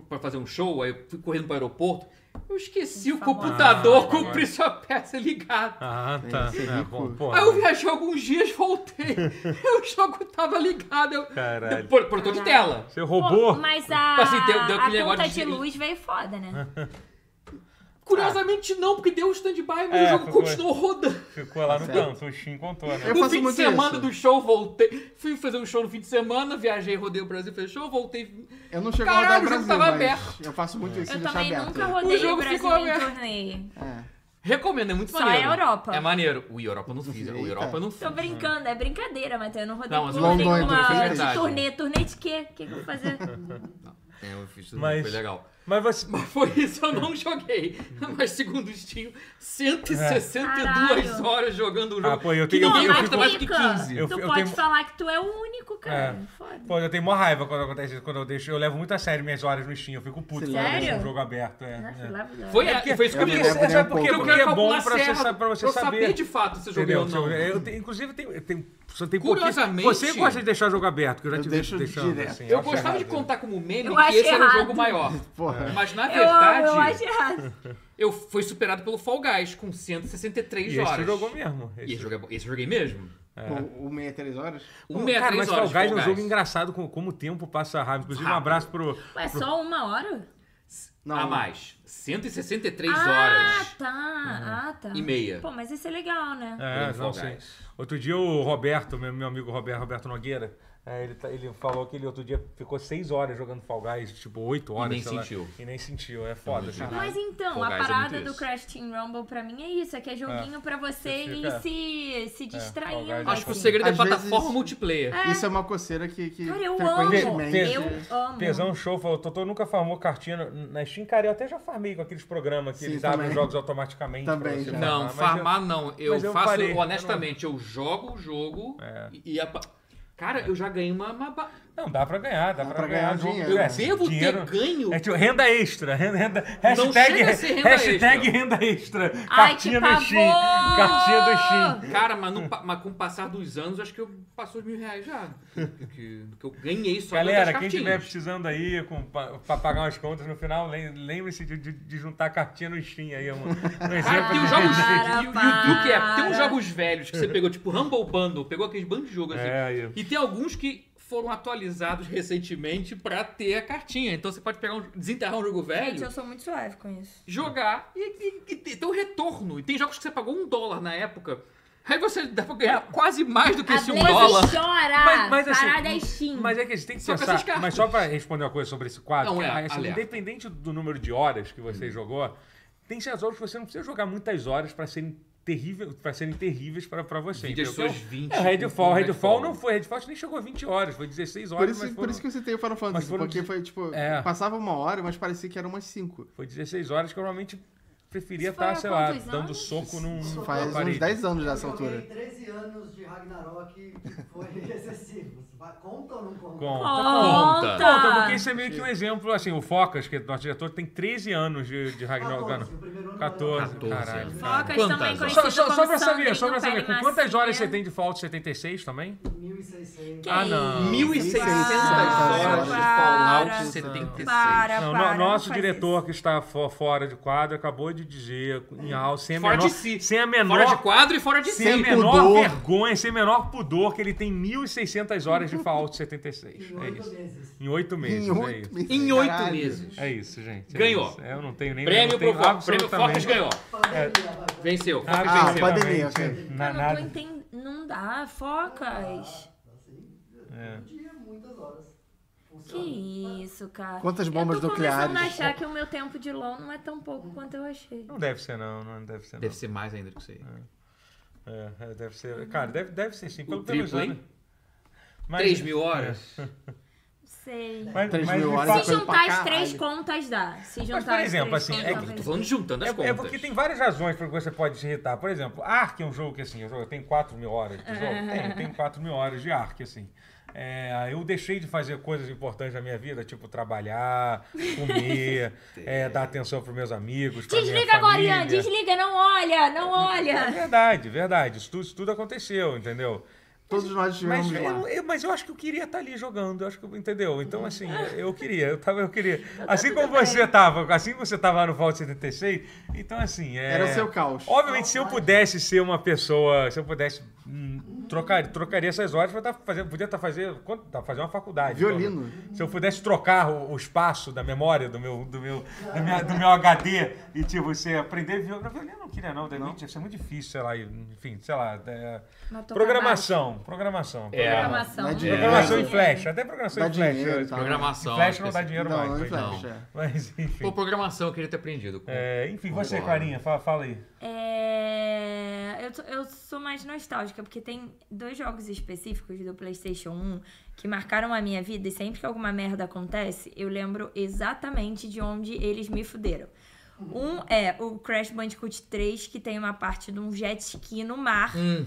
C: pra fazer um show, aí eu fui correndo pro aeroporto, eu esqueci
D: Um
C: o
B: Famosa.
C: computador
A: Ah,
C: com
A: agora.
C: o Prince of Persia ligado.
A: Ah, tá.
D: Esse
A: É,
D: rico.
A: bom, pô.
C: Aí eu viajei alguns dias, voltei, e o jogo tava ligado. Eu,
A: Caralho.
C: Por, por de tela.
A: Você
B: Pô,
A: roubou...
B: Mas a,
C: Assim, deu- deu
B: a
C: aquele
B: conta
C: negócio
B: de
C: de-
B: luz veio foda, né?
C: Curiosamente não, porque deu um stand-by, mas
A: Ah. É,
C: o jogo
A: foi-
C: continuou rodando.
A: Ficou lá no
D: Certo.
A: canto, o Shin contou, né?
D: Eu
C: no
D: faço
C: fim de
D: muito
C: semana
D: isso.
C: do show, voltei. Fui fazer um show no fim de semana, viajei, rodei o Brasil, fechou, voltei.
D: Eu não chego a rodar
C: Caralho,
D: o
C: o jogo
D: Brasil,
C: tava
D: mas
C: aberto.
D: eu faço muito isso
B: Eu
D: em deixar
B: também
D: aberto.
B: nunca
C: O
B: rodei o,
C: jogo
B: Brasil
C: ficou
B: em
C: aberto.
B: torneio.
D: É.
C: Recomendo, é muito
B: Só
C: maneiro.
B: é Europa.
C: É maneiro. O Europa eu não fiz, o
D: Eita.
C: Europa eu não fiz.
B: Tô brincando, é brincadeira, mas eu não rodei
C: Não, mas
B: porra
D: London é tudo,
B: nenhuma
D: é
B: de
C: verdade.
B: turnê. Turnê de quê? O que, que eu vou fazer?
C: É, eu fiz,
A: Mas-
C: foi legal.
A: Mas você...
C: Mas foi isso, eu não joguei. Mas segundo o Steam, 162
B: Caralho.
C: horas jogando o jogo.
A: Ah, pô, eu
C: que
A: tenho- eu
C: ninguém
A: tenho-
C: gosta mais do que
B: Pica,
C: 15.
A: Eu-
B: tu
A: eu
B: pode
A: tenho-
B: falar que tu é o único, cara.
A: É.
B: Foda.
A: Pô, eu tenho mó raiva quando acontece isso, quando eu deixo... Eu levo muito a sério minhas horas no Steam, eu fico puto
D: Você
A: quando eu
B: leva?
A: deixo um jogo aberto. É,
B: Nossa,
A: é.
B: lá vai lá.
C: Foi, foi isso que eu
A: porque,
D: me
C: fiz.
D: lembro de
A: sabe
D: um
A: por quê?
D: pouco.
A: Porque
C: Eu
A: é
C: quero
A: bom pra
C: calcular
A: você,
C: certo,
A: sa- pra você
C: pra eu
A: saber.
C: saber de fato se eu joguei ou não.
A: Eu tenho- inclusive, tem, tem, só tem pouquinho-
C: Curiosamente-
A: Você gosta de deixar o jogo aberto, que eu já
D: Eu
A: te vi
D: deixo
A: deixando
D: direto.
A: assim.
C: Eu
A: acho
C: gostava de
A: errado.
C: contar como meme
B: Eu
C: que
B: acho
C: esse era um
B: errado.
C: jogo maior.
D: Porra.
C: Mas na
B: Eu amo, eu
C: verdade,
B: acho
C: eu,
B: errado.
C: fui superado pelo Fall Guys com 163
A: E
C: horas.
A: esse jogou mesmo.
C: E esse jogo é bom. Esse eu joguei mesmo.
A: É,
D: Pô, uma e três horas?
C: Um
A: Cara, mas Fall Guys é um jogo
C: engraçado.
A: engraçado, com- como o tempo passa rápido. Inclusive, um
C: Rápido.
A: abraço pro...
B: Ué, só uma hora?
D: Não,
C: a
D: não.
C: mais. 163
B: Ah,
C: horas. Uhum.
B: tá. Ah, tá.
C: E meia.
B: Pô, mas esse é legal, né?
A: É,
C: Grande
A: não
C: Fall
A: sei.
C: Guys.
A: Outro dia o Roberto, meu, meu amigo Roberto, Roberto Nogueira, é, ele, tá- ele falou que ele outro dia ficou seis horas jogando Fall Guys, tipo oito horas.
C: nem
A: sei lá,
C: sentiu.
A: e nem sentiu, é foda. assim.
D: Caralho.
B: Mas então,
C: Fall
B: a
C: Guys é
B: parada
C: muito
B: do
C: isso.
B: Crash Team Rumble pra mim é isso, é que é joguinho pra você
A: você
B: ir
A: fica-
B: se, se distraindo.
A: Guys é
B: assim.
C: Acho que o segredo é
D: Às
C: plataforma
D: vezes-
C: multiplayer.
D: Isso é uma coceira que, que
B: Cara, eu amo.
D: frequentemente...
A: Pe-
B: Eu amo.
A: Pesão Show falou, Totô nunca farmou cartinha no- na Steam. Cara, eu até já farmei com aqueles programas que
D: Sim,
A: eles
D: também.
A: abrem os jogos automaticamente. pra
D: Também
A: você
D: já.
C: Não,
A: mas eu-
C: farmar não. Eu
A: mas eu
C: faço,
A: parei, eu não-
C: honestamente, eu jogo o jogo e, e a... pa- Cara, eu já ganhei uma. uma ba-
A: Não, dá pra ganhar, dá, pra, ganhar, jogo.
D: dinheiro.
C: Eu
D: É,
C: devo ter ganho.
A: É tipo, renda extra, renda, renda, hashtag,
C: chega a ser renda
A: hashtag
C: extra.
A: renda extra.
B: Ai,
A: Cartinha
B: que
A: do Shin.
B: pavor!
A: Cartinha do Shin.
C: Cara, mas, no pa- mas com o passar dos anos, acho que eu passou os mil reais já. Do que, do que eu ganhei só
A: Galera,
C: das
A: quem
C: cartinhas.
A: estiver precisando aí com, pra, pra pagar umas contas no final, lem- lembre-se de, de- de juntar cartinha no Steam aí. é Um, um
C: Cara,
A: exemplo
C: tem
A: de
C: uns jogos.
B: Para,
C: e o- e o- e o que é? Tem
B: para.
C: uns jogos velhos que você pegou, tipo Humble Bundle, pegou aqueles bandos de jogo assim.
A: É, aí.
C: E tem alguns que foram atualizados recentemente pra ter a cartinha. Então você pode pegar um, desenterrar um jogo velho,
B: Gente, eu sou muito suave com isso.
C: jogar e, e- e ter ter um retorno. E tem jogos que você pagou um dólar na época. Aí você dá pra ganhar quase mais do que
B: A
C: esse um
B: Blaze
C: dólar.
B: chora!
A: Mas- mas assim,
B: Parada é Steam.
A: Mas é que a gente tem que
C: Só com
A: pensar.
C: essas cartas.
A: Mas só pra responder uma coisa sobre esse quadro,
C: Não, é,
A: cara, assim,
C: alerta. Hum.
A: independente do número de horas que você jogou, tem certos jogos que você não precisa jogar muitas horas pra serem terrível, para serem terríveis pra pra você.
C: Vídeos
A: entendeu?
C: suas 20
A: É, Redfall, Redfall
C: com Tipo, um Redfall.
A: não foi, Redfall acho que nem chegou a 20 horas, foi 16 horas,
D: Por isso,
A: mas
D: por
A: foram-
D: isso que eu citei o Final
A: mas
D: Fantasy,
A: foram
D: porque
A: de-
D: foi tipo.
A: É.
D: Passava uma hora, mas parecia que eram umas cinco.
A: foi 16 horas que eu normalmente preferia
B: Isso foi
A: estar,
B: há
A: sei lá,
B: quantos
A: dando
B: anos?
A: soco num numa
D: Faz uns
A: parede.
D: 10 anos já essa
E: Eu joguei
D: altura.
E: 13 anos de Ragnarok que foi excessivo. Vai- Conta ou não conta?
A: Conta.
B: Conta!
A: Conta,
B: Ah,
A: porque isso é meio que um exemplo, assim, o Focas, que é nosso diretor, tem 13 anos de, de
B: Tá
A: Ragnarok.
E: 14, o primeiro ano
A: 14,
C: 14.
A: caralho. cara.
B: Focas
C: Quantas
B: também
C: horas?
A: Só,
B: conhecido
A: só,
B: como
A: só pra
B: Sandrinho
A: saber, só pra
B: Pele
A: saber, com
B: Macia.
A: quantas horas você tem de Fallout 76 também?
E: 1600.
B: Que
A: Ah, não.
C: 1.600
D: Para,
C: horas de
B: para,
C: Fallout 76.
B: Para,
A: Não,
B: para,
A: no- nosso
B: não faz
A: diretor
B: isso. É.
A: que está fo- fora de quadro acabou de dizer, em alta, sem a
C: Fora
A: menor,
C: de si.
A: sem a menor
C: Fora de quadro e fora de si.
A: sem a
D: Sem
A: menor
D: pudor.
A: vergonha, sem o menor pudor, que ele tem 1.600 horas de Fallout 76.
E: Em
A: É
E: 8
A: isso.
E: meses.
A: Em oito meses, é isso.
D: meses.
C: Em oito
D: Caralho.
C: meses.
A: É isso, gente. é
C: Ganhou.
A: isso. Eu não tenho nem
C: Prêmio
A: eu tenho
C: pro Focas. Prêmio Focas
A: absolutamente-
C: ganhou.
E: Pandemia, vai.
C: Venceu. Focas
D: Ah,
C: venceu.
A: absolutamente
D: pandemia, ok.
A: na-
B: Eu não
A: nada.
B: tô entendendo. Não dá, focas.
E: Assim,
A: É.
E: um dia, muitas horas. Funciona.
B: Que isso, cara.
D: Quantas bombas
B: eu tô
D: nucleares?
B: começando a achar que o meu tempo de LOL não é tão pouco quanto eu achei.
A: Não deve ser, não. Não deve ser, não.
C: Deve ser mais ainda do que isso aí.
A: É, é, deve ser. Cara, deve, deve ser sim.
C: O
A: Pelo pelo
C: triplo,
A: menos, né?
C: hein?
A: mas- é,
C: 3 mil horas.
B: Não sei.
A: Mas,
D: Três
A: mas
D: mil
A: me
D: horas
A: fala-
D: é
B: Se
D: coisa
B: juntar
D: pra
B: as três
D: caralho.
B: contas dá. Se juntar
A: por
B: as
A: exemplo,
B: três
A: assim, é
B: contas,
A: que-
C: Eu
B: talvez
C: tô falando de juntando as
A: É,
C: contas.
A: é porque tem várias razões por que você pode se irritar. Por exemplo, Ark é um jogo que, assim, eu jogo- eu tenho 4 mil horas de jogo. Tenho, tenho 4 mil horas de Ark, assim. É, eu deixei de fazer coisas importantes na minha vida, tipo trabalhar, comer, é, dar atenção pros meus amigos. pra minha
B: Desliga agora, Ian.
A: família.
B: Desliga. Não olha, não
A: É
B: olha.
A: verdade, verdade. Isso tudo, isso tudo aconteceu, entendeu?
D: Todos nós
A: Mas
D: estivemos
A: eu,
D: lá.
A: eu- mas eu acho que eu queria estar ali jogando, eu acho que eu- entendeu?
B: Uhum.
A: Então, assim, eu queria, eu, tava, eu queria.
B: Então tá
A: Assim como você tava, assim como você tava lá no Vault 76, então assim. É,
D: Era o seu caos.
A: Obviamente, se eu pudesse ser uma pessoa, se eu pudesse hum, trocar, trocaria essas horas, pra tá fazendo, podia estar fazendo, quanto- tá fazendo uma faculdade.
D: Violino.
A: então, se eu pudesse trocar o, o espaço da memória do meu, do meu, da minha- do meu HD e tipo, você aprender violino, violino eu não queria não, deve, deve ser muito difícil, sei lá, e, enfim, sei lá. é,
B: Mas tocar
A: programação, programação,
C: É.
A: programa-
B: Programação.
D: Não é
B: né?
D: dinheiro.
A: Programação em flash, até programação
D: Dá
A: em flash.
D: dinheiro, tá?
C: Programação.
A: Flash não
C: esqueci.
A: dá dinheiro
D: Não,
A: mais.
D: não
A: pois
D: flash,
A: não.
D: é.
A: Mas enfim.
C: Pô, programação eu queria ter aprendido. com-
A: É, enfim, você,
C: Vambora.
A: Clarinha, fala, fala aí.
B: É, eu, tô- eu sou mais nostálgica, porque tem dois jogos específicos do PlayStation 1 que marcaram a minha vida e sempre que alguma merda acontece, eu lembro exatamente de onde eles me fuderam. Um é o Crash Bandicoot 3, que tem uma parte de um jet ski no mar.
C: É.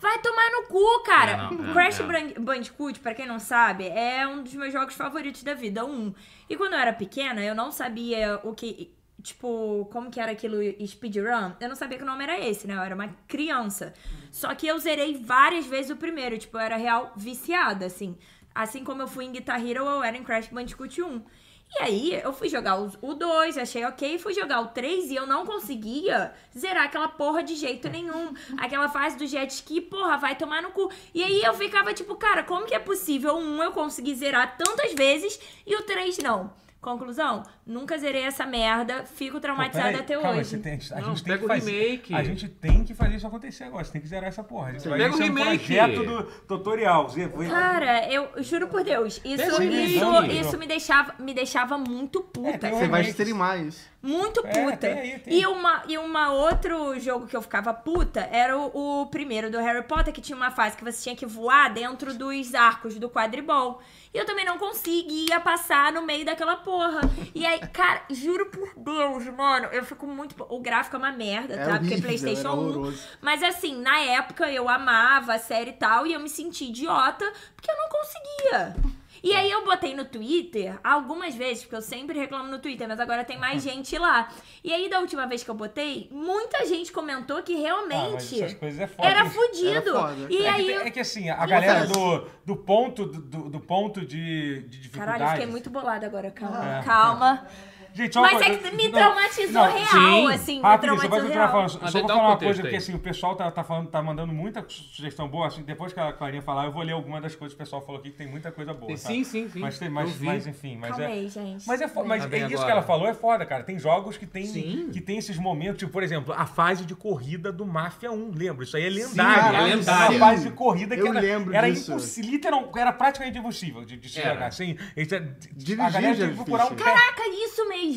B: Vai tomar no cu, cara.
C: É, não, é,
B: Crash
C: é.
B: Bran- Bandicoot, pra quem não sabe, é um dos meus jogos favoritos da vida, um. E quando eu era pequena, eu não sabia o que, tipo, como que era aquilo speedrun. Eu não sabia que o nome era esse, né? Eu era uma criança. Só que eu zerei várias vezes o primeiro, tipo, eu era real viciada, assim. Assim como eu fui em Guitar Hero, eu era em Crash Bandicoot 1. E aí, eu fui jogar os- o 2, achei ok, fui jogar o 3 e eu não conseguia zerar aquela porra de jeito nenhum. Aquela fase do jet ski, porra, vai tomar no cu. E aí eu ficava tipo, cara, como que é possível o 1 eu conseguir zerar tantas vezes e o 3 não? Conclusão, nunca zerei essa merda, fico
A: Pô,
B: traumatizada
A: peraí,
B: até
A: calma,
B: hoje.
A: você tem- a
C: Não,
A: gente tem
C: pega
A: que
C: o
A: fazer,
C: remake.
A: A gente tem que fazer isso acontecer agora. Você tem que zerar essa porra. Isso vai
C: Pega o
A: ser um
C: remake.
A: projeto do tutorial. Zé, vou-
B: Cara, eu juro por Deus, isso,
C: Pega o
B: isso,
C: remake.
B: isso me deixava, me deixava muito puta.
A: tem um
D: Você vai
A: remake.
D: streamar isso.
B: Muito
A: É,
B: puta.
A: tem aí, tem.
B: E uma e uma outro jogo que eu ficava puta era o, o primeiro do Harry Potter, que tinha uma fase que você tinha que voar dentro dos arcos do quadribol. E eu também não conseguia passar no meio daquela porra. E aí, cara, juro por Deus, mano, eu fico muito. O gráfico é uma merda,
D: É
B: tá? Porque é
D: horrível,
B: PlayStation
D: era
B: 1.
D: horroroso.
B: Mas assim, na época eu amava a série e tal, e eu me senti idiota porque eu não conseguia. E aí eu botei no Twitter, algumas vezes, porque eu sempre reclamo no Twitter, mas agora tem
A: Uhum.
B: mais gente lá. E aí, da última vez que eu botei, muita gente comentou que
A: Ah, mas
B: realmente
A: essas coisas é foda.
B: era
A: hein?
B: fudido.
D: Era foda.
B: E
A: É que,
B: aí.
A: tem-
B: eu-
A: é que assim, a galera
D: acontece?
A: do, do ponto, do- do, do ponto de, de dificuldade.
B: Caralho, eu fiquei muito bolada agora, calma.
A: É.
B: Calma.
A: Gente, só uma
B: Mas é
A: coisa-
B: que me
A: não,
B: traumatizou
A: não,
B: real,
C: sim.
B: assim. Me
A: Rapidinho, só pra
B: traumatizou
A: continuar
B: real.
A: falando, só
C: Mas
A: vou
C: dá um
A: falar uma
C: contexto
A: coisa,
C: aí.
A: porque assim, o pessoal tá, tá falando, tá mandando muita sugestão boa, assim, depois que a Clarinha falar, eu vou ler alguma das coisas que o pessoal falou aqui, que tem muita coisa boa, sabe?
C: Sim, sim, sim.
A: Mas, tem,
C: Eu
A: mas,
C: vi.
A: mas enfim, mas
B: Calma
A: é...
B: aí, gente.
A: Mas é, fo- mas
C: Tá
A: é
C: bem
A: isso
C: agora.
A: que ela falou, é foda, cara. Tem jogos que tem,
C: Sim.
A: que tem esses momentos, tipo, por exemplo, a fase de corrida do Máfia 1, lembra? Isso aí é lendário.
D: caralho,
A: Era
C: lendário.
A: Uma fase de corrida que
D: Eu
A: era,
D: lembro
A: era
D: disso.
A: impossível, literal, era praticamente impossível de, de se
C: Era.
A: jogar. Assim, Isso é- a
D: Dirigir
A: galera
D: já
A: tinha
D: era
A: que procurar um
D: difícil.
A: pé
B: Caraca, é isso mesmo.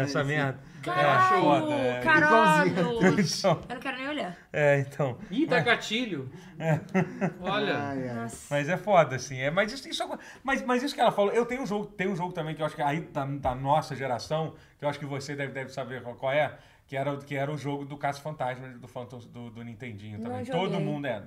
A: essa merda. É,
B: Caralho,
A: foda, é.
B: caralho.
A: Então,
B: Eu não quero nem olhar.
A: é, então.
C: Ih, dá gatilho.
A: É.
C: Olha.
D: Ai, ai.
B: Nossa.
A: Mas é foda, assim. É, mas, isso, isso é co- mas, mas isso que ela falou, eu tenho um jogo, tem um jogo também que eu acho que aí da, da nossa geração, que eu acho que você deve, deve saber qual, qual é, que era, o- que era o jogo do Caça Fantasma do, Phantom, do, do Nintendinho
B: Não
A: também.
B: joguei.
A: Todo mundo é.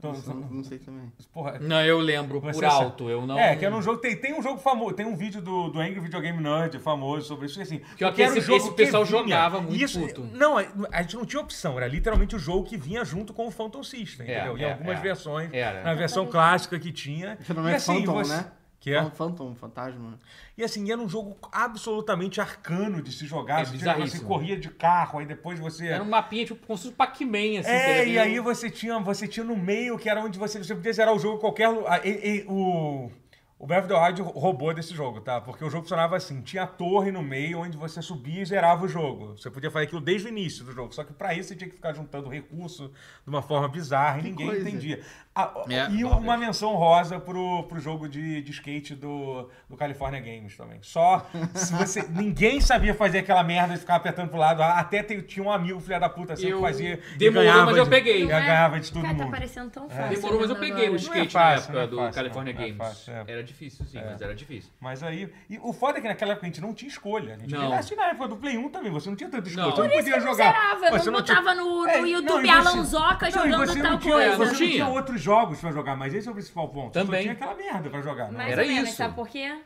A: Todo,
D: Não, não sei também.
A: porra,
C: Não, eu lembro
A: Você
C: por
A: sabe.
C: alto. Eu não.
A: É, que era um jogo. Tem, tem um jogo famoso, tem um vídeo do, do Angry Video Game Nerd famoso sobre isso. que, Assim,
C: Que, ó,
A: porque
C: que
A: era o
C: esse-
A: jogo
C: esse pessoal
A: que
C: jogava muito
A: isso,
C: puto.
A: Não, a, a gente não tinha opção, era literalmente o jogo que vinha junto com o Phantom System,
C: É,
A: entendeu? Em
C: é,
A: algumas
C: é.
A: versões.
C: Era.
A: Na versão clássica que tinha.
D: Que não é
A: e assim,
D: Phantom,
A: você-
D: né?
A: Que é?
D: Phantom, fantasma.
A: E assim, era um jogo absolutamente arcano de se jogar.
C: É
A: você, tinha- você
C: bizarríssimo.
A: corria de carro, aí depois você.
C: Era um mapinha, tipo, como se fosse Pac-Man, assim. que
A: É,
C: era
A: e
C: meio-
A: aí você tinha, você tinha no meio, que era onde você, você podia zerar o jogo em qualquer lugar. E, e, o o Breath of the Wild roubou desse jogo, tá? Porque o jogo funcionava assim, tinha a torre no meio onde você subia e zerava o jogo. Você podia fazer aquilo desde o início do jogo, só que pra isso você tinha que ficar juntando recurso de uma forma bizarra e ninguém
D: coisa.
A: entendia. Ah,
C: É,
A: e
C: talvez.
A: uma menção rosa pro, pro jogo de, de skate do, do California Games também. Só se você... ninguém sabia fazer aquela merda de ficar apertando pro lado. Até tem- tinha um amigo, filha da puta, assim,
C: Eu
A: que fazia... e
C: demorou,
A: ganhava
C: mas eu
A: de-
C: peguei.
A: eu
B: Não é?
A: ganhava de todo
B: Cara,
A: mundo. É.
B: tá parecendo tão fácil. né,
C: Demorou, mas eu
B: vendo
C: peguei
B: agora.
C: o
A: Não é
C: skate na
A: fácil,
C: época
A: não é
C: do
A: fácil,
C: California
A: não é
C: Games.
A: fácil, é.
C: Era difícil, sim, mas era difícil.
A: Mas aí. E o foda é que naquela época a gente não tinha escolha. A gente
C: Não.
A: não. Assim, na época do Play 1 também, você não tinha tanta escolha.
C: Não.
A: Você não
C: Por
A: podia
B: Eu não
A: jogar.
B: zerava, eu
A: Você
B: não
A: tinha-
B: botava no,
A: É,
B: no
A: não,
B: YouTube
A: e você-
B: Alanzoca
A: não, e
B: jogando
A: você não
B: tal
A: tinha-
B: coisa.
A: Você não
C: Não tinha.
A: tinha outros jogos pra jogar, mas esse é o principal ponto.
C: Também.
A: Você só tinha aquela merda pra jogar. não é?
B: Mais
A: era?
C: Era
B: ou menos,
C: isso.
B: sabe por quê?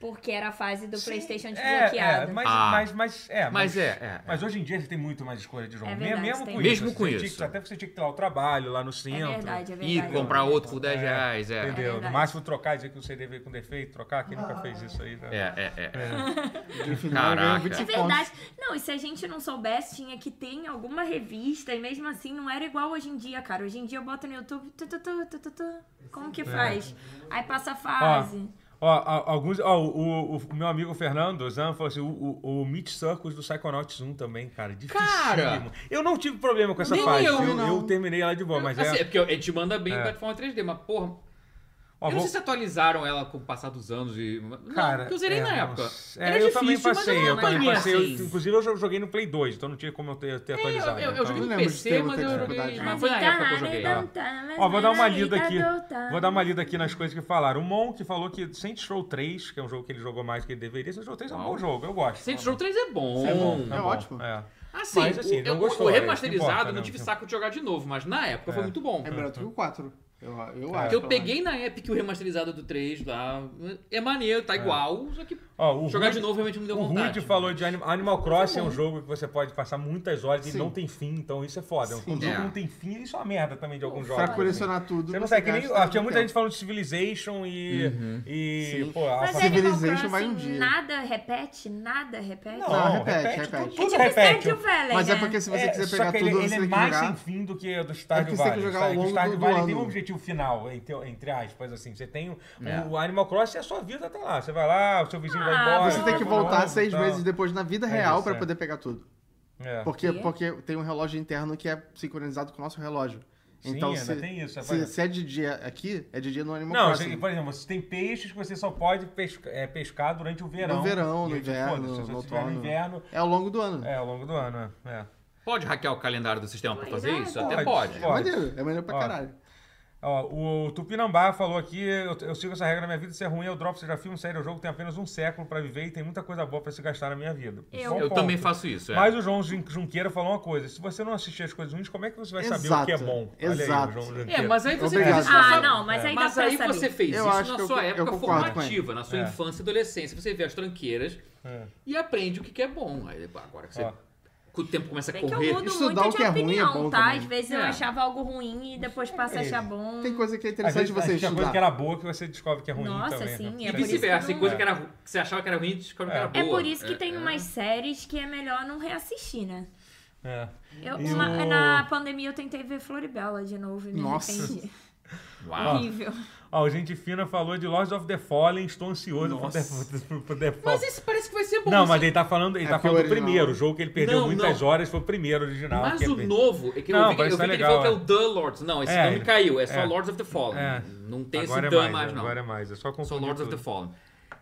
B: Porque era a fase do Playstation
A: É, é,
B: desbloqueado.
A: mas,
C: Ah.
A: mas, mas, é,
C: Mas é, é,
A: Mas hoje em dia você tem muito mais escolha de jogo.
B: É verdade,
A: mesmo
B: tem
A: com
C: Mesmo
A: isso.
C: com
A: você tinha
C: isso.
A: que- até porque você tinha que ter lá o trabalho, lá no
B: É
A: centro.
B: verdade, é
C: E
B: verdade.
C: comprar um outro por 10 reais, é.
A: Entendeu? no
B: verdade.
A: máximo trocar, dizer que o CD veio com defeito, trocar, quem nunca fez isso aí, né?
C: É, é, é.
D: No final, eu ganhei
C: Caraca.
D: 20
B: É
C: É
B: verdade. Não, e se a gente não soubesse, tinha que ter em alguma revista. E mesmo assim, não era igual hoje em dia, cara. Hoje em dia eu boto no YouTube. tu, tu, tu, tu, tu, tu. como
A: É.
B: que faz? Aí passa a fase.
A: Ó, a- alguns, ó, o, o- o meu amigo Fernando Zan falou assim: o, o, o Meat Circus do Psychonauts 1 também, cara. Dificílimo. Eu não tive problema com essa
C: Nem
A: fase.
C: eu,
A: Eu,
D: não.
A: eu terminei ela de boa, mas
C: Assim, é
A: é.
C: porque a gente manda bem em plataforma 3D, mas porra.
A: Ó,
C: eu não
A: vou-
C: sei se atualizaram ela com o passar dos anos e.
A: Cara,
C: não, porque eu zerei
A: é,
C: na época.
A: nossa.
C: Era
A: É, eu
C: difícil,
A: também
C: mas
A: passei,
C: não
A: eu
C: era
A: também
C: maneiro,
A: passei. Eu-
C: assim.
A: inclusive eu jo- joguei no Play 2, então não tinha como eu ter, ter
C: Eu,
A: atualizado.
C: É, eu, eu
A: então-
C: joguei no
D: lembro de ter
C: PC, mas
D: muita
C: eu
D: dificuldade.
C: joguei. Mas foi na época que eu joguei. é. ela.
A: Ó, vou dar uma lida aqui. Vou dar uma lida aqui nas coisas que falaram. O Mon que falou que Saints Row 3, que é um jogo que ele jogou mais do que ele deveria, Saints Row 3 é um
C: Uau.
A: bom jogo, eu gosto.
C: Saints Row 3 é bom.
A: É bom,
D: É
A: bom,
D: ótimo.
A: é.
C: Assim,
A: Mas, assim,
C: o,
A: não
C: o-
A: gostou,
C: o
A: é isso que
C: remasterizado
A: importa,
C: eu não
A: né?
C: tive saco de jogar de novo, mas na época foi muito bom.
D: É melhor do que o 4. Eu, eu acho.
C: Porque eu
D: pelo
C: peguei
A: né?
C: na Epic o remasterizado do 3 lá. É maneiro, tá igual, só que
A: Ó, o
C: jogar
A: Rude-
C: de novo realmente me deu
A: O
C: vontade.
A: Rude falou de Anim- Animal Crossing é um jogo que você pode passar muitas horas e não tem fim, então isso é foda. Um jogo
C: É.
A: que não tem fim, isso é uma merda também de alguns
D: menos.
A: jogos.
D: Pra
A: assim.
D: colecionar tudo.
A: Você não sabe que nem.
D: gasta
A: ah, Tinha muita
D: tempo.
A: gente falando de Civilization e.
C: Uhum.
A: E.
D: Sim.
A: Pô,
B: Mas
A: Alpha-
D: é
B: Animal
D: Civilization vai um
B: Crossing,
D: dia.
B: Nada repete? Nada repete?
A: Não,
D: Não, repete,
A: repete,
D: repete.
A: Tudo,
D: É
A: tudo
B: tipo
A: repete.
B: Stardew Valley,
D: Mas é
B: né?
D: porque se você
A: É,
D: quiser
A: só
D: pegar
A: que
D: tudo,
A: ele,
D: você
A: ele é
D: tem que
A: mais
D: jogar.
A: sem fim do que o do Stardew
D: É porque você tem que
A: Valley.
D: jogar ao
A: sabe? O
D: longo
A: Stardew
D: do- do
A: Valley tem um
D: ano.
A: objetivo final, entre, entre aspas, assim. Você tem o,
C: É.
A: o Animal Crossing é a sua vida até lá. Você vai lá, o seu vizinho vai
B: Ah,
A: embora.
D: Você
B: Ah,
D: tem que
A: vai pro
D: voltar
A: novo,
D: seis
A: tal.
D: meses depois na vida
A: É
D: real
A: isso,
D: pra
A: é.
D: poder pegar tudo.
A: É.
D: Porque,
B: Quê?
D: porque tem um relógio interno que é sincronizado com o nosso relógio.
A: Sim,
D: então,
A: ainda
D: se,
A: tem isso, é
D: se,
A: verdade.
D: se é de dia aqui, é de dia no Animal
A: Não,
D: Crossing.
A: você- por exemplo, você tem peixes que você só pode pesca- é, pescar durante o verão.
D: No verão,
A: E
D: no
A: aí, tipo,
D: inverno,
A: foda-se, se
D: no
A: você tiver
D: outono.
A: no inverno,
D: É ao longo do ano.
A: é ao longo do ano, é. é.
C: Pode hackear o calendário do sistema pra
B: Pois
C: fazer
B: é,
C: isso?
B: pode.
C: Até pode.
D: É maneiro, é maneiro pra
A: Ó.
D: caralho.
A: Ó, o Tupinambá falou aqui, eu, eu sigo essa regra na minha vida, se é ruim eu dropo, seja filme, série ou jogo, tem apenas um século pra viver e tem muita coisa boa pra se gastar na minha vida.
B: Eu.
A: Bom
C: Eu
A: ponto.
C: também faço isso, é.
A: Mas o João Jun- Junqueira falou uma coisa, se você não assistir as coisas ruins, como é que você vai saber o
D: Exato.
A: que é bom?
D: Exato.
A: Olha aí, o João
C: É,
A: Junqueira.
C: mas aí você É.
D: Obrigado.
C: fez isso na
B: Ah,
C: sua-
B: não, mas aí dá
C: Mas
B: pra
C: aí
B: saber.
C: você fez
D: Eu
C: isso
D: acho
C: na
D: que eu
C: sua
D: con- eu
C: época
D: concordo com
C: formativa, na sua
A: É.
C: infância e adolescência. Você vê as tranqueiras e aprende o que que é bom. Aí, agora que você-
A: Ó.
C: que o tempo começa a
B: Bem que eu mudo
C: correr.
B: muito
D: Estudar o que
B: de
D: é ruim é
B: opinião,
D: bom
B: tá?
D: também.
B: Às vezes eu
C: É.
B: achava algo ruim e depois passo a achar bom.
D: Tem coisa que é
A: Às
D: interessante
A: vezes,
D: você
A: às vezes tinha coisa
D: estudar.
A: que era boa que você descobre que é ruim
B: Nossa,
A: também.
B: sim,
A: né?
B: é
C: E
B: por isso
C: vice-versa.
B: que
C: Tem
B: não-
C: coisa que, era, ru- que você achava que era ruim, descobre que era
B: É
C: boa.
B: por isso que
C: É,
B: tem
C: é.
B: umas séries que é melhor não reassistir, né?
A: É.
B: Eu,
A: E
B: uma-
A: o-
B: Na pandemia eu tentei ver Floribela de novo e me
D: Nossa.
B: arrependi.
C: Uau.
B: Horrível.
A: Ó, o Gente Fina falou de Lords of the Fallen, estou ansioso pro
D: Nossa.
A: The, pro, pro The Fallen.
C: Mas isso parece que vai ser bom.
A: Não,
C: isso-
A: mas ele tá falando, ele
D: É
A: tá
D: porque
A: falando
D: o
A: do
D: original-
A: primeiro. O jogo que ele perdeu
C: Não,
A: muitas
C: não.
A: horas foi o primeiro original.
C: Mas
A: que
C: o
A: ele-
C: novo, é que
A: Não,
C: eu vi, que-
A: mas
C: eu
A: tá
C: vi que ele
A: legal,
C: falou que é
A: é.
C: o The Lords. Não, esse
A: É,
C: nome caiu, é só
A: é.
C: Lords of the Fallen.
A: É.
C: Não tem
A: Agora
C: esse
A: é
C: The
A: mais,
C: mais, não.
A: agora é mais. É só
C: Só
A: confundir
C: Lords of the
A: tudo.
C: Fallen.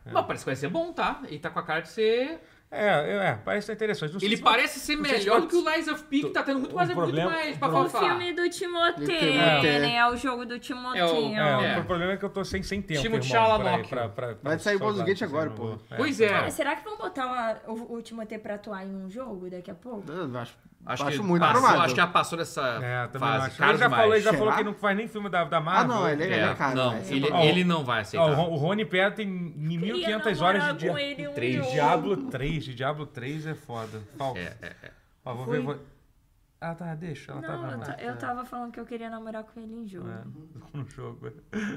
C: Mas parece que vai ser bom, tá? Ele tá com a cara de ser.
A: É, é, é, parece interessante. Não sei
C: Ele
A: se-
C: parece ser
A: sei se
C: melhor
A: pode-
C: do que o Lies of P, que tá tendo muito
A: O
C: mais,
A: problema-
C: muito mais pra
B: O
C: falar.
B: filme do Timoteo,
D: Timoteo.
B: né? É o jogo do Timoteo.
A: É,
C: É.
A: O problema é que eu tô sem, sem tempo,
C: Timo
A: irmão.
C: Tchalanoglu.
A: pra- pra- pra-
D: Vai sair o
A: pra-
D: Baldur's Gate agora,
A: não
D: pô.
A: vou.
C: Pois é.
B: Cara, Ah, será que vão botar uma- o, o Timoteo pra atuar em um jogo daqui a pouco?
D: Eu Acho,
C: Acho,
D: acho
C: que
D: muito
C: passou,
D: provável.
C: Acho que já passou dessa
A: É, também
C: fase.
A: acho.
C: Caro
A: Ele já
C: demais.
A: falou, ele já
D: Será?
A: falou que não faz nem filme da, da
D: Ah,
A: Marvel.
D: não, ele é,
C: É,
D: cara.
C: não,
D: vai.
C: ele,
A: Ó,
C: ele não vai
A: Ó, o
C: aceitar.
A: Ron- o Rony Pera tem 1.500
B: Queria
A: horas
B: namorar
A: de dia...
B: com ele em um
C: Três
B: jogo.
A: Diablo 3, de Diablo 3 é foda. Falta.
C: É, é, é.
A: Ó, vou
B: Fui.
A: ver. Vou... Ah, tá, deixa. Ela
B: Não,
A: tava
B: eu,
A: lá.
B: ta- eu tava falando que eu queria namorar com ele em jogo.
A: É, no jogo.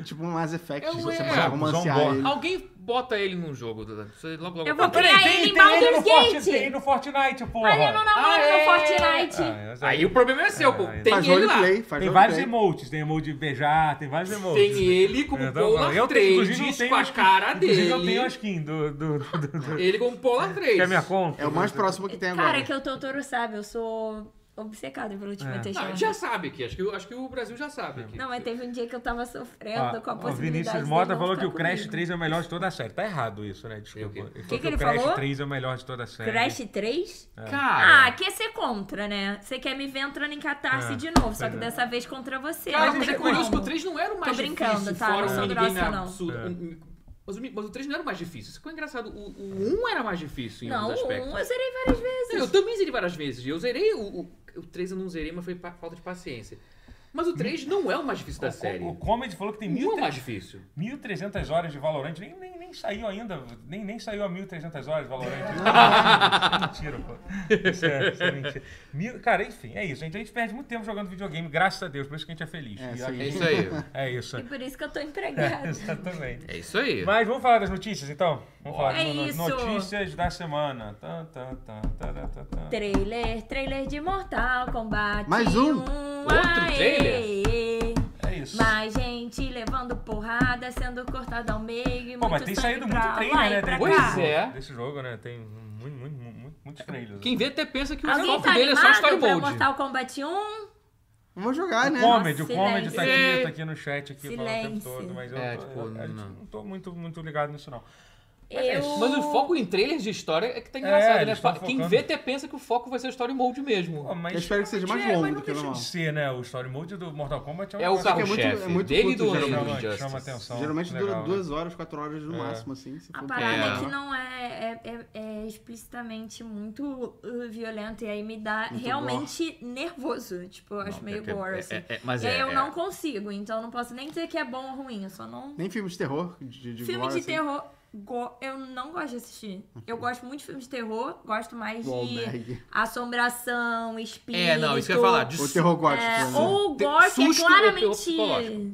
D: Tipo um Mass Effect,
C: É,
D: você
C: é.
D: precisa romancear
A: Zombo.
D: ele.
C: Alguém bota ele num jogo. Duda. Você Logo, logo
B: Eu vou
C: aparece.
B: criar ele em Baldur's
A: Fortnite,
B: Gate!
A: tem ele no Fortnite, porra.
B: Mas eu não namoro
C: Ah,
B: no
C: é.
B: Fortnite!
A: Ah, mas
C: Aí o problema é seu, pô.
A: É,
C: Tem
D: Faz
C: ele lá.
D: roleplay, faz
A: Tem vários
D: roleplay.
A: emotes, tem emote de beijar, tem vários emotes.
C: Tem ele como
A: Eu
C: o
A: tô falando. tá Eu
C: Polar
A: tenho, inclusive, eu
C: Trades
A: tenho
C: com
A: a
C: a
A: skin-
C: cara
A: Inclusive, eu tenho a
C: dele.
A: skin do. do, do, do-
C: Ele como Polar Trades.
A: que é minha conta.
D: É o mais próximo que tem agora.
B: Cara, que o Totoro sabe, eu sou obcecada pelo tipo Timoteo
C: Ah,
B: Chalamet.
C: já sabe aqui. Acho que, acho que o Brasil já
A: É.
C: sabe aqui.
B: É. Não, mas teve um dia que eu tava sofrendo
A: Ó,
B: com a
A: Ah, o
B: possibilidade
A: Vinícius
B: dele
A: Mota
B: não
A: falou que
B: ficar
A: o Crash
B: comigo.
A: 3 é o melhor de toda a série. Tá errado isso, né? Desculpa.
C: Eu o quê?
A: Ele
B: Que que ele
A: o Crash
B: falou?
A: 3 é o melhor de toda a série.
B: Crash 3?
A: É.
C: Cara.
B: Ah, quer ser contra, né? Você quer me ver entrando em catarse
A: É,
B: de novo, só
A: pois
B: que
A: é.
B: dessa vez contra você.
C: Cara,
B: não
C: mas
B: tem
C: é
B: como.
C: curioso que o 3 não era o mais
B: Tô
C: difícil.
B: brincando, tá?
C: Fora
B: Não sou
C: o
B: grossa,
C: minigame
B: não.
C: absurdo.
A: É.
C: Um- Mas o, mi- mas o 3 não era o mais difícil. Isso que é engraçado. O, o 1 era mais difícil em
B: É. Não,
C: alguns
B: um
C: aspectos.
B: eu zerei várias vezes.
C: Não, eu também zerei várias vezes. Eu zerei o, o, o 3 eu não zerei, mas foi pa- falta de paciência. Mas o 3 não é o mais difícil da série.
A: O
C: O
A: Comedy falou que tem
C: 1 é o
A: 1.300
C: mais difícil.
A: 1.300 horas de Valorant. Nem, nem, nem saiu ainda. Nem, nem saiu a 1.300 horas de Valorant. Isso é mentira, pô. Isso é, isso é mentira. Mil- cara, enfim, é isso. gente. A gente perde muito tempo jogando videogame, graças a Deus. Por isso que a gente é feliz.
D: É,
A: E
D: sim.
A: aqui-
C: É isso aí.
A: É isso.
B: E por isso que eu tô
A: É,
B: empregada.
A: exatamente.
C: É isso aí.
A: Mas vamos falar das notícias, então? Vamos falar
B: É
A: das no-
B: isso.
A: notícias da semana. Tan, tan, tan, tará, tan, tan.
B: Trailer, trailer de Mortal Kombat.
D: Mais um?
C: Outro
B: trailer?
A: É isso.
B: Mais gente levando porrada, sendo cortada ao meio. E
A: Pô,
B: muito
A: mas tem
B: sangue
A: saído
B: pra
A: muito
B: lá
A: trailer,
B: e
A: né?
B: pra
A: desse
C: Pois
B: cá.
A: jogo-
C: é.
A: Desse jogo, né? Tem muito, muito, muito, muitos trailers.
C: Quem vê até pensa que o
B: Alguém
C: foco
B: tá
C: dele é só Story
B: animado pra
C: Mode.
B: Mortal Kombat 1?
D: Vamos jogar, né?
A: Comedy, o
B: Nossa,
A: Comedy tá aqui,
C: silêncio.
A: tá aqui no chat aqui falando o tempo
B: Silêncio.
A: todo, mas eu,
C: É,
A: tô-
C: tipo,
A: eu- a gente
C: não.
A: não tô muito, muito ligado nisso, não.
B: Eu...
C: Mas o foco em trailers de história é que tá engraçado,
A: É,
C: né?
A: eles tão
C: Quem
A: focando.
C: vê até pensa que o foco vai ser o Story Mode mesmo.
A: Pô, mas-
D: Eu espero que seja mais
A: é,
D: longo
A: mas não
D: do que o
A: deixa
D: normal.
A: de ser, né? O Story Mode do Mortal Kombat é um
C: É o
A: negócio que
D: muito-
C: carro-chefe.
D: é muito
C: dele e
D: curto,
C: do
D: geralmente,
C: Reino do
A: chama, chama
C: Injustice.
A: atenção.
D: Geralmente dura
A: Legal, né?
D: duas horas, quatro horas no máximo, assim. Se
B: A
D: for
B: parada é,
C: É.
B: que não é, é, é- é explicitamente muito uh, violenta e aí me dá
D: Muito
B: realmente nervoso. Tipo, eu acho
C: Não,
B: meio
C: é- é-
B: gore,
C: é-
B: assim.
C: é- é- mas
B: e aí
C: é-
B: eu
C: é.
B: não consigo, então eu não posso nem dizer que é bom ou ruim, eu só não...
D: Nem filme de terror, de, de
B: filme
D: gore,
B: de
D: assim.
B: terror, go- eu não gosto de assistir. Eu gosto muito de filme de terror, gosto mais de
D: Wahlberg.
B: assombração, espírito...
C: É, não, isso que eu ia falar. De
D: Ou terror gótico,
B: É,
D: né?
B: ou o
C: Tem
B: gore que é
C: susto ou terror
B: claramente.
C: psicológico.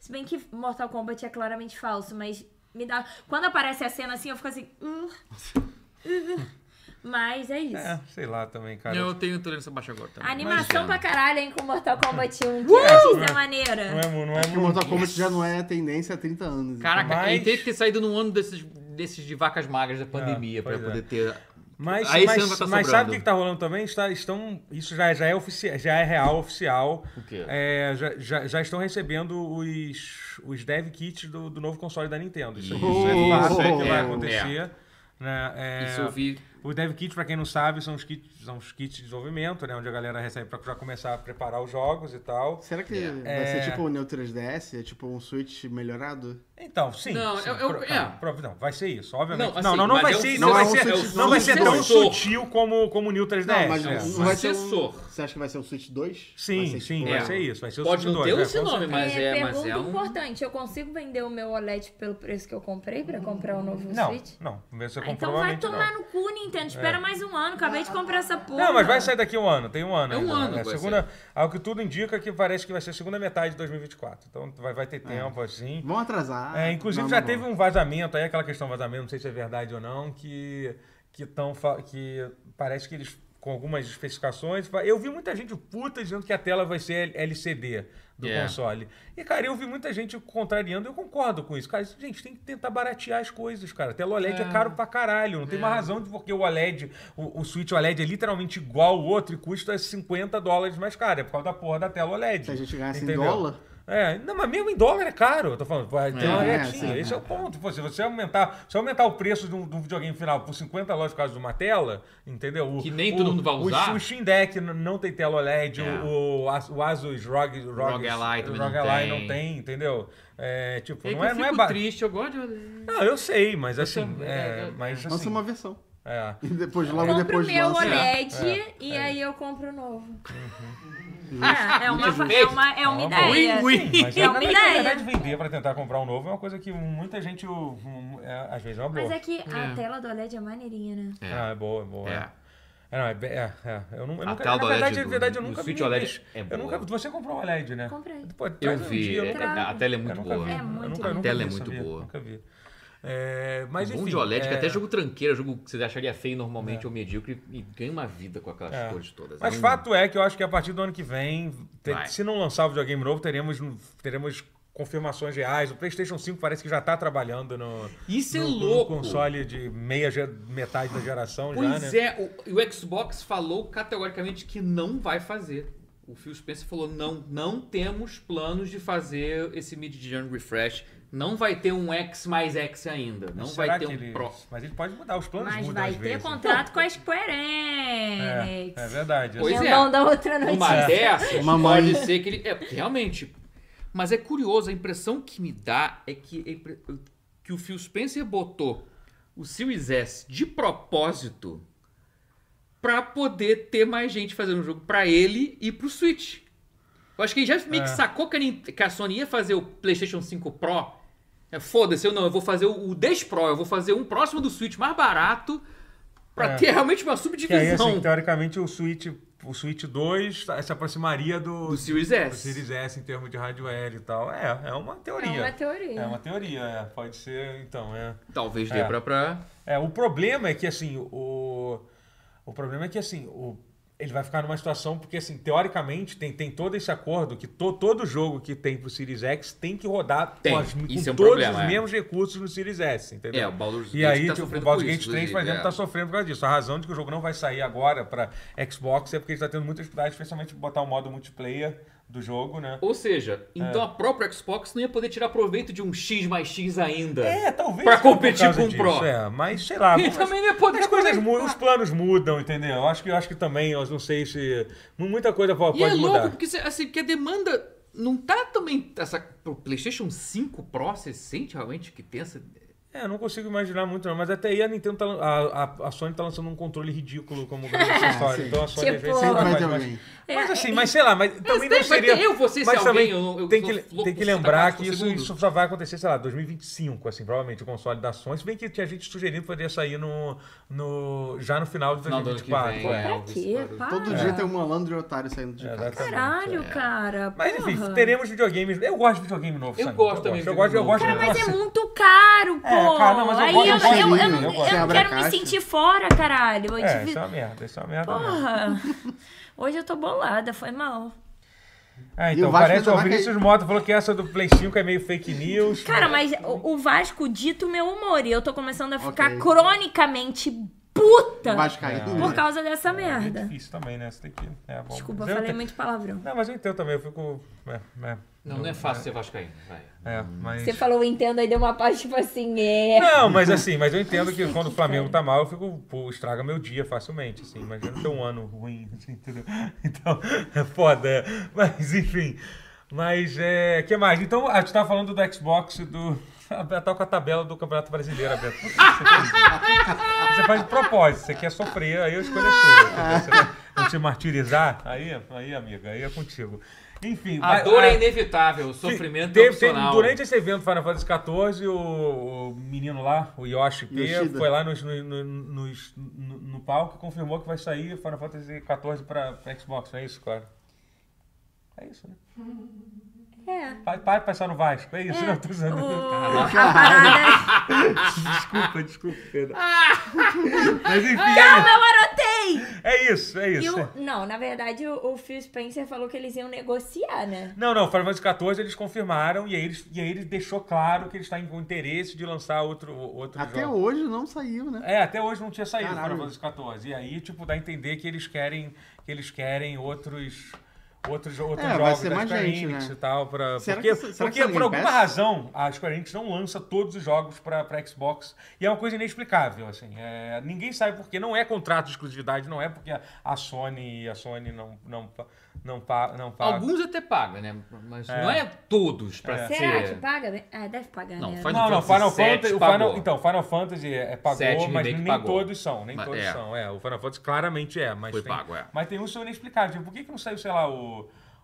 B: Se bem que Mortal Kombat é claramente falso, mas me dá. Quando aparece a cena assim, eu fico assim. "Hum, hum." Mas é isso.
A: É, sei lá também, cara.
C: Eu tenho tolerância baixa agora também.
B: Animação pra
C: Mas-
B: caralho, hein, com Mortal Kombat 1. Que antes é maneira.
A: Não é, mu- não é
D: Que
A: muito.
D: o Mortal Kombat já não é tendência há 30 anos.
C: Caraca,
A: Mas-
C: ele teve que ter saído num ano desses, desses de vacas magras da pandemia pra
A: pois é.
C: poder ter.
A: Mas,
C: Aí esse ano vai
A: mas,
C: tá
A: mas
C: sobrando.
A: sabe o que, que tá rolando também? Está, estão, isso já, já, é ofici- já é real, oficial.
C: O quê?
A: É, já, já, já estão recebendo os, os dev kits do, do novo console da Nintendo. Isso,
D: Isso.
A: isso é fato,
D: Isso
A: é que vai
D: é-
A: acontecer. né? É,
C: Isso eu vi.
A: o Os dev kits, pra quem não sabe, são os kits, são os kits de desenvolvimento, né? Onde a galera recebe pra já começar a preparar os jogos e tal.
D: Será que vai
A: É.
D: ser tipo o Neo 3DS? É tipo um Switch melhorado?
A: Então, sim.
C: Não,
A: sim,
C: eu- eu-
A: pro-
C: é.
A: pro- não, vai ser isso, obviamente.
C: Não,
A: Não, não, não,
C: assim, mas
A: vai
C: é um-
A: ser,
D: não
A: não vai
D: é um
A: ser,
D: sucessor.
A: não vai ser tão
C: Sucessor.
A: sutil como, como o New 3DS.
D: Não, mas
A: é.
D: não vai ser um...
C: Sucessor.
D: Você acha que vai ser um Switch 2?
A: Sim,
D: vai ser,
A: sim,
D: tipo,
A: vai
C: é.
A: ser isso. Vai ser o
C: Pode
A: Switch
C: não ter
A: dois,
C: esse
A: né, com
C: nome,
A: certeza.
C: mas é, mas
B: pergunta
C: é um...
B: importante, eu consigo vender o meu OLED pelo preço que eu comprei pra comprar o novo
A: Não,
B: Switch?
A: não. Você
B: Ah,
A: comprou,
B: então vai
A: provavelmente
B: tomar
A: não. É.
B: no cu, Nintendo. Espera mais um ano. Acabei de comprar essa porra.
A: Não, mas vai sair daqui um ano, tem um ano.
C: É um
A: ainda,
C: ano
A: né?
C: que vai
A: segunda, Ao que tudo indica que parece que vai ser a segunda metade de 2024. Então vai, vai
C: É.
A: ter tempo, assim.
D: Vão atrasar.
A: É, inclusive
D: Não,
A: já
D: não
A: teve
D: vão.
A: um vazamento, aí aquela questão vazamento, não sei se é verdade ou não, que que tão fa- que parece que eles com algumas especificações, fa- eu vi muita gente puta dizendo que a tela vai ser L- LCD do
C: É.
A: console. E cara, eu vi muita gente contrariando, eu concordo com isso. Cara, isso, gente, tem que tentar baratear as coisas, cara. A tela OLED é, caro pra caralho, não tem uma razão de porque o OLED, o, o Switch OLED é literalmente igual ao outro e custa 50 dólares mais caro, é por causa da porra da tela OLED.
D: Se a gente ganhasse em
A: entendeu?
D: dólar...
A: É, não, mas mesmo em dólar é caro, eu tô falando, vai ter uma
D: É,
A: retinha,
D: sim,
A: esse
D: é.
A: é o ponto. Pô, se você aumentar, se aumentar o preço de um, de um videogame final por 50 lojas por causa de uma tela, entendeu? O-
C: Que nem
A: o-
C: todo mundo vai
A: o-
C: usar.
A: O Steam Deck n- não tem tela OLED,
C: É.
A: o, o As- o Asus ROG, ROG,
C: Ally também não
A: Ally
C: tem.
A: não tem, entendeu? É, tipo,
C: É que
A: não é,
C: eu
A: não
C: fico
A: é ba-
C: triste, eu gosto de...
A: Não, eu sei, mas assim,
C: também,
A: é,
C: é,
A: mas
D: Lança
A: assim,
D: uma versão.
A: é.
D: E depois, logo
B: Compro o
D: depois né?
B: meu
D: lança.
B: OLED e aí eu compro o novo.
A: Uhum.
B: É, é, uma, é, uma, é uma
A: É uma
B: ideia.
C: boa. Ui, ui.
A: Mas
B: É
A: é,
B: uma
A: na
B: ideia.
A: verdade, vender pra tentar comprar um novo é uma coisa que muita gente, o- um, é, às vezes, é uma boa.
B: Mas é que a
C: É.
B: tela do OLED é maneirinha, né?
C: É.
A: Ah, é boa, é boa.
C: É.
A: É, não, é, be- é, é. Eu, não, eu
C: A
A: nunca,
C: tela
A: na
C: do
A: verdade,
C: OLED
A: na verdade, eu
C: do- do
A: nunca
C: Switch
A: vi
C: OLED
A: ninguém-
C: é
A: eu nunca-
C: boa.
A: você comprou um OLED, né?
B: Comprei.
A: Pô,
C: Eu
A: traz um
C: vi,
A: dia, eu
C: é-
A: nunca-
C: a tela é muito
A: eu nunca
C: boa.
A: vi,
B: É
A: eu
B: muito
A: nunca-
B: boa.
A: eu nunca
C: A tela
A: vi,
C: é muito
A: sabia?
C: boa.
A: Nunca vi. É, mas
C: Um
A: enfim,
C: bom de OLED, que
A: é,
C: até jogo tranqueira, jogo que você acharia feio normalmente ou medíocre, e ganha uma vida com aquelas
A: É.
C: cores todas.
A: Mas
C: É um-
A: fato é que eu acho que a partir do ano que vem, te-
C: Vai.
A: se não lançar o videogame novo, teremos, teremos confirmações reais. O PlayStation 5 parece que já está trabalhando no,
C: Isso é
A: no- no
C: louco!
A: console de meia ge- metade da geração já, né?
C: Pois é, o, e o Xbox falou categoricamente que não vai fazer. O Phil Spencer falou: não, não temos planos de fazer esse mid-gen refresh. Não vai ter um X mais X ainda. Não
A: Será
C: vai ter
A: que
C: um
A: ele-
C: Pro.
A: Mas ele pode mudar, os planos
B: Mas
A: mudam
B: vai
A: às
B: ter
A: vezes. né?
B: contrato com a Square Enix.
A: É, é verdade.
C: Pois
B: Eu
C: é.
B: não dou outra
C: Uma
B: notícia.
C: dessas
D: Mamãe.
C: pode ser que ele. É, porque realmente. Mas é curioso, a impressão que me dá é que, é impre- que o Phil Spencer botou o Series S de propósito pra poder ter mais gente fazendo um jogo pra ele e pro Switch. Eu acho que ele já meio que
A: É.
C: sacou que a, Nin- que a Sony ia fazer o PlayStation 5 Pro. É, Foda-se, eu não, eu vou fazer o, o 10 Pro, eu vou fazer um próximo do Switch mais barato pra
A: É.
C: ter realmente uma
A: Que aí,
C: subdivisão
A: assim, teoricamente, o Switch, o Switch 2 tá- se aproximaria do,
C: do Series
A: do
C: S.
A: Series S em termos de hardware e tal. É, é uma
B: É uma
A: teoria.
B: teoria.
A: É uma teoria, é. Pode ser, então, é.
C: Talvez dê
A: É.
C: pra, pra.
A: É, o problema é que, assim, o... O problema é que, assim, o... Ele vai ficar numa situação porque, assim, teoricamente, tem, tem todo esse acordo que to- todo jogo que tem pro Series X tem que rodar
C: Tem.
A: com, as- com
C: Isso é um
A: todos
C: problema,
A: os
C: é.
A: mesmos recursos no Series S, entendeu?
C: É, o Baldur's
A: E
C: Gate
A: aí,
C: tá
A: tipo, o
C: sofrendo
A: Baldur's
C: por
A: Gate
C: isso,
A: 3, por
C: inclusive,
A: exemplo,
C: é.
A: tá sofrendo por causa disso. A razão de que o jogo não vai sair agora pra Xbox é porque eles tá tendo muita dificuldade, especialmente de botar o modo multiplayer do jogo, né?
C: Ou seja, então a própria Xbox não ia poder tirar proveito de um X mais X ainda.
A: É, talvez.
C: Pra
A: seja por
C: competir
A: causa
C: com o
A: disso,
C: Pro.
A: É, mas sei lá.
C: E
A: mas-
C: também não ia poder
A: As coisas
C: aproveitar.
A: mudam, os planos mudam, entendeu? Eu acho que, eu acho que também, eu não sei se. Muita coisa po- pode
C: E é
A: mudar.
C: louco, porque, cê- assim, porque a demanda não tá também. Essa, pro PlayStation 5 Pro, você sente realmente que tem essa.
A: É, eu não consigo imaginar muito, não. Mas até aí a Nintendo tá, lan- a, a, a Sony tá lançando um controle ridículo como grande
C: Ah,
A: acessório.
D: sim.
A: Então a Sony às
B: Tipo-
A: vezes
D: Sempre vai
A: faz
D: ter
A: mais-
D: alguém.
A: Mas assim, mas sei lá, mas também não
C: É, tem- vai ter
A: seria...
C: eu, você, se
A: mas
C: alguém,
A: também
C: eu- eu
A: tem,
C: sou
A: que,
C: louco
A: tem que
C: por
A: lembrar
C: 70
A: que isso,
C: por
A: é
C: segundo.
A: isso só vai acontecer, sei lá, 2025, assim, provavelmente, o console da Sony. Se bem que tinha gente sugerindo que poderia sair no, no, já no final de
C: Final do ano que
A: 2024.
C: vem,
A: é.
C: é.
B: Pra quê? Para.
D: Todo dia tem um malandro e otário saindo de casa.
A: Exatamente.
B: Caralho, cara.
A: É. Mas enfim,
B: porra.
A: teremos videogames. Eu gosto de videogame novo,
C: Eu
A: saindo.
C: gosto também de
A: Eu gosto, eu
C: videogame
A: gosto,
B: Cara,
A: eu
C: novo.
A: gosto
B: mas
A: de
B: é
A: nossa.
B: muito caro, pô.
A: É, cara, não, mas eu
B: Aí eu,
A: gosto
B: eu,
A: de
B: eu,
A: joguinho,
B: não-
A: eu
B: eu
A: gosto.
B: não
D: Abre a
B: quero me
D: caixa.
B: sentir fora, caralho. Eu
A: É,
B: devia-
A: isso é uma merda, isso é uma merda. mesmo.
B: Porra. Hoje eu tô bolada, foi mal.
A: Ah,
D: E o
A: então
D: Vasco
A: parece
D: ainda
A: o
D: vai
A: Vinícius Mota falou que essa do Play 5 é meio fake news.
B: Cara, mas o, o Vasco dita o meu humor e eu tô começando a ficar
D: É. Ok.
B: cronicamente puta
D: Vascaíno.
B: por causa dessa
A: É
B: merda.
A: difícil também, né? Você tem que. É, bom.
B: Desculpa,
A: Mas eu
B: falei
A: entendo-
B: muito palavrão.
A: Não, mas eu entendo também, eu fico. É, é,
C: Não, não é fácil ser vascaíno, vai.
A: É, mas.
B: Você falou entendo aí, deu uma parte tipo assim, é.
A: Não, mas assim, mas eu entendo que quando o Flamengo tá mal, eu fico, pô, estraga meu dia facilmente, assim. Imagina ter um ano ruim, assim, entendeu? Então, é foda. é. Mas, enfim. Mas, é. que mais? Então, a gente tava falando do Xbox e do. A Bia tá com a tabela do Campeonato Brasileiro, Beto. Você faz- você faz de propósito, você quer sofrer, aí a escolha é sua. entendeu? Você vai- Não te martirizar, aí, aí, amiga, aí é contigo. Enfim,
C: A
A: mas-
C: dor
A: a-
C: é inevitável, o sofrimento
A: Teve-
C: é
A: teve-
C: opcional.
A: durante esse evento Final Fantasy XIV, o, o menino lá, o Yoshi P,
D: Yoshida.
A: foi lá nos- no, no, nos- no- no palco e confirmou que vai sair Final Fantasy XIV pra, pra Xbox, não é isso, cara? É isso, né?
B: É.
A: Para, para de pensar no Vasco, é isso, né? Eu tô usando.
B: O- a parada. é-
A: Desculpa, desculpa, Pedro.
B: Ah!
A: Mas enfim,
B: Calma, eu arotei!
A: é, é isso, é
B: Ah! E
A: isso.
B: o... Não, na verdade, o, o Phil Spencer falou que eles iam negociar, né?
A: Não, não, Final Fantasy XIV eles confirmaram e aí eles, e aí eles deixou claro que eles têm o interesse de lançar outro, outro
D: Até
A: jogo.
D: hoje não saiu, né?
A: É, até hoje não tinha saído
D: Caralho.
A: Final Fantasy 14. E aí, tipo, dá a entender que eles querem, que eles querem outros. Outros, outros
D: É, vai
A: jogos
D: ser
A: da
D: mais
A: Square
D: gente,
A: Enix
D: né?
A: e tal. Pra,
D: Será
A: porque
D: que- será que
A: porque
D: isso é
A: por alguma
D: Game Pass?
A: razão, a Square Enix não lança todos os jogos pra, pra Xbox. E é uma coisa inexplicável, assim. É, ninguém sabe porque. Não é contrato de exclusividade, não é porque a, a Sony a Sony não, não, pa- não, pa- não paga.
C: Alguns até pagam, né? Mas não é todos pra ser.
B: Será que paga? bem? Ah, deve pagar,
C: é. Não,
B: né?
C: faz-
A: Não, não, Final
C: Fantasy
A: Fantasy.
C: VII
A: o Final,
C: pagou.
A: então, Final Fantasy é, é pagou,
C: VII
A: mas
C: remake
A: nem
C: pagou.
A: todos são. Nem
C: Mas-
A: todos
C: é.
A: são. É, o Final Fantasy claramente é, mas.
C: Foi
A: tem,
C: pago, é.
A: Mas tem uns que são inexplicáveis. Tipo, por que, que não saiu, sei lá, o.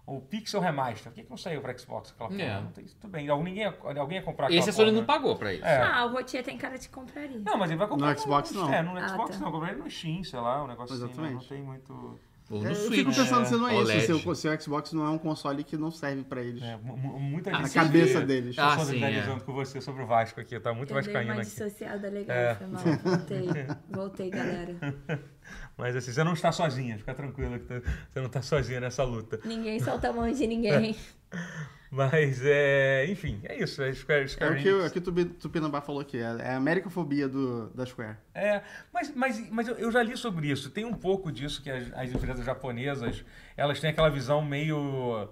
A: O Pixel Remaster, por que, que não saiu pra Xbox? Aquela porra?
C: É.
A: Não tem- Tudo bem, alguém, ia- alguém ia comprar aquela
C: Esse a Sony
A: porra,
C: não
A: né?
C: pagou pra isso.
B: Ah, o Rotier tem cara de compraria.
A: Não, mas ele vai comprar.
D: No Xbox não.
A: É, no
B: Ah,
A: Xbox
B: tá.
A: não, comprar ele no Steam, sei lá, um negócio assim. né? Não
D: Exatamente.
A: tem muito.
C: Ou né?
D: É,
C: no
D: Eu
C: Switch.
D: fico pensando se não é
C: OLED.
D: isso, se o, se o Xbox não é um console que não serve pra eles.
A: é, mu- mu- muita
C: Ah,
A: gente. tá
D: Na
C: sim.
D: cabeça deles.
A: Estou
C: Ah, sim,
A: solidarizando com você sobre o Vasco aqui, tá muito
B: Eu dei
A: vascaíno
B: uma
A: aqui.
B: dissociada legal,
A: É.
B: foi mal. Voltei, voltei, galera.
A: Mas assim, você não está sozinha, fica tranquila que tá- você não está sozinha nessa luta.
B: Ninguém solta a mão de ninguém.
A: É. Mas, é, enfim, é isso. É, Square,
D: É
A: Square
D: o que, o- é o
A: Enix.
D: que o Tupi- Tupinambá falou aqui, é é a americofobia do, da Square.
A: É, mas, mas, mas eu- eu já li sobre isso. Tem um pouco disso que as, as empresas japonesas, elas têm aquela visão meio...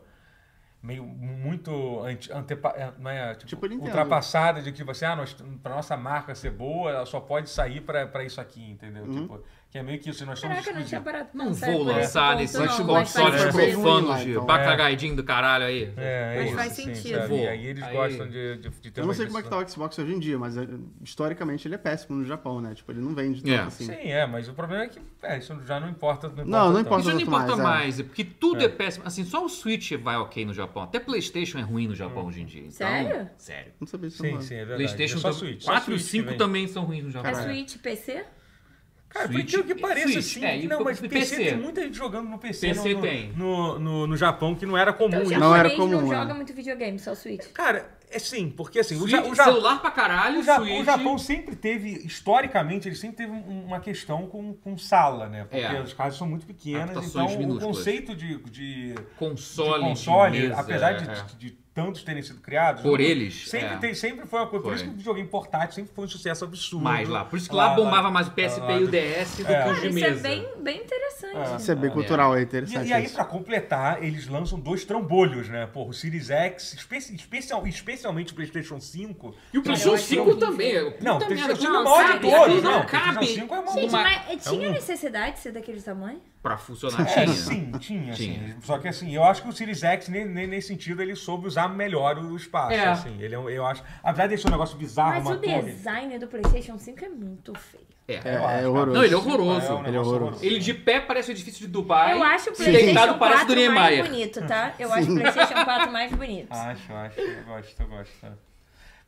A: Meio muito anti, antepa, é, não é? tipo,
D: Tipo Nintendo.
A: ultrapassada de que você, ah, nós, pra nossa marca ser boa, ela só pode sair pra, pra isso aqui, entendeu?
D: Uhum.
A: Tipo, que é meio que isso, nós somos
B: Caraca, eu não tinha
A: exclusivos.
B: parado pra
C: Não
B: pensar
C: vou
B: por esse
C: lançar
B: ponto,
C: nesse
B: não,
D: Xbox
B: mas
D: Sony
B: faz
C: console
D: foi
C: pro
B: sentido.
D: ruim
C: fã
D: lá,
C: de
D: então.
C: bacagaidinho do caralho aí.
A: É, é
B: Mas
A: isso,
B: faz
A: assim,
B: sentido.
A: sabe? E
C: Vou.
A: aí eles
C: Aí-
A: gostam de, de, de ter
D: Eu não
A: mais
D: sei como é
A: isso,
D: que tá o Xbox hoje em dia, mas é, historicamente ele é péssimo no Japão, né? Tipo, ele não vende tanto
C: É.
D: assim.
A: Sim, é, mas o problema é que é, isso já não importa. Não, importa
D: não
A: tanto.
D: importa.
C: Isso não
D: tanto
C: importa
D: mais,
C: mais, é porque tudo é. péssimo. Assim, só o Switch vai ok no Japão. Até PlayStation é ruim no Japão hoje em dia. Então,
B: Sério?
C: Sério.
D: Não sabia disso
A: Sim,
D: não.
A: sim, Hum. é verdade.
C: PlayStation
A: é só
C: tam-
A: Switch. só
C: 4 e
A: Switch que
C: 5
A: vem.
C: também são ruins no
B: É
C: Japão.
B: Switch PC?
A: Cara, por
C: Switch-
A: aquilo que pareça,
C: Switch,
A: sim.
C: é, e
A: não, mas
C: p-
A: PC,
C: PC.
A: tem muita gente jogando no PC.
C: PC
A: no,
C: tem.
A: No, no, no Japão, que não era comum.
B: Então, o
A: isso.
D: Não era
B: japonês
D: comum,
B: não
D: né?
B: joga muito videogame, só Switch.
A: Cara, é sim, porque assim, o,
C: Switch,
A: ja, o, ja,
C: celular pra caralho,
A: o, ja,
C: Switch.
A: o Japão sempre teve, historicamente, ele sempre teve um- uma questão com, com sala, né? Porque
C: É.
A: as casas são muito pequenas,
C: Habitações
A: então o
C: minúsculas.
A: conceito de, de, de
C: console, de
A: console,
C: mesa,
A: apesar de,
C: é.
A: de- de tantos terem sido criados, né,
C: Por eles,
A: sempre,
C: é.
A: tem- sempre foi uma coisa. Por
C: Foi.
A: isso que o videogame portátil sempre foi um sucesso absurdo.
C: mais lá. Por isso que lá, bombava mais o PSP e o DS do que os
B: Cara,
C: de
B: isso é
C: mesa.
B: bem, bem interessante.
D: Isso é bem cultural, é
A: E-
D: interessante
A: E, aí,
D: isso.
A: pra completar, eles lançam dois trambolhos, né? Porra, o Series X, espe- especial, especialmente o PlayStation 5.
C: E o
A: Cara,
B: eu
C: PlayStation
B: acho
C: 5
B: horrível.
C: também. é-
A: Não, o
C: puta
A: PlayStation
C: merda,
A: 5 é o
B: não,
A: maior de
B: sabe,
A: todos,
B: aquilo
A: não.
B: não
A: O PlayStation
C: cabe.
A: 5 é uma.
B: Gente,
A: uma-
B: mas tinha
A: é um-
B: necessidade de ser daquele tamanho?
C: Pra funcionar.
A: É,
C: tinha.
A: sim, tinha,
C: Tinha.
A: sim. Só que assim, eu acho que o Series X, ne- ne- nesse sentido, ele soube usar melhor o espaço.
C: É.
A: Assim. Ele, é um- eu acho. Apesar de ser um negócio bizarro,
B: Mas
A: uma
B: o
A: torre.
B: design do PlayStation 5 é muito feio.
C: É.
D: É,
A: Eu acho,
D: é
A: cara.
D: horroroso.
C: Não, ele é horroroso.
A: um
D: Ele é
A: negócio
D: horroroso.
C: Ele de pé parece o edifício de Dubai.
B: Eu acho o
C: Se
B: PlayStation
C: deitado
B: 4
C: parece do
B: mais
C: Niemeyer.
B: bonito, tá? Eu acho o PlayStation 4 mais bonito.
A: Acho, acho. Eu gosto, eu gosto. é.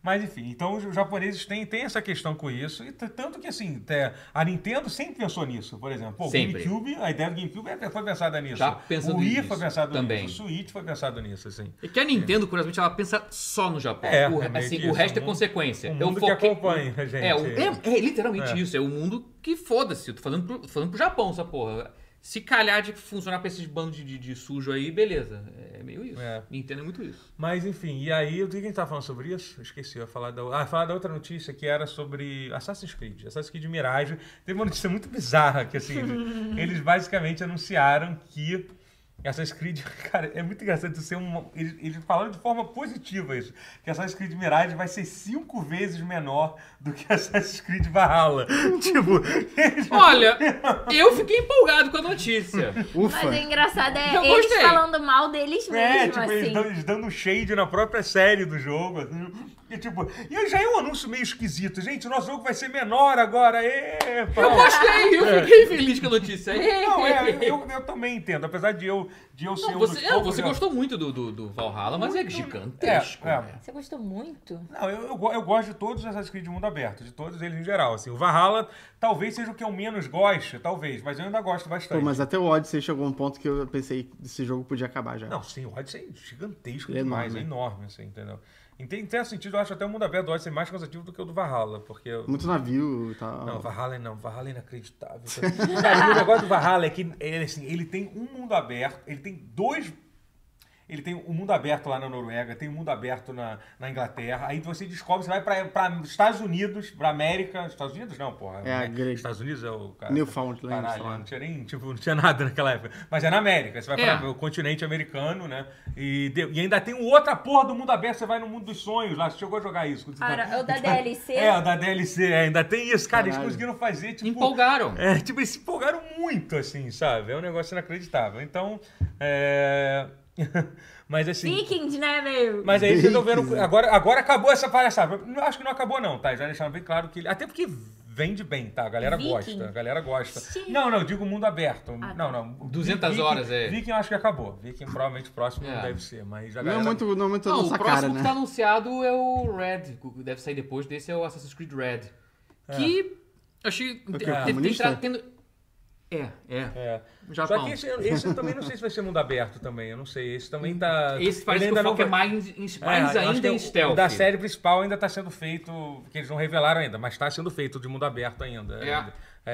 A: Mas enfim, então os japoneses têm, têm essa questão com isso. E t- tanto que assim, até a Nintendo sempre pensou nisso, por exemplo. Pô, o
C: Sempre.
A: GameCube, a ideia do GameCube é- foi pensada nisso.
C: Tá pensando
A: o Wii
C: nisso
A: foi pensado
C: também.
A: nisso. O Switch foi pensado nisso, assim.
C: É que a Nintendo, curiosamente, ela pensa só no Japão.
A: É,
C: o,
A: é meio
C: assim,
A: que
C: o
A: isso,
C: resto
A: o
C: é
A: mundo-
C: consequência.
A: o
C: Eu
A: mundo que
C: foquei-
A: acompanha a gente.
C: É, o- é, é literalmente
A: É.
C: isso. É o mundo que foda-se. Eu tô falando pro, falando pro Japão, essa porra. Se calhar de funcionar pra esses bandos de, de- de sujo aí, beleza. É meio isso.
A: É.
C: Nintendo é muito isso.
A: Mas enfim, e aí, o que a gente tava falando sobre isso? Esqueci, eu ia falar da, ah, falar da outra notícia que era sobre Assassin's Creed. Assassin's Creed Mirage. Teve uma notícia muito bizarra que assim, eles basicamente anunciaram que Assassin's Creed, cara, é muito engraçado ser um. Eles, eles falaram de forma positiva isso. Que Assassin's Creed Mirage vai ser cinco vezes menor do que Assassin's Creed Valhalla. tipo, eles
C: Olha, eu fiquei empolgado com a notícia.
D: Ufa.
F: Mas o engraçado é
C: Eu
F: eles
C: gostei.
F: falando mal deles
A: É,
F: mesmos,
A: tipo, eles,
F: assim.
A: dão- eles dando shade na própria série do jogo. assim. E, tipo, e já é um anúncio meio esquisito. Gente, o nosso jogo vai ser menor agora. ê, pau.
C: Eu gostei, eu fiquei feliz com a notícia.
A: Não, é, eu, eu também entendo. Apesar de eu, de eu ser
C: Não,
A: um
C: você,
A: dos
C: é,
A: poucos
C: você
A: já-
C: gostou muito do, do, do Valhalla, mas é gigantesco.
A: É, é.
C: né?
F: Você gostou muito?
A: Não, eu, eu, go- eu gosto de todos os Assassin's Creed de mundo aberto, de todos eles em geral. Assim, o Valhalla talvez seja o que eu menos gosto, talvez, mas eu ainda gosto
D: Pô,
A: bastante.
D: mas até o Odyssey chegou a um ponto que eu pensei que esse jogo podia acabar já.
A: Não, sim, o Odyssey é gigantesco
D: Ele é
A: demais,
D: enorme.
A: é enorme, assim, entendeu? Em tem- em certo sentido, eu acho até o mundo aberto do Odyssey mais cansativo do que o do Valhalla, porque... eu-
D: Muito navio e tal.
A: Não, Valhalla não, Valhalla é inacreditável. Cara, o negócio do Valhalla é que ele, assim, ele tem um mundo aberto, ele tem dois. Ele tem um mundo aberto lá na Noruega, tem um mundo aberto na, na Inglaterra. Aí você descobre, você vai pra, pra Estados Unidos, pra América. Estados Unidos não, porra.
D: É, a grande-
A: Estados Unidos é o cara.
D: Newfoundland,
A: Caralho,
D: sei lá.
A: não tinha nem, tipo, não tinha nada naquela época. Mas é na América, você vai
C: É.
A: para o continente americano, né? E, de- e ainda tem outra porra do mundo aberto, você vai no mundo dos sonhos lá. Você chegou a jogar isso. quando você tá-
F: Cara,
A: tava-
F: é o da DLC?
A: É, o da DLC, é, ainda tem isso. Cara, eles
D: Caralho.
A: conseguiram fazer, tipo...
C: Empolgaram.
A: É, tipo, eles se empolgaram muito, assim, sabe? É um negócio inacreditável. Então, é... Mas assim...
F: Vikings, né, meu?
A: Mas aí eles resolveram.
D: Vikings, né?
A: Agora, agora acabou essa palhaçada. Não, Acho que não acabou, não, tá? Já deixaram bem claro que. Até porque vende bem, tá? A galera
F: Viking.
A: gosta. A galera gosta.
F: Sim.
A: Não, não, eu digo mundo aberto.
F: Ah,
A: não, não.
C: 200
A: Viking-
C: tá. horas, é.
A: Viking eu acho que acabou. Viking provavelmente próximo
C: É.
A: deve ser, mas a
D: Não
A: galera.
D: é muito, não é muito a
C: Não,
D: nossa
C: o
D: cara,
C: próximo que
D: né?
C: tá anunciado é o Red, que deve sair depois desse, é o Assassin's Creed Red.
A: É.
C: Que eu achei...
D: É O que,
C: te-
D: o
C: te-
D: comunista?
C: tá tendo- É, é.
A: É.
C: Japão.
A: Só que esse, esse eu também não sei se vai ser mundo aberto também. Eu não sei. Esse também tá.
C: Esse
A: ele
C: parece que
A: ainda
C: o foco
A: vai-
C: é mais, em-
A: É,
C: mais
A: eu acho que
C: ainda
A: o-
C: em
A: o
C: stealth.
A: Da série principal ainda tá sendo feito. Que eles não revelaram ainda, mas tá sendo feito de mundo aberto ainda.
C: É.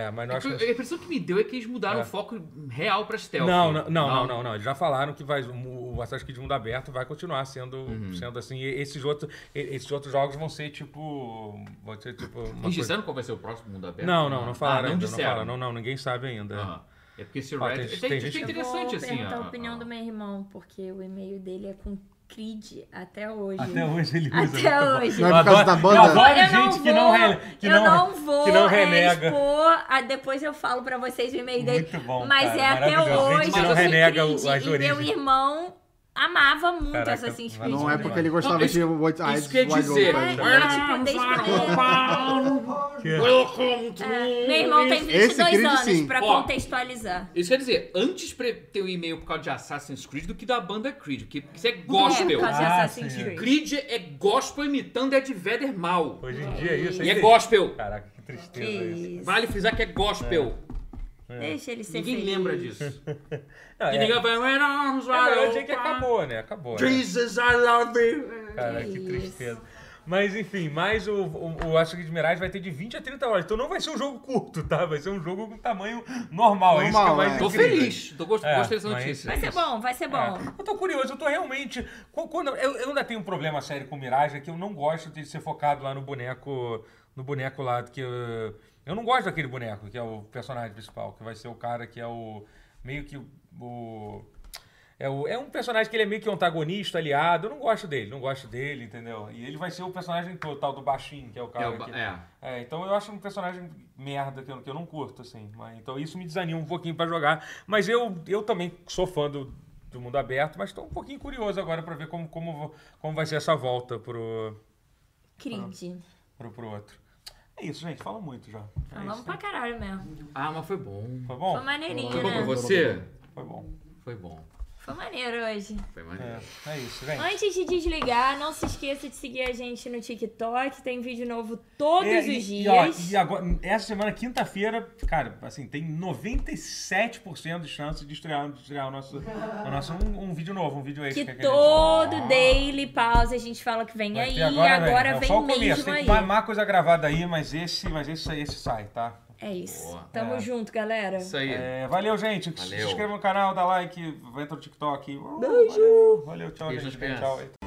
A: É, mas não
C: A
A: acho que.
C: impressão que é me deu é que eles mudaram
A: É.
C: o foco real pra stealth.
A: Não, não, não, não, não, não. Eles já falaram que vai, o o Assassin's Creed Mundo Aberto vai continuar sendo,
C: Uhum.
A: sendo assim. E esses, outro, e- esses outros jogos vão ser tipo. Vão ser tipo. uma
C: Eles
A: coisa-
C: disseram qual vai ser o próximo mundo aberto?
A: Não, não, não falaram.
C: Ah, não
A: ainda,
C: disseram.
A: falaram. Não, não, ninguém sabe ainda.
C: Ah, é porque esse
A: Ah,
C: Red...
A: tem-
C: Tem,
A: tem
C: tem,
A: gente-
C: interessante,
F: eu vou
C: assim.
F: perguntar a opinião
C: a-
F: do meu irmão, porque o e-mail dele é com Creed até hoje.
A: Até hoje ele usa.
F: Até
A: muito bom.
F: hoje.
D: Não é
A: Eu
D: por causa
A: adoro,
D: da
A: eu
D: banda?
A: adoro
F: Eu
A: gente que não,
F: vou-
A: rele- que
F: eu
A: não,
F: não vou
A: que não
F: é,
A: renega.
F: expor, ah, depois eu falo pra vocês o e-mail dele.
A: Muito bom,
F: mas
A: cara,
F: é até
A: maravilhoso.
F: hoje.
A: Gente
C: que não
F: Assassin's
A: renega
F: Creed,
A: o- as
F: E meu
A: origens.
F: irmão amava muito
A: Caraca,
F: Assassin's Creed.
D: Não é porque ele
A: Não,
D: gostava
C: isso-
D: de White né? Eyes
C: Isso quer
D: Wide
C: dizer...
D: Open.
F: É, é, tipo, desde quando-
C: Welcome to...
F: Meu irmão tem
D: Esse
F: 22
D: Creed,
F: anos,
D: sim.
F: pra
C: Ó.
F: contextualizar.
C: Isso quer dizer, antes pre- ter um e-mail por causa de Assassin's Creed do que da banda Creed, porque isso é
F: É,
C: gospel.
F: por causa de
A: Ah,
F: Assassin's
A: sim.
F: Creed.
C: Creed é gospel imitando Ed Vedder mal.
A: Hoje em dia é isso.
C: E é
A: aí-
C: gospel.
A: Caraca, que tristeza isso.
F: Isso.
C: Vale frisar que é gospel.
F: Deixa ele ser
C: Ninguém
F: feliz.
C: lembra disso.
A: Não,
C: E
A: é,
C: ninguém vai... "When arms
A: na
C: were
A: verdade é que
C: open,
A: acabou, né? Acabou. né?
C: Jesus, I love you.
A: Cara,
F: Que
A: que
F: isso.
A: tristeza. Mas enfim, mas o, o, o Astro de Mirage vai ter de 20 a 30 horas. Então não vai ser um jogo curto, tá? Vai ser um jogo com tamanho normal. é isso que é
D: Normal,
A: mais
D: é.
C: Tô
A: incrível.
C: feliz. Tô gost...
A: É,
C: gostei dessa
A: mas-
C: notícia.
F: Vai ser bom, vai ser bom.
A: É. Eu tô curioso, eu tô realmente. qu- Quando, eu, eu ainda tenho um problema sério com o Mirage, é que eu não gosto de ser focado lá no boneco. No boneco lá, que eu, eu não gosto daquele boneco, que é o personagem principal, que vai ser o cara que é o. Meio que o- o. É, o- é um personagem que ele é meio que um antagonista, aliado. Eu não gosto dele, não gosto dele, entendeu? E ele vai ser o personagem total do baixinho, que é o cara
C: É, o ba-
A: que-
C: é.
A: é, então eu acho um personagem merda que eu, que eu não curto, assim. Mas, então isso me desanima um pouquinho pra jogar. Mas eu, eu também sou fã do, do mundo aberto, mas tô um pouquinho curioso agora pra ver como, como, vo- como vai ser essa volta pro,
F: Creed.
A: pro, pro outro. É isso, gente. Fala muito já. É
F: Falamos
A: isso,
F: pra
A: né?
F: caralho mesmo.
C: Ah, mas foi bom.
A: Foi
F: Então Foi
A: bom?
F: maneirinho,
C: Foi bom pra
F: né?
C: você?
A: Foi bom.
C: Foi bom.
F: Foi maneiro hoje.
C: Foi maneiro.
A: É, é isso, gente.
F: Antes de desligar, não se esqueça de seguir a gente no TikTok. Tem vídeo novo todos
A: É,
F: os
A: e- E, ó,
F: dias.
A: e agora, essa semana, quinta-feira, cara, assim, tem 97% de chance de estrear, de estrear o nosso, o nosso um, um vídeo novo, um vídeo extra.
F: que
A: a gente-
F: todo
A: Ah.
F: daily pause a gente fala que vem
A: Vai
F: aí.
A: ter
F: Agora,
A: velho. É
F: vem
A: só o começo.
F: mesmo
A: Tem
F: aí.
A: mais coisa gravada aí, mas esse, mas esse, esse sai, tá?
B: É isso.
C: Boa.
F: Tamo
A: É.
F: junto, galera.
C: Isso aí.
A: É, valeu, gente. Se
C: Valeu.
A: inscreva no canal, dá like, entra no TikTok. Uh, Beijo. Valeu, valeu tchau,
C: Beijo
A: gente.
C: nas
A: Tchau.
C: crianças.